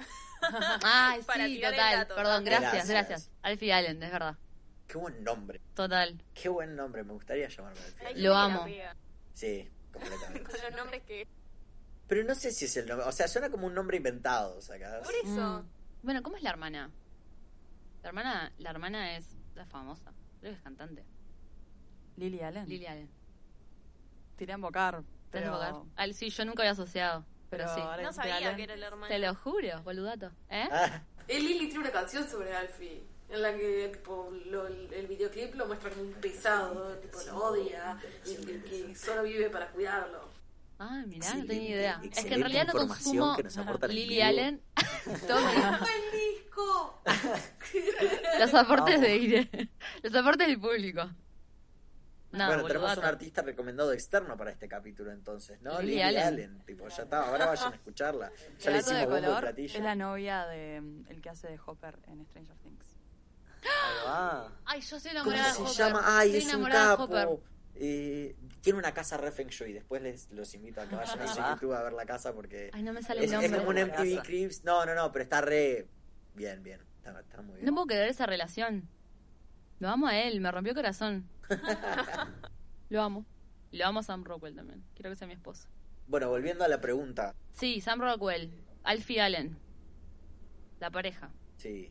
S1: Ay,
S3: [laughs] Para
S1: sí,
S3: tirar el
S1: total,
S3: dato,
S1: perdón,
S3: ¿no?
S1: gracias,
S4: Gracias.
S1: gracias. Alfie Allen, es verdad,
S4: Qué buen nombre.
S1: total.
S4: Qué buen nombre. Me gustaría llamarme Alfie
S3: Ay,
S4: Allen.
S1: Lo
S3: me la
S1: amo.
S3: pega.
S4: Sí, completamente.
S3: Con los nombres que...
S4: Pero no sé si es el nombre. O sea, suena como un nombre inventado, ¿sacás?
S3: Por eso.
S5: Mm.
S1: Bueno, ¿cómo es la hermana? La hermana, la hermana es la famosa, creo que es cantante.
S5: Lily
S3: Ah.
S5: Allen.
S1: Lily Allen.
S5: Tiré a invocar.
S1: ¿Tenés
S5: Pero,
S1: lugar? Al- sí, yo nunca había asociado. Pero,
S5: pero
S1: sí.
S5: ahora
S3: No
S5: que
S3: sabía
S5: Allen-
S3: que era el hermano.
S1: Te lo juro, boludato. ¿Eh?
S4: Ah,
S6: El Lily tiene una canción sobre Alfie. En la que tipo, lo- el videoclip lo muestra como un pesado, tipo lo odia y que, que solo vive para cuidarlo.
S1: Ah, mirá, no
S4: Excelente,
S1: tenía idea. Es que en
S4: eh, excelente
S1: realidad no
S4: información
S1: consumo
S4: que nos aportan en
S1: Lily
S4: vivo. [laughs]
S1: Allen. Todo mi-
S6: ¡Fue el disco!
S1: los aportes
S4: Vamos.
S1: de Irene. Los aportes del público. No,
S4: bueno, tenemos
S1: boludato.
S4: un artista recomendado externo para este capítulo entonces, ¿no?
S1: Lily
S4: Lily,
S1: Allen.
S4: Allen. Tipo, ya está, ahora vayan a escucharla. Ya le
S5: El gato de
S4: hicimos bombo y
S5: color
S4: platillo.
S5: es la novia de mm, el que hace de Hopper en Stranger Things.
S2: Ahí va.
S1: Ay, yo soy
S4: ¿Cómo
S1: enamorada de
S4: se
S1: Hopper.
S4: llama? Ay,
S1: Estoy
S4: es un
S1: enamorada de Hopper.
S4: capo. Eh, tiene una casa re feng shui. Después les los invito a que vayan a su
S2: Ah.
S4: YouTube a ver la casa porque
S1: Ay, no me sale
S4: es,
S1: el
S4: es como em- un
S1: nombre.
S2: una-
S4: MTV
S2: Casa.
S4: Cribs. No, no, no, pero está re bien, bien. Está, está muy bien.
S1: No puedo creer esa relación. Lo amo a él, me rompió el
S4: [laughs]
S1: corazón. Lo amo. Lo amo a Sam Rockwell también. Quiero que sea mi esposo.
S4: Bueno, volviendo a la pregunta.
S1: Sí, Sam Rockwell, Alfie Allen. La pareja.
S4: Sí.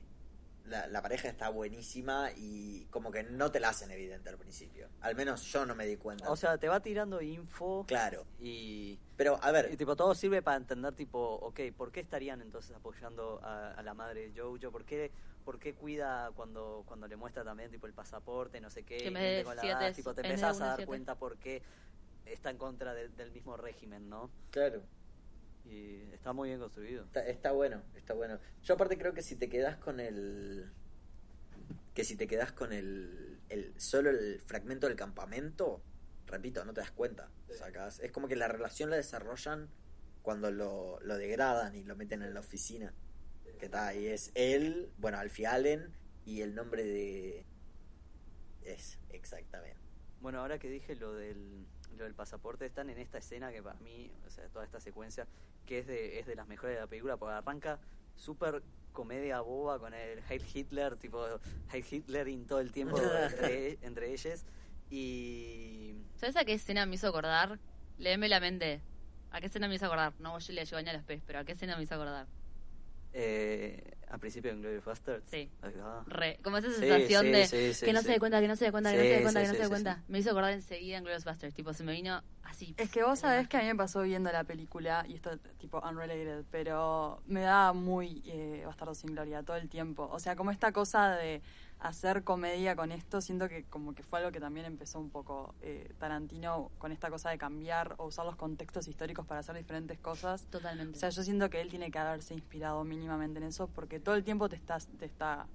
S4: La, la pareja está buenísima y como que no te la hacen evidente al principio. Al menos yo no me di cuenta.
S2: O sea, te va tirando info
S4: claro.
S2: y,
S4: Pero a
S2: y,
S4: ver,
S2: tipo todo sirve para entender tipo, ok, ¿por qué estarían entonces apoyando a, a la madre de Jojo? ¿Por qué, por qué cuida cuando cuando le muestra también tipo el pasaporte, no sé qué?
S1: Que en
S2: y
S1: vez de
S2: gente con la
S1: siete
S2: edad?
S1: es-
S2: tipo, te
S1: en vez de
S2: empezás
S1: uno
S2: a
S1: es
S2: dar
S1: siete.
S2: cuenta por qué está en contra de- del mismo régimen, ¿no?
S4: claro.
S2: Y está muy bien construido.
S4: Está, está bueno, está bueno. Yo aparte creo que si te quedas con el... Que si te quedas con el, el... Solo el fragmento del campamento, repito, no te das cuenta. Sacás- Es como que la relación la desarrollan cuando lo, lo degradan y lo meten en la oficina. Que está ahí, es él, bueno, Alfie Allen y el nombre de... Es, exactamente.
S2: Bueno, ahora que dije lo del, lo del pasaporte, están en esta escena que para mí, o sea, toda esta secuencia, que es de, es de las mejores de la película, porque arranca súper comedia boba con el Heil Hitler, tipo Heil Hitlering todo el tiempo entre, entre ellos. Y
S1: ¿Sabes a qué escena me hizo acordar? Léeme la mente. ¿A qué escena me hizo acordar? No, yo le llevo a los pez, pero ¿a qué escena me hizo acordar?
S2: eh, al principio en Glory Bastards.
S1: Sí.
S2: ahí va.
S1: Re, como esa
S2: Sí,
S1: sensación
S2: sí,
S1: de
S2: sí, sí,
S1: que no
S2: sí.
S1: se dé cuenta, que no se dé cuenta, que no
S2: Sí,
S1: se dé cuenta,
S2: sí,
S1: que no
S2: sí,
S1: se dé
S2: sí,
S1: cuenta. Me hizo acordar enseguida en Glorious Busters. Tipo, se me vino así.
S5: Es que vos sabés que a mí me pasó viendo la película, y esto tipo unrelated, pero me da muy eh, Bastardo sin Gloria todo el tiempo. O sea, como esta cosa de hacer comedia con esto, siento que como que fue algo que también empezó un poco eh, Tarantino con esta cosa de cambiar o usar los contextos históricos para hacer diferentes cosas.
S1: Totalmente.
S5: O sea, yo siento que él tiene que haberse inspirado mínimamente en eso porque todo el tiempo te, estás, te está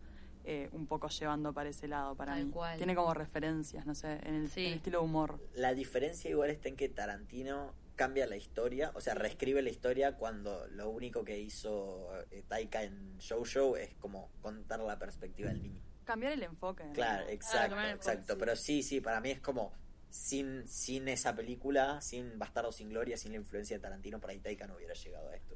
S5: eh, un poco llevando para ese lado, para
S1: Tal
S5: mí.
S1: cual.
S5: Tiene como referencias, no sé, en el,
S1: Sí.
S5: en el estilo de humor.
S4: La diferencia igual está en que Tarantino cambia la historia, o sea, reescribe la historia cuando lo único que hizo eh, Taika en Show Show es como contar la perspectiva del niño.
S5: Cambiar el enfoque. ¿no?
S4: Claro, exacto,
S1: cambiar el enfoque,
S4: exacto. Pero sí, sí, para mí es como sin, sin esa película, sin Bastardo sin Gloria, sin la influencia de Tarantino, para ahí Taika no hubiera llegado a esto.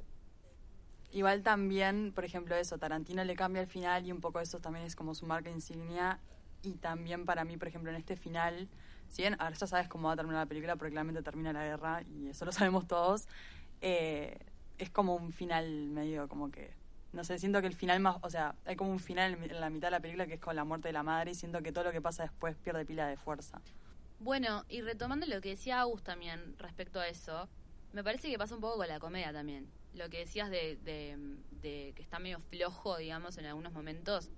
S5: Igual también, por ejemplo, eso, Tarantino le cambia el final y un poco eso también es como su marca insignia. Y también para mí, por ejemplo, en este final, si bien ahora ya sabes cómo va a terminar la película, porque claramente termina la guerra y eso lo sabemos todos, eh, es como un final medio como que. No sé, siento que el final más. O sea, hay como un final en la mitad de la película que es con la muerte de la madre y siento que todo lo que pasa después pierde pila de fuerza.
S1: Bueno, y retomando lo que decía Agus también respecto a eso, me parece que pasa un poco con la comedia también. Lo que decías de, de- de que está medio flojo, digamos, en algunos momentos.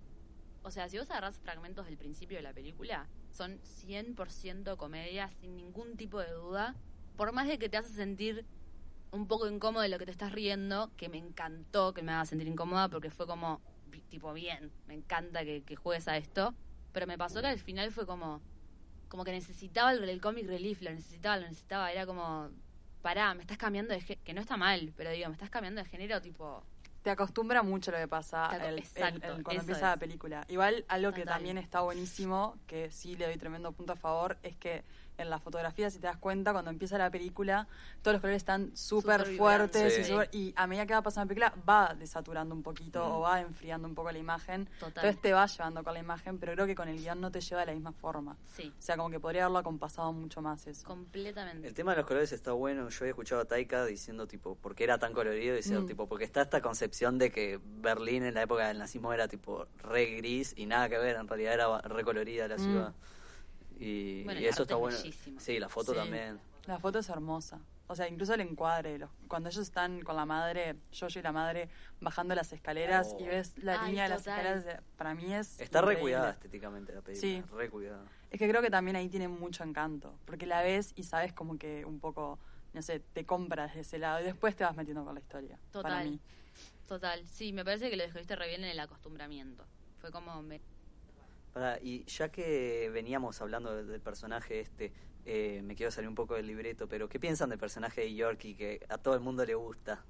S1: O sea, si vos agarrás fragmentos del principio de la película, son 100% comedia, sin ningún tipo de duda. Por más de que te hace sentir un poco incómodo de lo que te estás riendo, que me encantó que me haga sentir incómoda porque fue como, bi- tipo, bien, me encanta que, que juegues a esto. Pero me pasó que al final fue como, como que necesitaba el, el comic relief, lo necesitaba, lo necesitaba. Era como, pará, me estás cambiando de género, que no está mal, pero digo, me estás cambiando de género, tipo,
S5: Te acostumbra mucho lo que pasa
S1: Te aco-
S5: el- el-
S1: exacto,
S5: el-
S1: eso
S5: cuando empieza
S1: es.
S5: la película. Igual algo que
S1: Total.
S5: también está buenísimo, que sí le doy tremendo punto a favor, es que en la fotografía, si te das cuenta, cuando empieza la película, todos los colores están súper
S1: Súper
S5: fuertes y,
S2: vibrantes.
S5: súper- y a medida que va pasando la película va desaturando un poquito
S4: Mm.
S5: o va enfriando un poco la imagen.
S1: total.
S5: Entonces te va llevando con la imagen, pero creo que con el guión no te lleva de la misma forma.
S1: Sí,
S5: O sea, como que podría haberlo acompasado mucho más eso.
S1: completamente.
S2: El tema de los colores está bueno. Yo he escuchado a Taika diciendo, tipo, por qué era tan colorido. Y decía,
S5: Mm.
S2: tipo, porque está esta concepción de que Berlín en la época del nazismo era, tipo, re gris y nada que ver. En realidad era ba- re colorida la
S5: Mm.
S2: ciudad. Y Y,
S1: Bueno,
S2: y
S1: el
S2: eso
S1: arte
S2: está
S1: es
S2: bueno.
S1: bellísimo.
S2: Sí, la foto
S5: Sí.
S2: también.
S5: La foto es hermosa. O sea, incluso el encuadre. de los- cuando ellos están con la madre, yo y la madre, bajando las escaleras
S4: Oh.
S5: y ves la
S1: Ay,
S5: línea de las
S1: total.
S5: escaleras, eh, para mí es.
S2: Está
S5: increíble.
S2: recuidada estéticamente la película.
S5: Sí.
S2: Recuidada.
S5: Es que creo que también ahí tiene mucho encanto. Porque la ves y sabes como que un poco, no sé, te compras de ese lado y después te vas metiendo con la historia. Para
S1: Total.
S5: mí.
S1: Total, sí, me parece que lo describiste re bien en el acostumbramiento. Fue como... me-
S2: Pará, y ya que veníamos hablando de- del personaje este, eh, me quiero salir un poco del libreto, pero ¿qué piensan del personaje de Yorkie que a todo el mundo le gusta?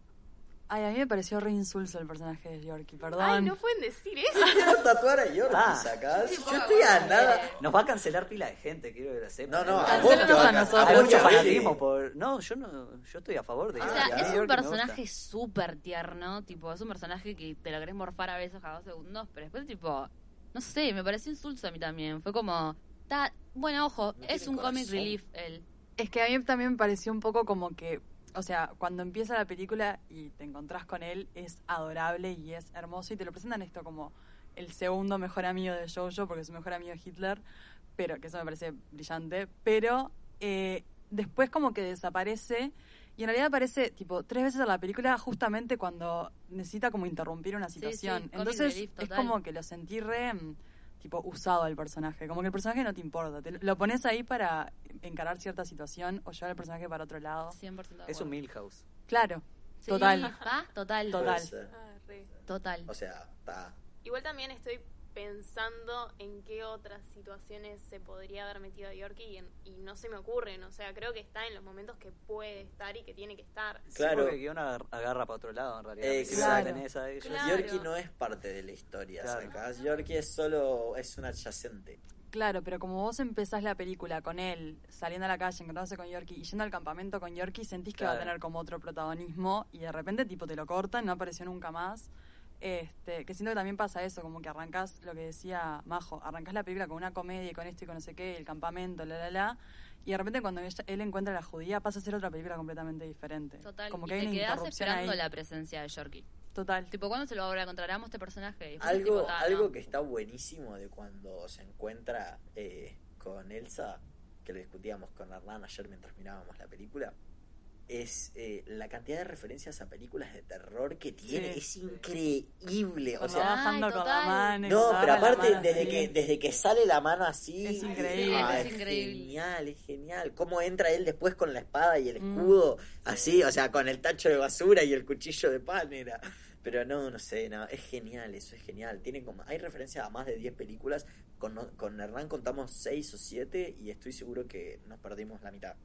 S5: Ay, a mí me pareció re insulso el personaje de Yorkie, perdón.
S3: Ay, no
S1: [laughs]
S3: pueden decir eso.
S4: Quiero tatuar a Yorkie,
S2: Ah.
S4: sacás. Yo estoy a nada.
S2: Nos va a cancelar pila de gente, quiero que lo sepan.
S4: No, no, a
S5: Cancelanos
S4: vos te va
S5: a
S4: can-
S5: nosotros.
S2: Hay
S4: vos
S2: Ah, mucho
S4: te va a-
S2: fanatismo por... No, yo no, yo estoy a favor de
S1: O
S4: Ah,
S2: Yorkie.
S1: sea,
S4: ya.
S2: A mí
S1: es
S2: Yorkie
S1: un
S2: me gusta.
S1: personaje súper tierno, tipo, es un personaje que te lo querés morfar a veces cada dos segundos, pero después, tipo, no sé, me pareció insulso a mí también. Fue como, ta, bueno, ojo,
S4: No
S1: es
S4: tiene
S1: un comic
S4: corazón.
S1: relief él.
S5: Es que a mí también me pareció un poco como que, o sea, cuando empieza la película y te encontrás con él, es adorable y es hermoso y te lo presentan esto como el segundo mejor amigo de Jojo, porque su mejor amigo es Hitler, pero que eso me parece brillante, pero eh, después como que desaparece y en realidad aparece tipo tres veces en la película justamente cuando necesita como interrumpir una
S1: sí,
S5: situación.
S1: comic
S5: Entonces
S1: relief
S5: es
S1: total.
S5: como que lo sentí re mm, tipo usado el personaje, como que el personaje no te importa, te lo- lo pones ahí para encarar cierta situación o llevar al personaje para otro lado.
S1: 100% de
S2: Es un
S1: acuerdo.
S2: Milhouse.
S5: Claro,
S1: Sí,
S5: total.
S1: ¿va? Total,
S5: Total.
S4: Puede ser.
S3: Ah, re.
S1: total.
S4: O sea, está.
S3: Igual también estoy pensando en qué otras situaciones se podría haber metido a Yorkie y, en- y no se me ocurren. O sea, creo que está en los momentos que puede estar y que tiene que estar.
S4: Claro.
S2: Sí, porque guión agar- agarra para otro lado, en realidad.
S4: Eh,
S2: Si la
S5: claro.
S2: tenés a ellos-
S3: Claro.
S4: Yorkie no es parte de la historia,
S2: Claro.
S4: sacás. Yorkie es solo. es un adyacente.
S5: Claro, pero como vos empezás la película con él saliendo a la calle, encontrándose con Yorkie y yendo al campamento con Yorkie, sentís que va a
S2: Claro.
S5: tener como otro protagonismo y de repente tipo te lo cortan, no apareció nunca más. Este, que siento que también pasa eso, como que arrancás lo que decía Majo, arrancás la película con una comedia y con esto y con no sé qué, el campamento, la la la, y de repente cuando ella- él encuentra a la judía pasa a ser otra película completamente diferente.
S1: Total,
S5: como
S1: y
S5: que hay
S1: te
S5: una
S1: quedás
S5: interrupción ahí.
S1: esperando la presencia de Yorkie.
S5: Total.
S1: Tipo, ¿cuándo se lo va a encontrar? Amo este personaje. Y después es
S4: Algo,
S1: tipo, ta,
S4: algo
S1: no.
S4: que está buenísimo de cuando se encuentra eh, con Elsa, que lo discutíamos con Hernán ayer mientras mirábamos la película, es eh, la cantidad de referencias a películas de terror que tiene.
S5: Sí.
S4: Es increíble. O
S5: Cuando
S4: sea,
S5: va bajando
S1: Ay,
S5: con la
S1: total.
S5: mano. y
S4: no,
S5: cuando
S4: pero
S5: agarra la
S4: aparte,
S5: mano
S4: desde
S5: así.
S4: que, desde que sale la mano así.
S5: Es increíble.
S4: ah,
S1: Es increíble.
S4: Genial, es genial. Cómo entra él después con la espada y el
S5: Mm.
S4: escudo, así, o sea, con el tacho de basura y el cuchillo de panera. Pero no, no sé, no, es genial, eso es genial. Tiene como, hay referencias a más de 10 películas. Con, con Hernán contamos 6 o 7 y estoy seguro que nos perdimos la mitad.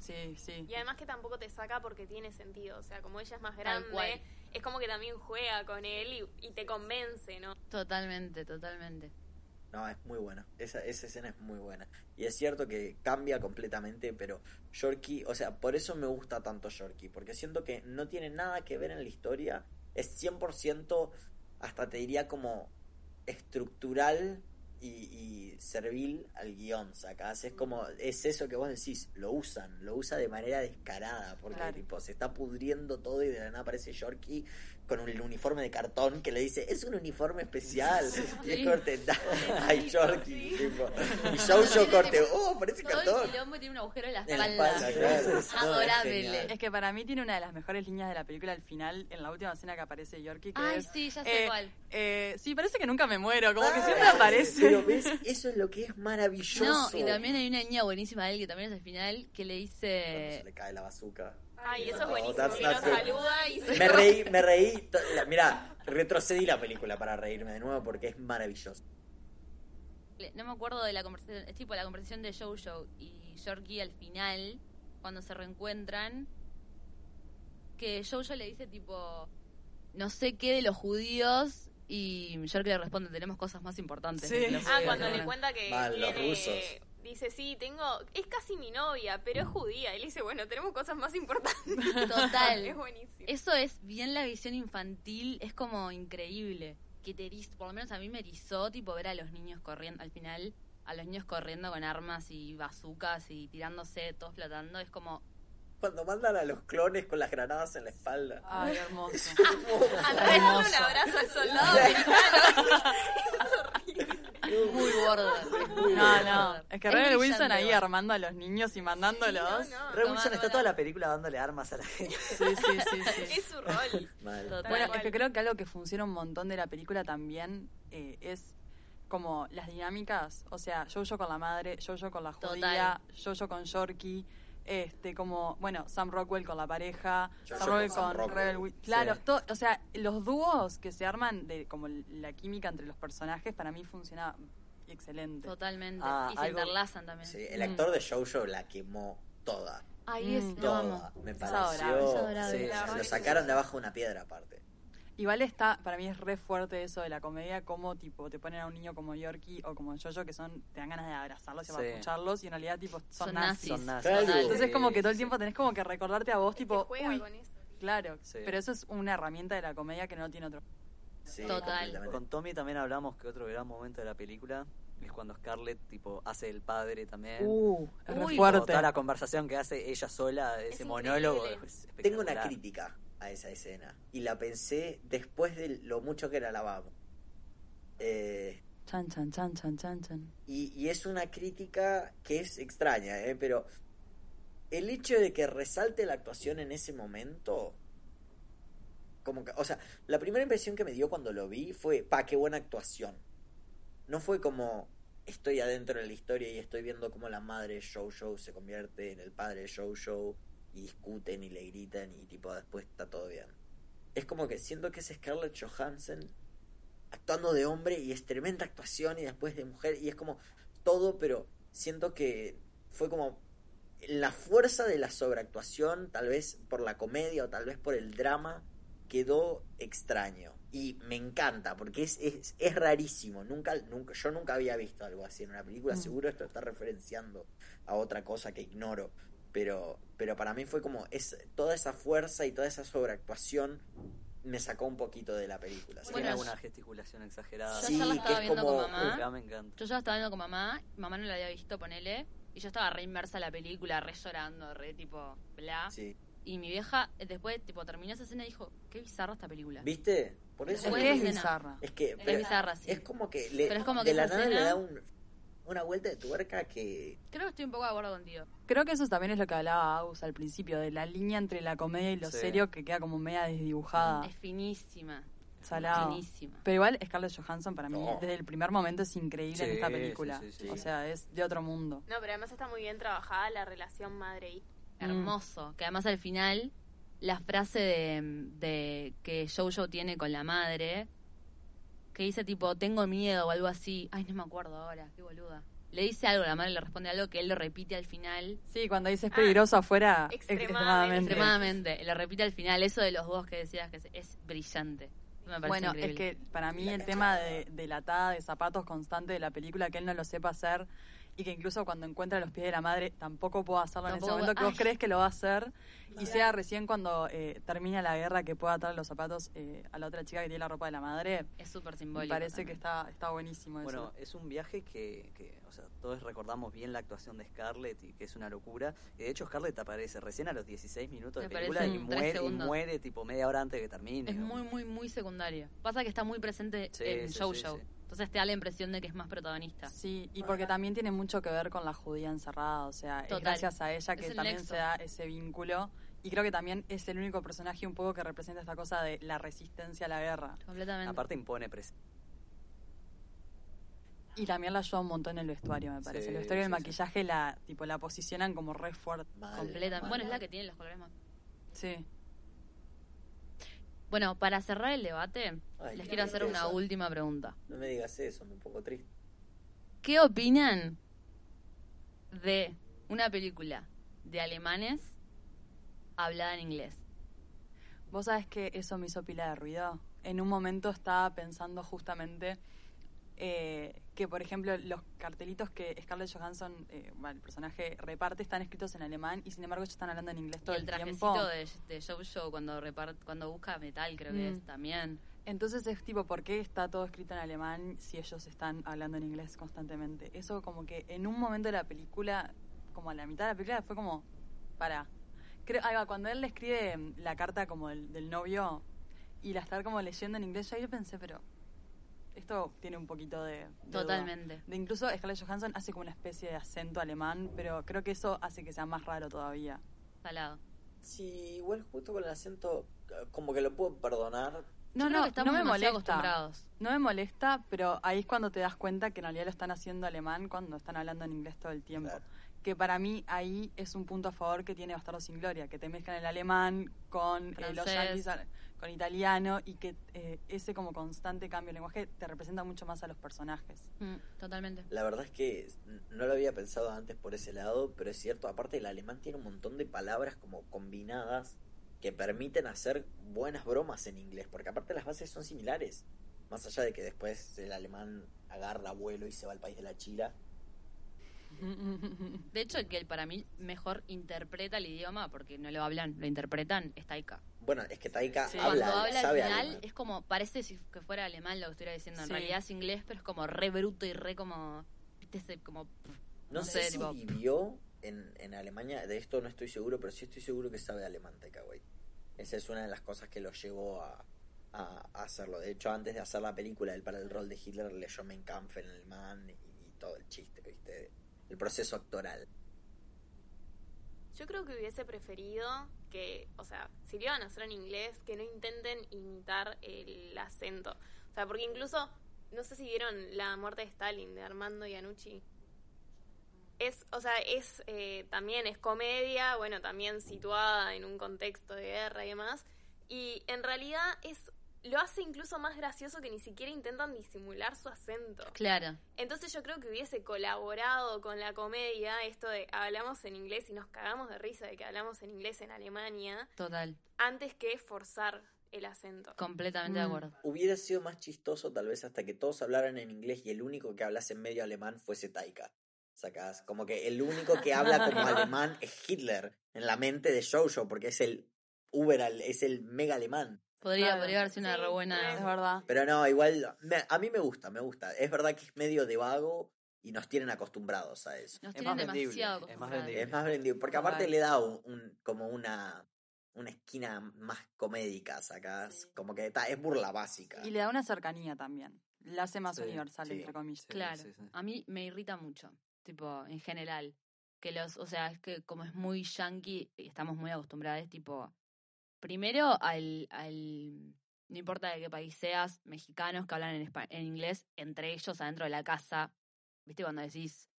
S5: Sí, sí.
S3: Y además que tampoco te saca porque tiene sentido. O sea, como ella es más
S1: Tal
S3: grande,
S1: cual.
S3: es como que también juega con él y, y te convence, ¿no?
S1: Totalmente, totalmente.
S4: No, es muy buena. Esa, esa escena es muy buena. Y es cierto que cambia completamente, pero Yorkie, o sea, por eso me gusta tanto Yorkie, porque siento que no tiene nada que ver en la historia. Es 100%, hasta te diría como estructural y, y servil al guión, sacás. Es como, es eso que vos decís, lo usan, lo usa de manera descarada, porque
S5: Claro.
S4: tipo, se está pudriendo todo y de la nada aparece Yorkie con un uniforme de cartón que le dice, es un uniforme especial. Y es corte, da- ay, Yorkie. tipo. Y Jojo corte, oh, parece
S1: Todo
S4: cartón.
S1: el quilombo tiene un agujero en la
S4: En la
S1: espalda.
S4: espalda, claro. No, es
S1: Adorable.
S4: genial.
S5: Es que para mí tiene una de las mejores líneas de la película al final, en la última escena que aparece Yorkie, que
S1: Ay,
S5: es...
S1: sí, ya sé
S5: eh,
S1: cuál.
S5: eh, sí, parece que nunca me muero, como que
S4: Ah,
S5: siempre aparece.
S4: Pero ves, eso es lo que es maravilloso.
S1: No, y también hay una niña buenísima de él que también es al final que le
S4: Cuando se
S1: dice.
S4: le cae la bazooka.
S3: Ay, eso
S4: no,
S3: es buenísimo.
S4: that's
S3: Que
S4: not
S3: nos
S4: good.
S3: saluda y
S1: [laughs]
S3: se
S4: Me reí, me reí. to- la- Mirá, retrocedí la película para reírme de nuevo porque es maravilloso.
S1: le- No me acuerdo de la conversación. Es tipo la conversación de Jojo y Yorkie al final, cuando se reencuentran. Que Jojo le dice, tipo, no sé qué de los judíos. Y Yorkie le responde, tenemos cosas más importantes.
S5: Sí.
S1: de los
S3: Ah,
S1: judíos".
S3: cuando le cuenta que
S4: Mal, los
S3: tiene-
S4: rusos.
S3: dice, sí, tengo, es casi mi novia, pero es judía. Y le dice, bueno, tenemos cosas más importantes. [laughs]
S1: [laughs]
S3: es
S1: Total.
S3: buenísimo.
S1: Eso es bien la visión infantil, es como increíble. Que te eriz- por lo menos a mí me erizó, tipo, ver a los niños corriendo, al final, a los niños corriendo con armas y bazucas y tirándose, todos flotando, es como,
S4: Cuando mandan a los clones con las granadas en la espalda.
S5: Ay, hermoso.
S3: Andrés dando un abrazo al
S1: Ah,
S4: [laughs]
S3: soldado americano. es horrible.
S1: [laughs] muy gordo.
S5: No, no, es Es que Rebel Wilson
S1: brillante,
S5: ahí
S1: igual.
S5: armando a los niños y mandándolos.
S3: Sí, no, no.
S4: Ray Wilson está
S3: Tomándola.
S4: toda la película dándole armas a la gente.
S5: Sí, sí, sí, sí.
S3: [laughs] Es su rol.
S4: Mal.
S1: Total.
S5: Bueno,
S3: cual.
S5: es que creo que algo que funciona un montón de la película también eh, es como las dinámicas, o sea, Jojo con la madre, Jojo con la judía, Jojo con Yorkie, este, como, bueno, Sam Rockwell con la pareja,
S4: Jojo
S5: Sam Rockwell
S4: con
S5: con,
S4: Sam Rockwell,
S5: Rebel Wi- Claro,
S4: sí.
S5: to- o sea, los dúos que se arman de como la química entre los personajes para mí funciona excelente.
S1: Totalmente.
S4: Ah,
S1: y se
S4: algo-
S1: interlazan también.
S4: Sí, el actor de Jojo la quemó toda.
S1: Ahí es,
S5: Mm.
S1: lo
S4: Toda,
S1: amo.
S4: me
S5: adorable,
S4: pareció.
S5: es
S1: adorable.
S4: sí,
S3: La verdad
S4: lo
S3: que sí.
S4: sacaron de abajo de una piedra aparte.
S5: Igual está, para mí es re fuerte eso de la comedia, como tipo te ponen a un niño como Yorkie o como Jojo que son, te dan ganas de abrazarlos y
S2: Sí.
S5: escucharlos y en realidad tipo son,
S1: Son
S5: nazis.
S1: nazis.
S2: Son nazis.
S4: Claro.
S1: Total.
S5: Entonces como que todo el
S2: Sí,
S5: tiempo tenés como que recordarte a vos tipo,
S3: que juega
S5: uy,
S3: con eso.
S5: claro,
S2: Sí.
S5: pero eso es una herramienta de la comedia que no tiene otro.
S4: Sí,
S1: Total.
S4: completamente.
S2: Con Tommy también hablamos que otro gran momento de la película es cuando Scarlett tipo hace el padre también.
S5: Uh,
S1: Uy.
S5: es re
S2: Tipo,
S5: fuerte.
S2: Toda la conversación que hace ella sola, ese
S3: increíble.
S2: monólogo. es
S4: Tengo una
S2: espectacular.
S4: crítica a esa escena y la pensé después de lo mucho que la alabamos. Eh,
S5: Chan, chan, chan, chan, chan, chan.
S4: y, y es una crítica que es extraña, ¿eh? pero el hecho de que resalte la actuación en ese momento, como que, o sea, la primera impresión que me dio cuando lo vi fue, pa, qué buena actuación. No fue como estoy adentro de la historia y estoy viendo cómo la madre de Jojo se convierte en el padre de Jojo y discuten y le gritan y tipo después está todo bien. Es como que siento que es Scarlett Johansson actuando de hombre y es tremenda actuación y después de mujer y es como todo, pero siento que fue como la fuerza de la sobreactuación, tal vez por la comedia o tal vez por el drama, quedó extraño. Y me encanta, porque es, es, es rarísimo. Nunca, nunca, yo nunca había visto algo así en una película.
S5: Mm.
S4: Seguro esto está referenciando a otra cosa que ignoro. Pero, pero para mí fue como es, toda esa fuerza y toda esa sobreactuación me sacó un poquito de la película. ¿sí?
S2: Tiene
S1: Bueno,
S2: alguna gesticulación exagerada.
S1: Yo
S4: Sí,
S1: ya la
S4: que
S1: estaba
S4: es
S1: viendo
S4: como-
S1: con mamá.
S2: Ya me encanta.
S1: Yo ya la estaba viendo con mamá, mamá no la había visto, ponele, y yo estaba re inmersa en la película, re llorando, re tipo, bla.
S4: Sí.
S1: Y mi vieja eh, después, tipo, terminó esa escena y dijo, qué bizarra esta película.
S4: ¿Viste? Por eso
S5: Es
S1: Buena
S5: que es
S1: escena.
S5: bizarra.
S4: Es que
S1: Es
S4: pero-
S1: bizarra, sí.
S4: es como que, le-
S1: Pero es como
S4: de
S1: que
S4: la
S1: esa
S4: nada le
S1: escena-
S4: da un- una vuelta de tuerca que
S1: Creo que estoy un poco de acuerdo contigo.
S5: Creo que eso también es lo que hablaba Agus al principio, de la línea entre la comedia y lo
S2: Sí.
S5: serio que queda como media desdibujada,
S1: Es finísima,
S5: salado.
S1: finísima.
S5: Pero igual Scarlett Johansson para mí
S4: No.
S5: desde el primer momento es increíble en
S2: Sí,
S5: esta película.
S2: sí, sí, sí.
S5: O sea, es de otro mundo.
S3: No, pero además está muy bien trabajada la relación madre-hijo.
S5: Mm.
S1: Hermoso. Que además al final, la frase de, de que Jojo tiene con la madre, que dice tipo, tengo miedo o algo así. Ay, no me acuerdo ahora, qué boluda. Le dice algo, la madre le responde algo que él lo repite al final.
S5: Sí, cuando dices
S3: Ah,
S5: peligroso afuera,
S3: extremadamente.
S5: extremadamente.
S1: Extremadamente, lo repite al final. Eso de los dos que decías que es, es brillante. Me parece
S5: Bueno,
S1: increíble.
S5: es que para mí
S4: La
S5: el
S4: cachada.
S5: tema de, de la atada de zapatos constante de la película, que él no lo sepa hacer y que incluso cuando encuentra los pies de la madre tampoco puede hacerlo en
S1: Tampoco
S5: ese momento que
S1: puede-
S5: vos
S1: ¡Ay!
S5: crees que lo va a hacer y sea recién cuando eh, termina la guerra que pueda atar los zapatos eh, a la otra chica que tiene la ropa de la madre.
S1: Es súper
S5: Me
S1: simbólico.
S5: parece que
S1: también.
S5: está, está buenísimo eso.
S2: Bueno, es un viaje que, que, o sea, todos recordamos bien la actuación de Scarlett y que es una locura. Y de hecho Scarlett aparece recién a los 16 minutos de
S1: Me
S2: película
S1: parece
S2: y
S1: en tres
S2: muere, y
S1: segundos.
S2: muere tipo media hora antes de que termine.
S1: Es muy, muy, muy secundario. Pasa que está muy presente
S2: Sí,
S1: en
S2: sí,
S1: Jojo.
S2: sí, sí.
S1: Entonces te da la impresión de que es más protagonista.
S5: Sí, y porque también tiene mucho que ver con la judía encerrada, o sea, es
S1: Total.
S5: gracias a ella
S1: Es
S5: que
S1: el
S5: también
S1: nexo.
S5: se da ese vínculo y creo que también es el único personaje un poco que representa esta cosa de la resistencia a la guerra.
S1: Completamente.
S2: Aparte impone pres-
S5: Y también la ayuda un montón el vestuario, me parece.
S2: Sí,
S5: el vestuario y el
S2: sí, sí.
S5: maquillaje la tipo la posicionan como re fuerte.
S4: mal,
S1: Completamente.
S4: mal.
S1: Bueno, es la que tiene los colores más.
S5: Sí.
S1: Bueno, para cerrar el debate,
S4: Ay,
S1: les
S4: qué
S1: quiero hacer una
S4: tristeza.
S1: última pregunta.
S4: No me digas eso, me un poco triste.
S1: ¿Qué opinan de una película de alemanes hablada en inglés?
S5: Vos sabés que eso me hizo pila de ruido. En un momento estaba pensando justamente eh, que, por ejemplo, los cartelitos que Scarlett Johansson, eh, bueno, el personaje, reparte están escritos en alemán y sin embargo ellos están hablando en inglés todo
S1: Y
S5: el,
S1: el
S5: tiempo.
S1: trajecito de, de Jojo cuando, repart- cuando busca metal, creo que
S5: Mm.
S1: es también.
S5: Entonces es tipo, ¿por qué está todo escrito en alemán si ellos están hablando en inglés constantemente? Eso como que en un momento de la película, como a la mitad de la película, fue como, para. Creo, ahí va, cuando él le escribe mm, la carta como del, del novio y la estar como leyendo en inglés, yo ahí pensé, pero Esto tiene un poquito de. de duda.
S1: Totalmente.
S5: De incluso Scarlett Johansson hace como una especie de acento alemán, pero creo que eso hace que sea más raro todavía.
S1: Salado.
S4: Sí, igual justo con el acento, eh, como que lo puedo perdonar.
S1: Yo creo que estamos demasiado acostumbrados.
S5: No me molesta, pero ahí es cuando te das cuenta que en realidad lo están haciendo alemán cuando están hablando en inglés todo el tiempo.
S4: Claro.
S5: Que para mí ahí es un punto a favor que tiene Bastardo sin Gloria, que te mezclan el alemán con eh, los
S1: Francés.
S5: yanquis, a- con italiano y que eh, ese como constante cambio de lenguaje te representa mucho más a los
S1: [laughs]
S5: personajes.
S1: Mm, totalmente.
S4: La verdad es que no lo había pensado antes por ese lado, pero es cierto, aparte el alemán tiene un montón de palabras como combinadas que permiten hacer buenas bromas en inglés, porque aparte las bases son similares, más allá de que después el alemán agarra vuelo y se va al país de la chila.
S1: De hecho, el que para mí mejor interpreta el idioma, porque no lo hablan, lo interpretan, es Taika.
S4: Bueno, es que Taika
S5: Sí.
S4: habla,
S1: Cuando habla al
S4: sabe
S1: final,
S4: alemán.
S1: es como, parece si que fuera alemán lo que estuviera diciendo. En
S5: Sí.
S1: realidad es inglés, pero es como re bruto y re como. viste, ese como.
S4: No,
S1: no
S4: sé,
S1: sé,
S4: si
S1: tipo-
S4: vivió en, en Alemania, de esto no estoy seguro, pero sí estoy seguro que sabe alemán Taika Wait. Esa es una de las cosas que lo llevó a, a- a hacerlo. De hecho, antes de hacer la película, él para el rol de Hitler leyó Mein Kampf en alemán y, y todo el chiste, ¿viste? El proceso actoral.
S3: Yo creo que hubiese preferido que, o sea, si lo iban a hacer en inglés, que no intenten imitar el acento. O sea, porque incluso, no sé si vieron la muerte de Stalin, de Armando Iannucci. Es, o sea, es eh, también es comedia, bueno, también situada en un contexto de guerra y demás. Y en realidad es lo hace incluso más gracioso que ni siquiera intentan disimular su acento.
S1: Claro.
S3: Entonces yo creo que hubiese colaborado con la comedia esto de hablamos en inglés y nos cagamos de risa de que hablamos en inglés en Alemania
S1: Total,
S3: antes que forzar el acento.
S1: completamente de
S5: Mm.
S1: acuerdo.
S4: Hubiera sido más chistoso tal vez hasta que todos hablaran en inglés y el único que hablase medio alemán fuese Taika. Sacás, como que el único que habla
S1: [laughs]
S4: como alemán es Hitler en la mente de Jojo, porque es el Uber, al- es el mega alemán.
S1: Podría,
S5: Claro.
S1: podría haber sido una
S3: Sí,
S1: re
S5: Es
S1: buena.
S3: claro.
S5: verdad.
S4: Pero no, igual, me- a mí me gusta, me gusta. Es verdad que es medio de vago y nos tienen acostumbrados a eso.
S1: Nos
S2: Es
S1: tienen
S2: más vendible,
S1: demasiado
S2: es más
S1: acostumbrados.
S2: vendible.
S4: Es más vendido, porque aparte
S5: Total.
S4: le da un, un- como una, una esquina más comédica, sacás.
S5: Sí.
S4: Como que está, es burla básica.
S5: Y le da una cercanía también. La hace más
S2: Sí,
S5: universal,
S4: sí.
S5: entre comillas.
S2: Sí,
S1: Claro,
S2: sí, sí.
S1: a mí me irrita mucho, tipo, en general, que los, o sea, es que como es muy yankee y estamos muy acostumbrados, tipo, primero al, al, no importa de qué país seas, mexicanos que hablan en, espa- en inglés, entre ellos adentro de la casa, viste, cuando decís,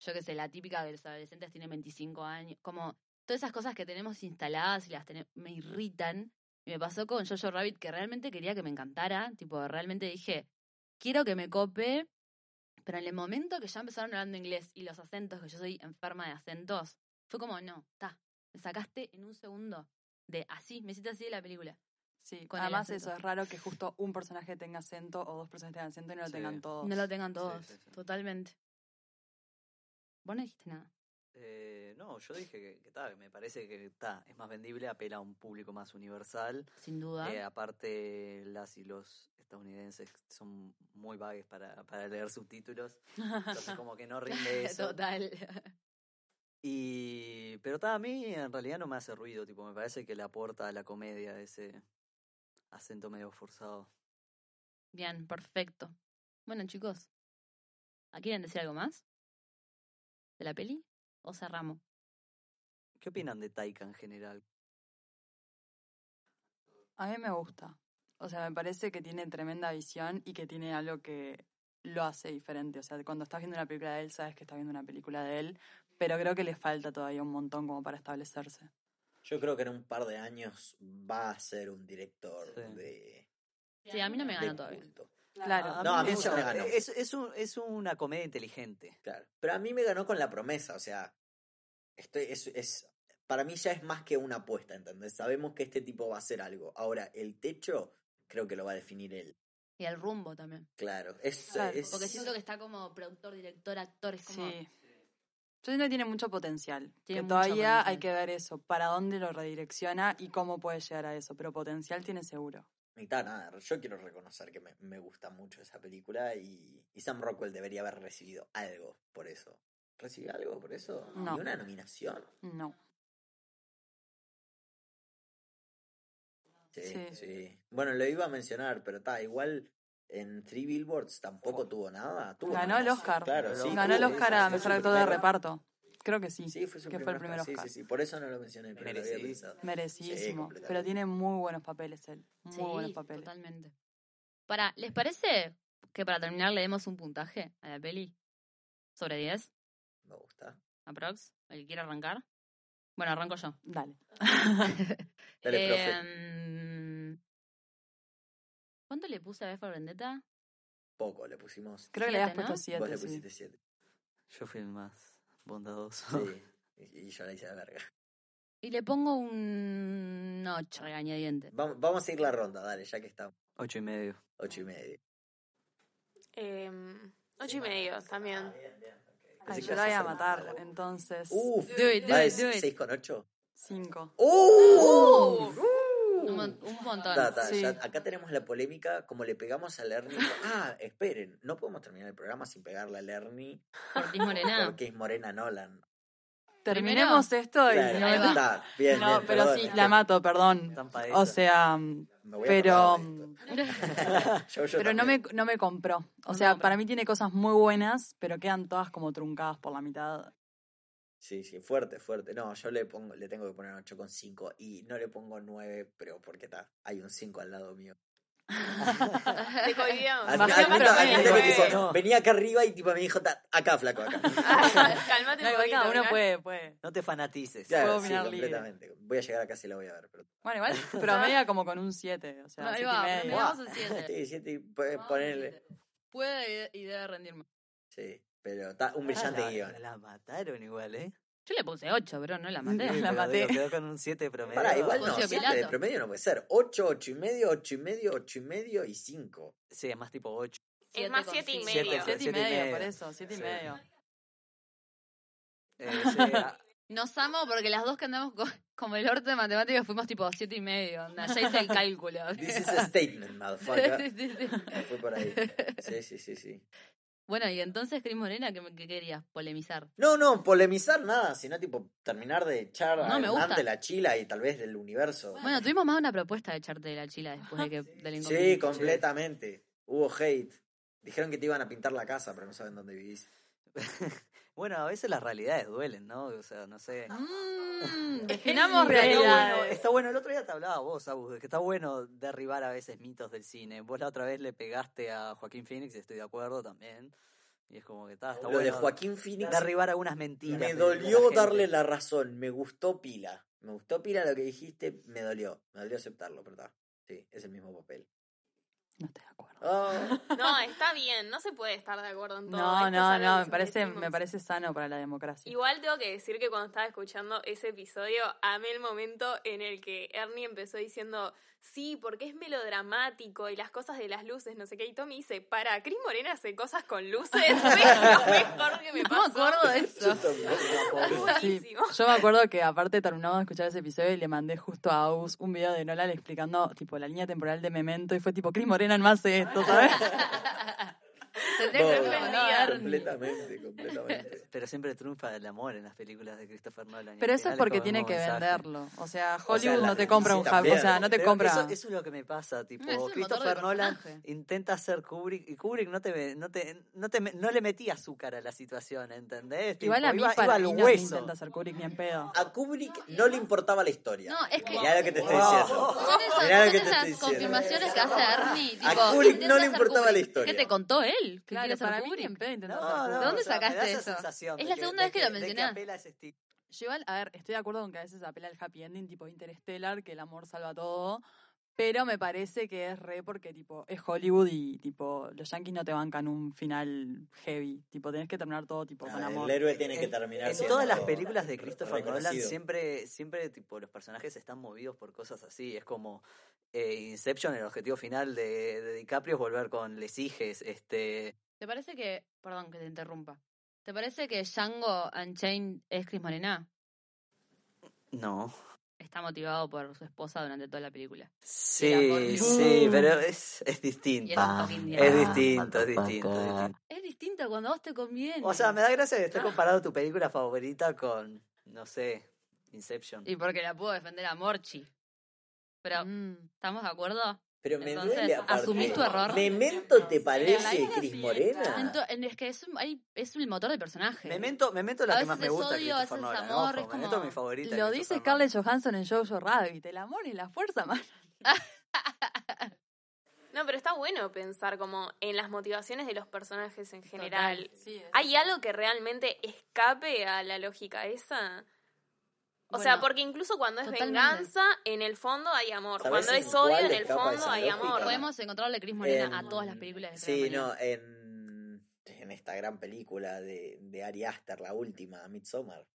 S1: yo qué sé, la típica de los adolescentes tienen 25 años, como todas esas cosas que tenemos instaladas y las tenemos, me irritan. Y me pasó con Jojo Rabbit que realmente quería que me encantara, tipo, realmente dije, quiero que me cope, pero en el momento que ya empezaron hablando inglés y los acentos, que yo soy enferma de acentos, fue como, no, ta, me sacaste en un segundo de así, me hiciste así de la película.
S5: Sí,
S1: con el
S5: además
S1: acento.
S5: eso es raro que justo un personaje tenga acento o dos personajes tengan acento y no lo
S2: Sí.
S5: tengan todos.
S1: No lo tengan
S2: Sí,
S1: todos,
S2: sí, sí.
S1: totalmente. Vos no dijiste nada.
S2: Eh, no, yo dije que, que ta, que me parece que ta, es más vendible, apela a un público más universal.
S1: Sin duda. [laughs]
S2: Eh, aparte, las y los estadounidenses son muy vagues para, para leer
S1: [laughs]
S2: subtítulos. Entonces, como que no rinde eso.
S1: Total.
S2: Y, pero ta, a mí en realidad no me hace ruido, tipo, me parece que le aporta a la comedia ese acento medio forzado.
S1: Bien, perfecto. Bueno, chicos, ¿ah, ¿quieren decir algo más? ¿De la peli? ¿O cerramos?
S2: ¿Qué opinan de Taika en general?
S5: A mí me gusta. O sea, me parece que tiene tremenda visión y que tiene algo que lo hace diferente. O sea, cuando estás viendo una película de él, sabes que estás viendo una película de él, pero creo que le falta todavía un montón como para establecerse.
S4: Yo creo que en un par de años va a ser un director
S2: Sí.
S4: de,
S1: Sí, a mí no me
S4: de
S1: ganó todavía.
S4: culto.
S5: Claro.
S2: A- a
S4: No,
S2: mí
S4: a
S2: me
S4: mí se
S2: gusta.
S4: me ganó.
S2: Es, es, un- es una comedia inteligente.
S4: Claro. Pero a mí me ganó con la promesa, o sea, estoy, es, es, para mí ya es más que una apuesta, ¿entendés? Sabemos que este tipo va a hacer algo. Ahora, el techo creo que lo va a definir él.
S1: Y el rumbo también.
S4: Claro. Es,
S5: Claro,
S4: es-
S1: Porque siento que está como productor, director, actor, es como...
S5: Sí. Yo siento que tiene mucho potencial.
S1: Tiene
S5: que
S1: mucho
S5: todavía
S1: potencial.
S5: hay que ver eso, para dónde lo redirecciona y cómo puede llegar a eso, pero potencial tiene seguro.
S4: y ta, nada, yo quiero reconocer que me, me gusta mucho esa película y, y Sam Rockwell debería haber recibido algo por eso. ¿Recibió algo por eso?
S5: No.
S4: ¿Y una nominación?
S5: No.
S4: Sí,
S5: Sí.
S4: sí. Bueno, lo iba a mencionar, pero está, igual En Three Billboards tampoco tuvo nada. Tuvo
S5: Ganó el
S4: nominaciones,
S5: Oscar.
S4: Claro, sí,
S5: Ganó el
S4: tuvo
S5: Oscar
S4: esa,
S5: a
S4: fue
S5: mejor
S4: su
S5: actor de
S4: primera-
S5: reparto. Creo que sí.
S4: Sí, fue su
S5: que fue el primer
S4: Sí,
S5: Oscar.
S4: sí, sí. Por eso no lo mencioné, pero lo había
S2: Merecidísimo.
S4: pensado. Sí,
S5: Merecidísimo.
S4: completamente.
S5: pero tiene muy buenos papeles él. Muy
S1: Sí,
S5: buenos papeles.
S1: totalmente. Para, ¿les parece que para terminar le demos un puntaje a la peli? ¿Sobre 10?
S4: Me gusta.
S1: ¿Aprox? ¿El que quiere arrancar? Bueno, arranco yo.
S5: Dale.
S4: [laughs] Dale, profe.
S1: [laughs] Em, ¿Cuánto le puse a Before Vendetta?
S4: Poco le pusimos.
S5: Creo que le habías
S1: Siete, ¿no?
S4: Vos
S5: puesto 7.
S4: le pusiste siete.
S2: Yo fui el más bondadoso.
S4: Sí. Y y yo la hice la verga.
S1: Y le pongo un 8 regañadiente.
S4: Vamos, vamos a ir la ronda, dale, ya que estamos.
S2: [laughs] Ocho y medio.
S4: Ocho y medio.
S3: Eh, ocho y medio también.
S4: Pensé que
S5: yo
S4: ibas a
S5: la voy a
S4: hacer
S5: matar.
S4: mala.
S5: Entonces,
S4: Uf,
S1: Do it, do
S4: ¿va a
S1: it,
S4: decir
S1: do it.
S4: 6 con 8?
S5: 5.
S4: ¡Uh!
S1: Un, mon- un montón.
S4: Ta, ta,
S5: Sí.
S4: ya- acá tenemos la polémica, como le pegamos a Lerny.
S3: [laughs]
S4: Ah, esperen, no podemos terminar el programa sin pegarle a Lerny
S1: Ortiz
S4: [laughs]
S1: Morena. [laughs]
S4: porque es Morena Nolan.
S5: Terminemos esto y
S4: Claro,
S5: no,
S1: ahí
S4: ahí está. Bien,
S5: no,
S4: bien,
S5: pero
S4: perdón,
S5: sí,
S4: es
S5: la
S4: que
S5: mato, perdón.
S2: Tan para
S5: O
S2: esa.
S5: sea, mm,
S4: me voy a
S5: pero, mm,
S4: acordar de esto. [laughs] Yo- yo
S5: pero no, me,
S4: también.
S5: no me compró. O
S1: No
S5: sea,
S1: me
S5: para mí tiene cosas muy buenas, pero quedan todas como truncadas por la mitad.
S4: Sí, sí, fuerte, fuerte. No, yo le pongo, le tengo que poner 8,5 y no le pongo 9, pero porque está, hay un 5 al lado mío.
S3: Te cohibíamos.
S4: Ad-
S5: Bajé
S4: admito-
S5: promedio,
S4: admito lo que
S5: güey.
S4: hice. Venía acá arriba y tipo me dijo, "Ta, acá
S1: [laughs]
S4: flaco, acá.
S3: [laughs] Calmate
S5: No,
S3: un
S5: igual
S3: poquito.
S5: cada uno
S3: ¿verdad?
S5: puede, puede.
S2: No te fanatices.
S4: Claro,
S5: Puedo
S4: sí,
S5: opinar libre.
S4: completamente. Voy a llegar acá si la voy a ver,
S1: [laughs]
S4: pero
S5: Bueno,
S4: [laughs]
S5: igual promedia como con un 7, o sea,
S1: No, ahí
S5: siete
S1: va,
S5: y medio.
S1: promedio. Vamos a siete.
S4: Sí, siete y puede
S1: Ah,
S4: ponerle.
S1: Puede y debe rendirme.
S4: Sí, pero está
S1: Ah,
S4: un brillante
S2: Ah, la,
S4: guión.
S2: La mataron igual, ¿eh?
S1: Yo le puse 8, bro, no la
S4: [laughs]
S1: maté.
S2: Sí,
S5: [laughs] La
S2: pero
S5: maté.
S2: digo, Quedó con un 7 promedio.
S4: Pará, igual no,
S1: Poncio
S4: 7 de
S1: Pilato.
S4: promedio no puede ser. 8, 8 y medio, 8 y medio, 8 y medio y 5.
S2: Sí, es más
S4: [laughs]
S2: tipo 8.
S3: Es más
S1: con
S3: siete y
S1: cinco.
S3: medio.
S2: Siete,
S5: Siete y
S2: siete y
S5: medio,
S2: medio.
S5: por eso, siete y
S2: Sí.
S5: medio.
S2: Eh, sí, a-
S1: Nos amo porque las dos que andamos co- [laughs] como el orto de matemáticas fuimos tipo 7 y medio. onda, Ya
S5: [laughs]
S1: hice el
S4: [laughs]
S1: cálculo. [laughs]
S4: This is a statement,
S1: Sí,
S4: motherfucker.
S1: sí, sí.
S4: Fue por ahí. Sí, sí, sí, sí.
S1: Bueno, y entonces, Cris Morena, ¿qué, me- qué querías? Polemizar.
S4: No, no, polemizar nada, sino tipo terminar de echar
S1: No, me gusta.
S4: adelante la chila y tal vez del universo.
S1: Bueno, tuvimos más una propuesta de echarte de la chila después
S5: [laughs]
S1: de que, del
S4: Sí,
S1: inconveniente.
S4: completamente. Hubo hate. Dijeron que te iban a pintar la casa, pero no saben dónde vivís.
S2: [laughs] bueno, a veces las realidades duelen, ¿no? O sea, no sé.
S5: Mm,
S3: [laughs]
S2: [laughs] Está
S5: definamos
S2: bueno,
S5: realidades.
S2: está bueno, el otro día te hablaba vos, Agus, de que está bueno derribar a veces mitos del cine. Vos la otra vez le pegaste a Joaquín Phoenix, estoy de acuerdo también. Y es como que está, está
S4: Lo de
S2: bueno
S4: Joaquín Phoenix
S2: derribar algunas mentiras.
S4: me
S2: de- de
S4: dolió
S2: gente.
S4: darle la razón. Me gustó pila. Me gustó pila lo que dijiste. Me dolió. Me dolió aceptarlo, pero está. Sí, es el mismo papel.
S5: No estoy de acuerdo.
S4: Ah,
S3: No, está bien, no se puede estar de acuerdo en todo. Esto
S5: No,
S3: es
S5: no,
S3: algo que
S5: no, me
S3: siempre
S5: parece,
S3: decimos.
S5: me parece sano para la democracia.
S3: Igual tengo que decir que cuando estaba escuchando ese episodio, amé el momento en el que Ernie empezó diciendo, sí, porque es melodramático y las cosas de las luces, no sé qué, y Tommy dice, para, Cris Morena hace cosas con luces, [laughs] es lo mejor que
S5: [laughs]
S3: me
S1: No me
S3: pasó.
S1: acuerdo de [laughs] eso.
S5: Sí,
S3: Buenísimo.
S5: yo me acuerdo que aparte terminamos de escuchar ese episodio y le mandé justo a Agus un video de Nolan explicando tipo la línea temporal de Memento y fue tipo, Cris Morena no hace
S2: [laughs]
S5: esto, ¿sabes?
S1: Tendría que haberlo
S4: No,
S1: mandado a Ernie.
S4: completamente, completamente.
S2: Pero siempre triunfa el amor en las películas de Christopher Nolan. y
S5: Pero
S2: al
S5: eso es
S2: final
S5: porque
S2: como
S5: tiene
S2: un
S5: que
S2: mensaje.
S5: venderlo. O sea,
S4: O sea,
S5: Hollywood
S4: la
S5: no te
S4: gente
S5: compra
S4: sí
S5: un Javi, o sea,
S4: también.
S5: no te
S2: Pero
S5: compra.
S2: Eso, eso es lo que me pasa. Tipo,
S1: No, es el motor del
S2: Christopher Nolan
S1: personaje.
S2: intenta ser Kubrick y Kubrick no te, ve- no te, no te me- no le metía azúcar a la situación, ¿entendés? Tipo,
S5: Igual a mí
S2: iba,
S5: para
S2: iba al
S5: mí no me
S2: hueso.
S5: intenta hacer Kubrick ni en pedo.
S4: A Kubrick no le importaba la historia.
S1: No, es que-
S4: Mirá lo que te estoy
S2: Wow.
S4: diciendo.
S1: Son esas,
S4: Mirá lo
S1: son
S4: que te
S1: esas
S4: estoy diciendo.
S1: confirmaciones que hace Ernie. Tipo,
S4: A Kubrick
S1: intenta
S4: no le
S1: hacer
S4: importaba la
S1: Kubrick.
S4: historia.
S1: ¿Qué te contó él? ¿Qué
S5: Claro,
S1: quiere
S5: para
S1: hacer
S5: mí ni en
S1: Kubrick?
S5: pedo intenta
S2: No,
S5: hacer
S2: no,
S5: Kubrick.
S1: ¿De dónde
S2: o sea, me da
S1: sacaste
S2: esa
S1: eso?
S2: sensación
S1: Es
S2: de
S1: la segunda
S2: de
S1: vez que lo
S2: de
S1: mencionás.
S2: apela a ese estilo.
S5: Yo igual, a ver, estoy de acuerdo con que a veces apela al happy ending tipo Interstellar, que el amor salva todo, pero me parece que es re porque tipo es Hollywood y tipo los yankees no te bancan un final heavy, tipo tenés que terminar todo tipo con
S4: Ah,
S5: amor.
S4: el héroe tiene que
S2: En-
S4: terminar
S2: En
S4: siendo
S2: todas las películas de
S4: re-
S2: Christopher Nolan
S4: reconocido.
S2: siempre, siempre tipo los personajes están movidos por cosas así. Es como eh, Inception, el objetivo final de, de DiCaprio es volver con Lesiges, este
S1: ¿Te parece que. Perdón que te interrumpa. ¿Te parece que Django Unchained es Chris Morena?
S2: no.
S1: Está motivado por su esposa durante toda la película. El amor
S2: Sí,
S1: libre.
S2: sí, pero es, es
S1: Y era un
S2: distinta.
S1: fucking
S2: Es
S1: diablo.
S2: distinto, es distinto, es distinto.
S1: Es distinto cuando a vos te conviene.
S2: O sea, me da gracia que estés comparando tu película favorita con, no sé, Inception.
S1: Y porque la puedo defender a Morchi. Pero,
S5: Mm.
S1: ¿estamos de acuerdo?
S4: Pero me
S1: Entonces,
S4: duele aparte.
S1: asumí tu error.
S4: ¿Memento te
S1: la
S4: parece
S1: vida
S4: Cris
S5: sí,
S4: Morena?
S1: Ento- en- es que es, un- hay- es el motor del personaje.
S2: Memento, Memento es la
S1: A
S2: que más me
S1: veces es
S2: gusta. de
S1: odio, a
S2: Christopher
S1: veces es
S2: Nolan, ojo,
S1: amor, es como-
S2: Memento es mi favorita. de
S5: Lo
S2: Christopher
S5: dice
S2: Nolan.
S5: Scarlett Johansson en Jojo Rabbit. El amor y la fuerza, man.
S3: No, pero está bueno pensar como en las motivaciones de los personajes en general.
S5: Sí, es.
S3: ¿Hay algo que realmente escape a la lógica esa? O sea,
S1: Bueno,
S3: porque incluso cuando es
S1: totalmente.
S3: venganza, en el fondo hay amor.
S4: ¿Sabés
S3: Cuando
S4: en
S3: es odio,
S4: cuál
S3: en el
S4: escapa
S3: fondo
S4: esa
S3: hay
S4: lógica?
S3: amor.
S1: Podemos encontrarle Cris Morena a
S4: En-
S1: todas las películas de
S4: Em, Sí,
S1: Cris Morena.
S4: no, en, en esta gran película de, de Ari Aster, la última, Midsommar.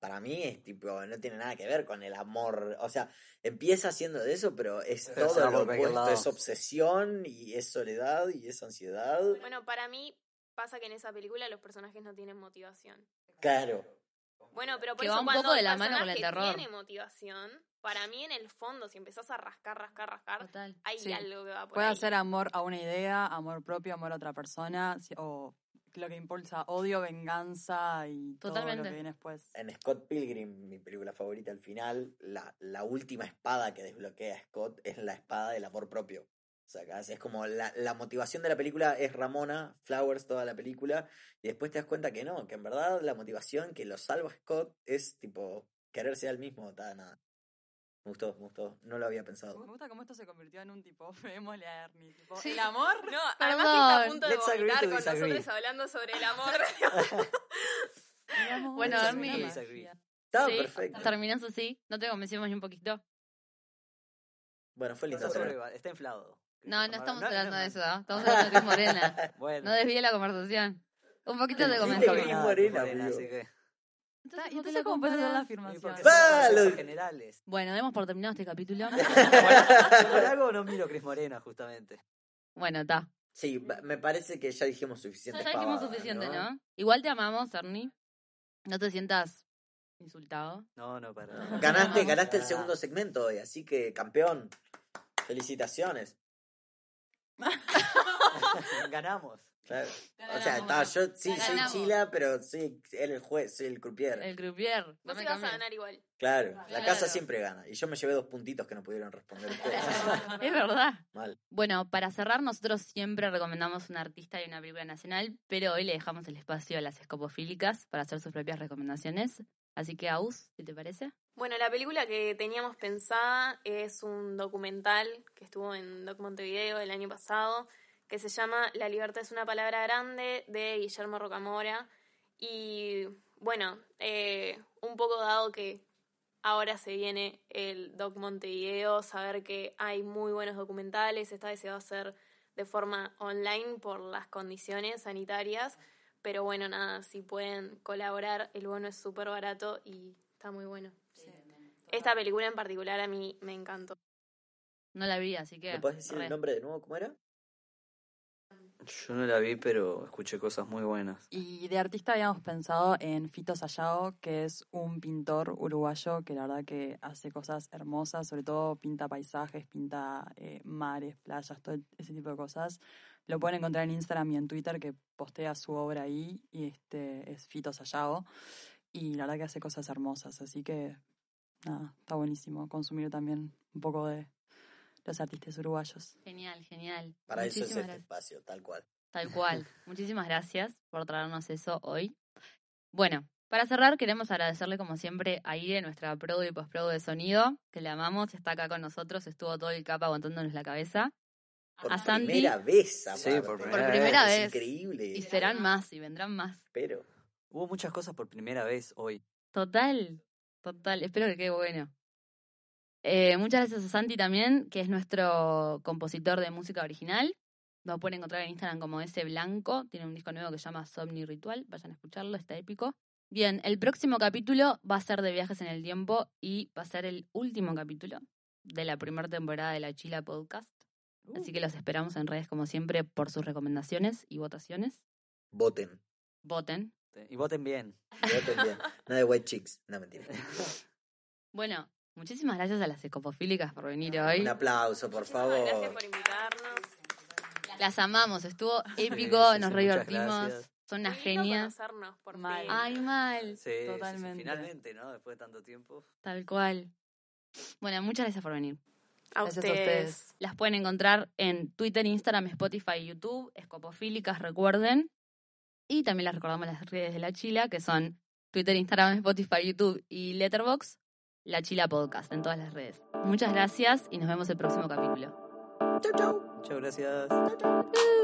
S4: Para mí es tipo, no tiene nada que ver con el amor. O sea, empieza haciendo de eso, pero es
S2: Pero se
S4: todo
S2: va
S4: lo
S2: por cualquier
S4: opuesto.
S2: lado.
S4: Es obsesión y es soledad y es ansiedad.
S3: Bueno, para mí pasa que en esa película los personajes no tienen motivación.
S4: Claro.
S3: Bueno, pero por
S1: Que
S3: eso
S1: va un
S3: cuando
S1: poco de
S3: el
S1: la mano con el
S3: personaje
S1: terror.
S3: tiene motivación, para mí en el fondo, si empezás a rascar, rascar, rascar,
S1: Total.
S3: hay
S5: Sí.
S3: algo que va por
S5: Puede
S3: ahí.
S5: ser amor a una idea, amor propio, amor a otra persona, si- o lo que impulsa odio, venganza y todo
S1: Totalmente.
S5: lo que viene después.
S4: En Scott Pilgrim, mi película favorita al final, la, la última espada que desbloquea Scott es la espada del amor propio. O sea, cada- es como la, la motivación de la película es Ramona, Flowers, toda la película, y después te das cuenta que no, que en verdad la motivación que lo salva Scott es tipo quererse al mismo, ta, nada. Me gustó, me gustó, no lo había
S5: Me
S4: pensado.
S5: gusta cómo esto se convirtió en un tipo, [laughs] démosle a Ernie. tipo,
S1: Sí.
S5: El amor.
S3: No, además que está a
S1: Perdón.
S3: punto de
S4: Let's agree
S3: vomitar
S4: to
S3: con
S4: disagree.
S3: nosotros hablando sobre
S1: [laughs]
S3: el amor.
S5: el amor
S1: Bueno,
S5: es
S1: Ernie-
S5: una
S2: Disagree.
S5: magia.
S4: Estaba
S1: Sí,
S4: Ah, perfecto.
S1: terminás así. No te convencimos ni un poquito.
S4: Bueno, fue lindo.
S2: Está,
S4: hacer-
S2: sobreval- está inflado.
S1: No, no estamos
S2: No, no,
S1: hablando
S2: no.
S1: de eso. ¿ah?
S4: [laughs]
S1: Estamos hablando de Cris Morena. [laughs]
S2: Bueno.
S1: No desvíe la conversación. Un poquito te
S4: Sí,
S1: convencí.
S4: te vi.
S1: Entonces,
S2: nada,
S4: Morena,
S2: Morena,
S4: amigo.
S2: así que-
S5: Está-
S1: ¿por
S5: Ah, ¿Y
S1: qué
S5: tú
S1: lo
S5: cómo puedes hacer la
S1: comparás?
S2: ¿Y
S5: afirmación?
S2: por qué
S4: Va,
S2: son
S4: lo-
S2: cosas [laughs] generales?
S1: Bueno, demos por terminado este [laughs] capítulo.
S2: Por algo no miro Cris Morena, justamente.
S1: Bueno, está.
S4: Sí, ba- me parece que ya dijimos suficiente.
S1: Ya dijimos
S4: pavada,
S1: suficiente, ¿no? Igual te amamos, Ernie. No te sientas insultado.
S2: No, no, para. nada.
S1: [laughs]
S4: Ganaste, ganaste el segundo segmento hoy, así que campeón. Felicitaciones.
S2: Ganamos.
S4: Claro. O sea, está, yo sí
S1: Te
S4: soy
S1: ganamos.
S4: chila, pero soy él el juez, soy el croupier.
S1: El croupier. No
S3: Vos
S1: me
S3: ibas a
S1: cambies.
S3: ganar igual.
S4: Claro, la
S1: Claro.
S4: casa siempre gana. Y yo me llevé dos puntitos que no pudieron responder ustedes.
S1: Es verdad.
S4: Mal.
S1: Bueno, para cerrar, nosotros siempre recomendamos un artista y una película nacional, pero hoy le dejamos el espacio a las escopofílicas para hacer sus propias recomendaciones. Así que, Aus, si te parece?
S3: Bueno, la película que teníamos pensada es un documental que estuvo en Doc Montevideo el año pasado, que se llama La libertad es una palabra grande, de Guillermo Rocamora. Y bueno, eh, un poco dado que ahora se viene el Doc Montevideo, saber que hay muy buenos documentales, esta vez se va a hacer de forma online por las condiciones sanitarias, pero bueno, nada, si pueden colaborar, el bono es súper barato y está muy bueno. Esta película en particular a mí me encantó.
S1: No la vi, así que.
S4: ¿Me [laughs] puedes decir
S1: re.
S4: el nombre de nuevo cómo era?
S2: Yo no la vi, pero escuché cosas muy buenas.
S5: Y de artista habíamos pensado en Fito Sayao, que es un pintor uruguayo que la verdad que hace cosas hermosas, sobre todo pinta paisajes, pinta eh, mares, playas, todo ese tipo de cosas. Lo pueden encontrar en Instagram y en Twitter, que postea su obra ahí, y este es Fito Sayao. Y la verdad que hace cosas hermosas, así que nada, está buenísimo consumir también un poco de los artistas uruguayos.
S1: Genial, genial.
S4: Para
S1: Muchísimas
S4: eso es este
S1: gracias.
S4: espacio, tal cual.
S1: Tal
S4: [laughs]
S1: cual. Muchísimas gracias por traernos eso hoy. Bueno, para cerrar, queremos agradecerle, como siempre, a Ire, nuestra pro y postpro de sonido, que la amamos, está acá con nosotros, estuvo todo el capa aguantándonos la cabeza.
S4: Por
S1: A Santi.
S4: primera vez,
S2: Sí,
S4: aparte.
S2: por
S1: primera Por primera vez.
S4: Es increíble.
S1: Y serán más, y vendrán más.
S4: Pero
S2: Hubo muchas cosas por primera vez hoy.
S1: Total, total. Espero que quede bueno. Eh, muchas gracias a Santi también, que es nuestro compositor de música original. Lo pueden encontrar en Instagram como ese blanco. Tiene un disco nuevo que se llama Somni Ritual. Vayan a escucharlo, está épico. Bien, el próximo capítulo va a ser de viajes en el tiempo y va a ser el último capítulo de la primera temporada de la Chila Podcast. Así que los esperamos en redes como siempre por sus recomendaciones y votaciones.
S4: voten.
S1: Voten,
S2: Y voten bien.
S4: Voten bien. No de White Chicks. No,
S1: [laughs]
S4: mentira.
S1: Bueno, muchísimas gracias a las escopofílicas por venir hoy.
S4: Un aplauso, por
S3: Muchísimas
S4: favor.
S3: Gracias por invitarnos.
S1: Las amamos, estuvo épico, nos
S2: sí, sí, muchas
S1: re divertimos.
S2: gracias.
S1: Son unas
S3: Muy lindo
S1: genias.
S3: conocernos por
S5: Mal.
S3: fin.
S1: Ay, mal,
S2: Sí, sí, sí,
S5: Totalmente.
S2: finalmente, ¿no? Después de tanto tiempo.
S1: tal cual. Bueno, muchas gracias por venir.
S3: A
S5: Gracias a
S3: ustedes.
S5: ustedes.
S1: Las pueden encontrar en Twitter, Instagram, Spotify, YouTube, Escopofílicas, recuerden. Y también les recordamos las redes de La Chila, que son Twitter, Instagram, Spotify, YouTube y Letterboxd, La Chila Podcast, en todas las redes. Muchas gracias y nos vemos el próximo capítulo.
S4: Chau, chau.
S2: Muchas gracias.
S1: ¡Uh!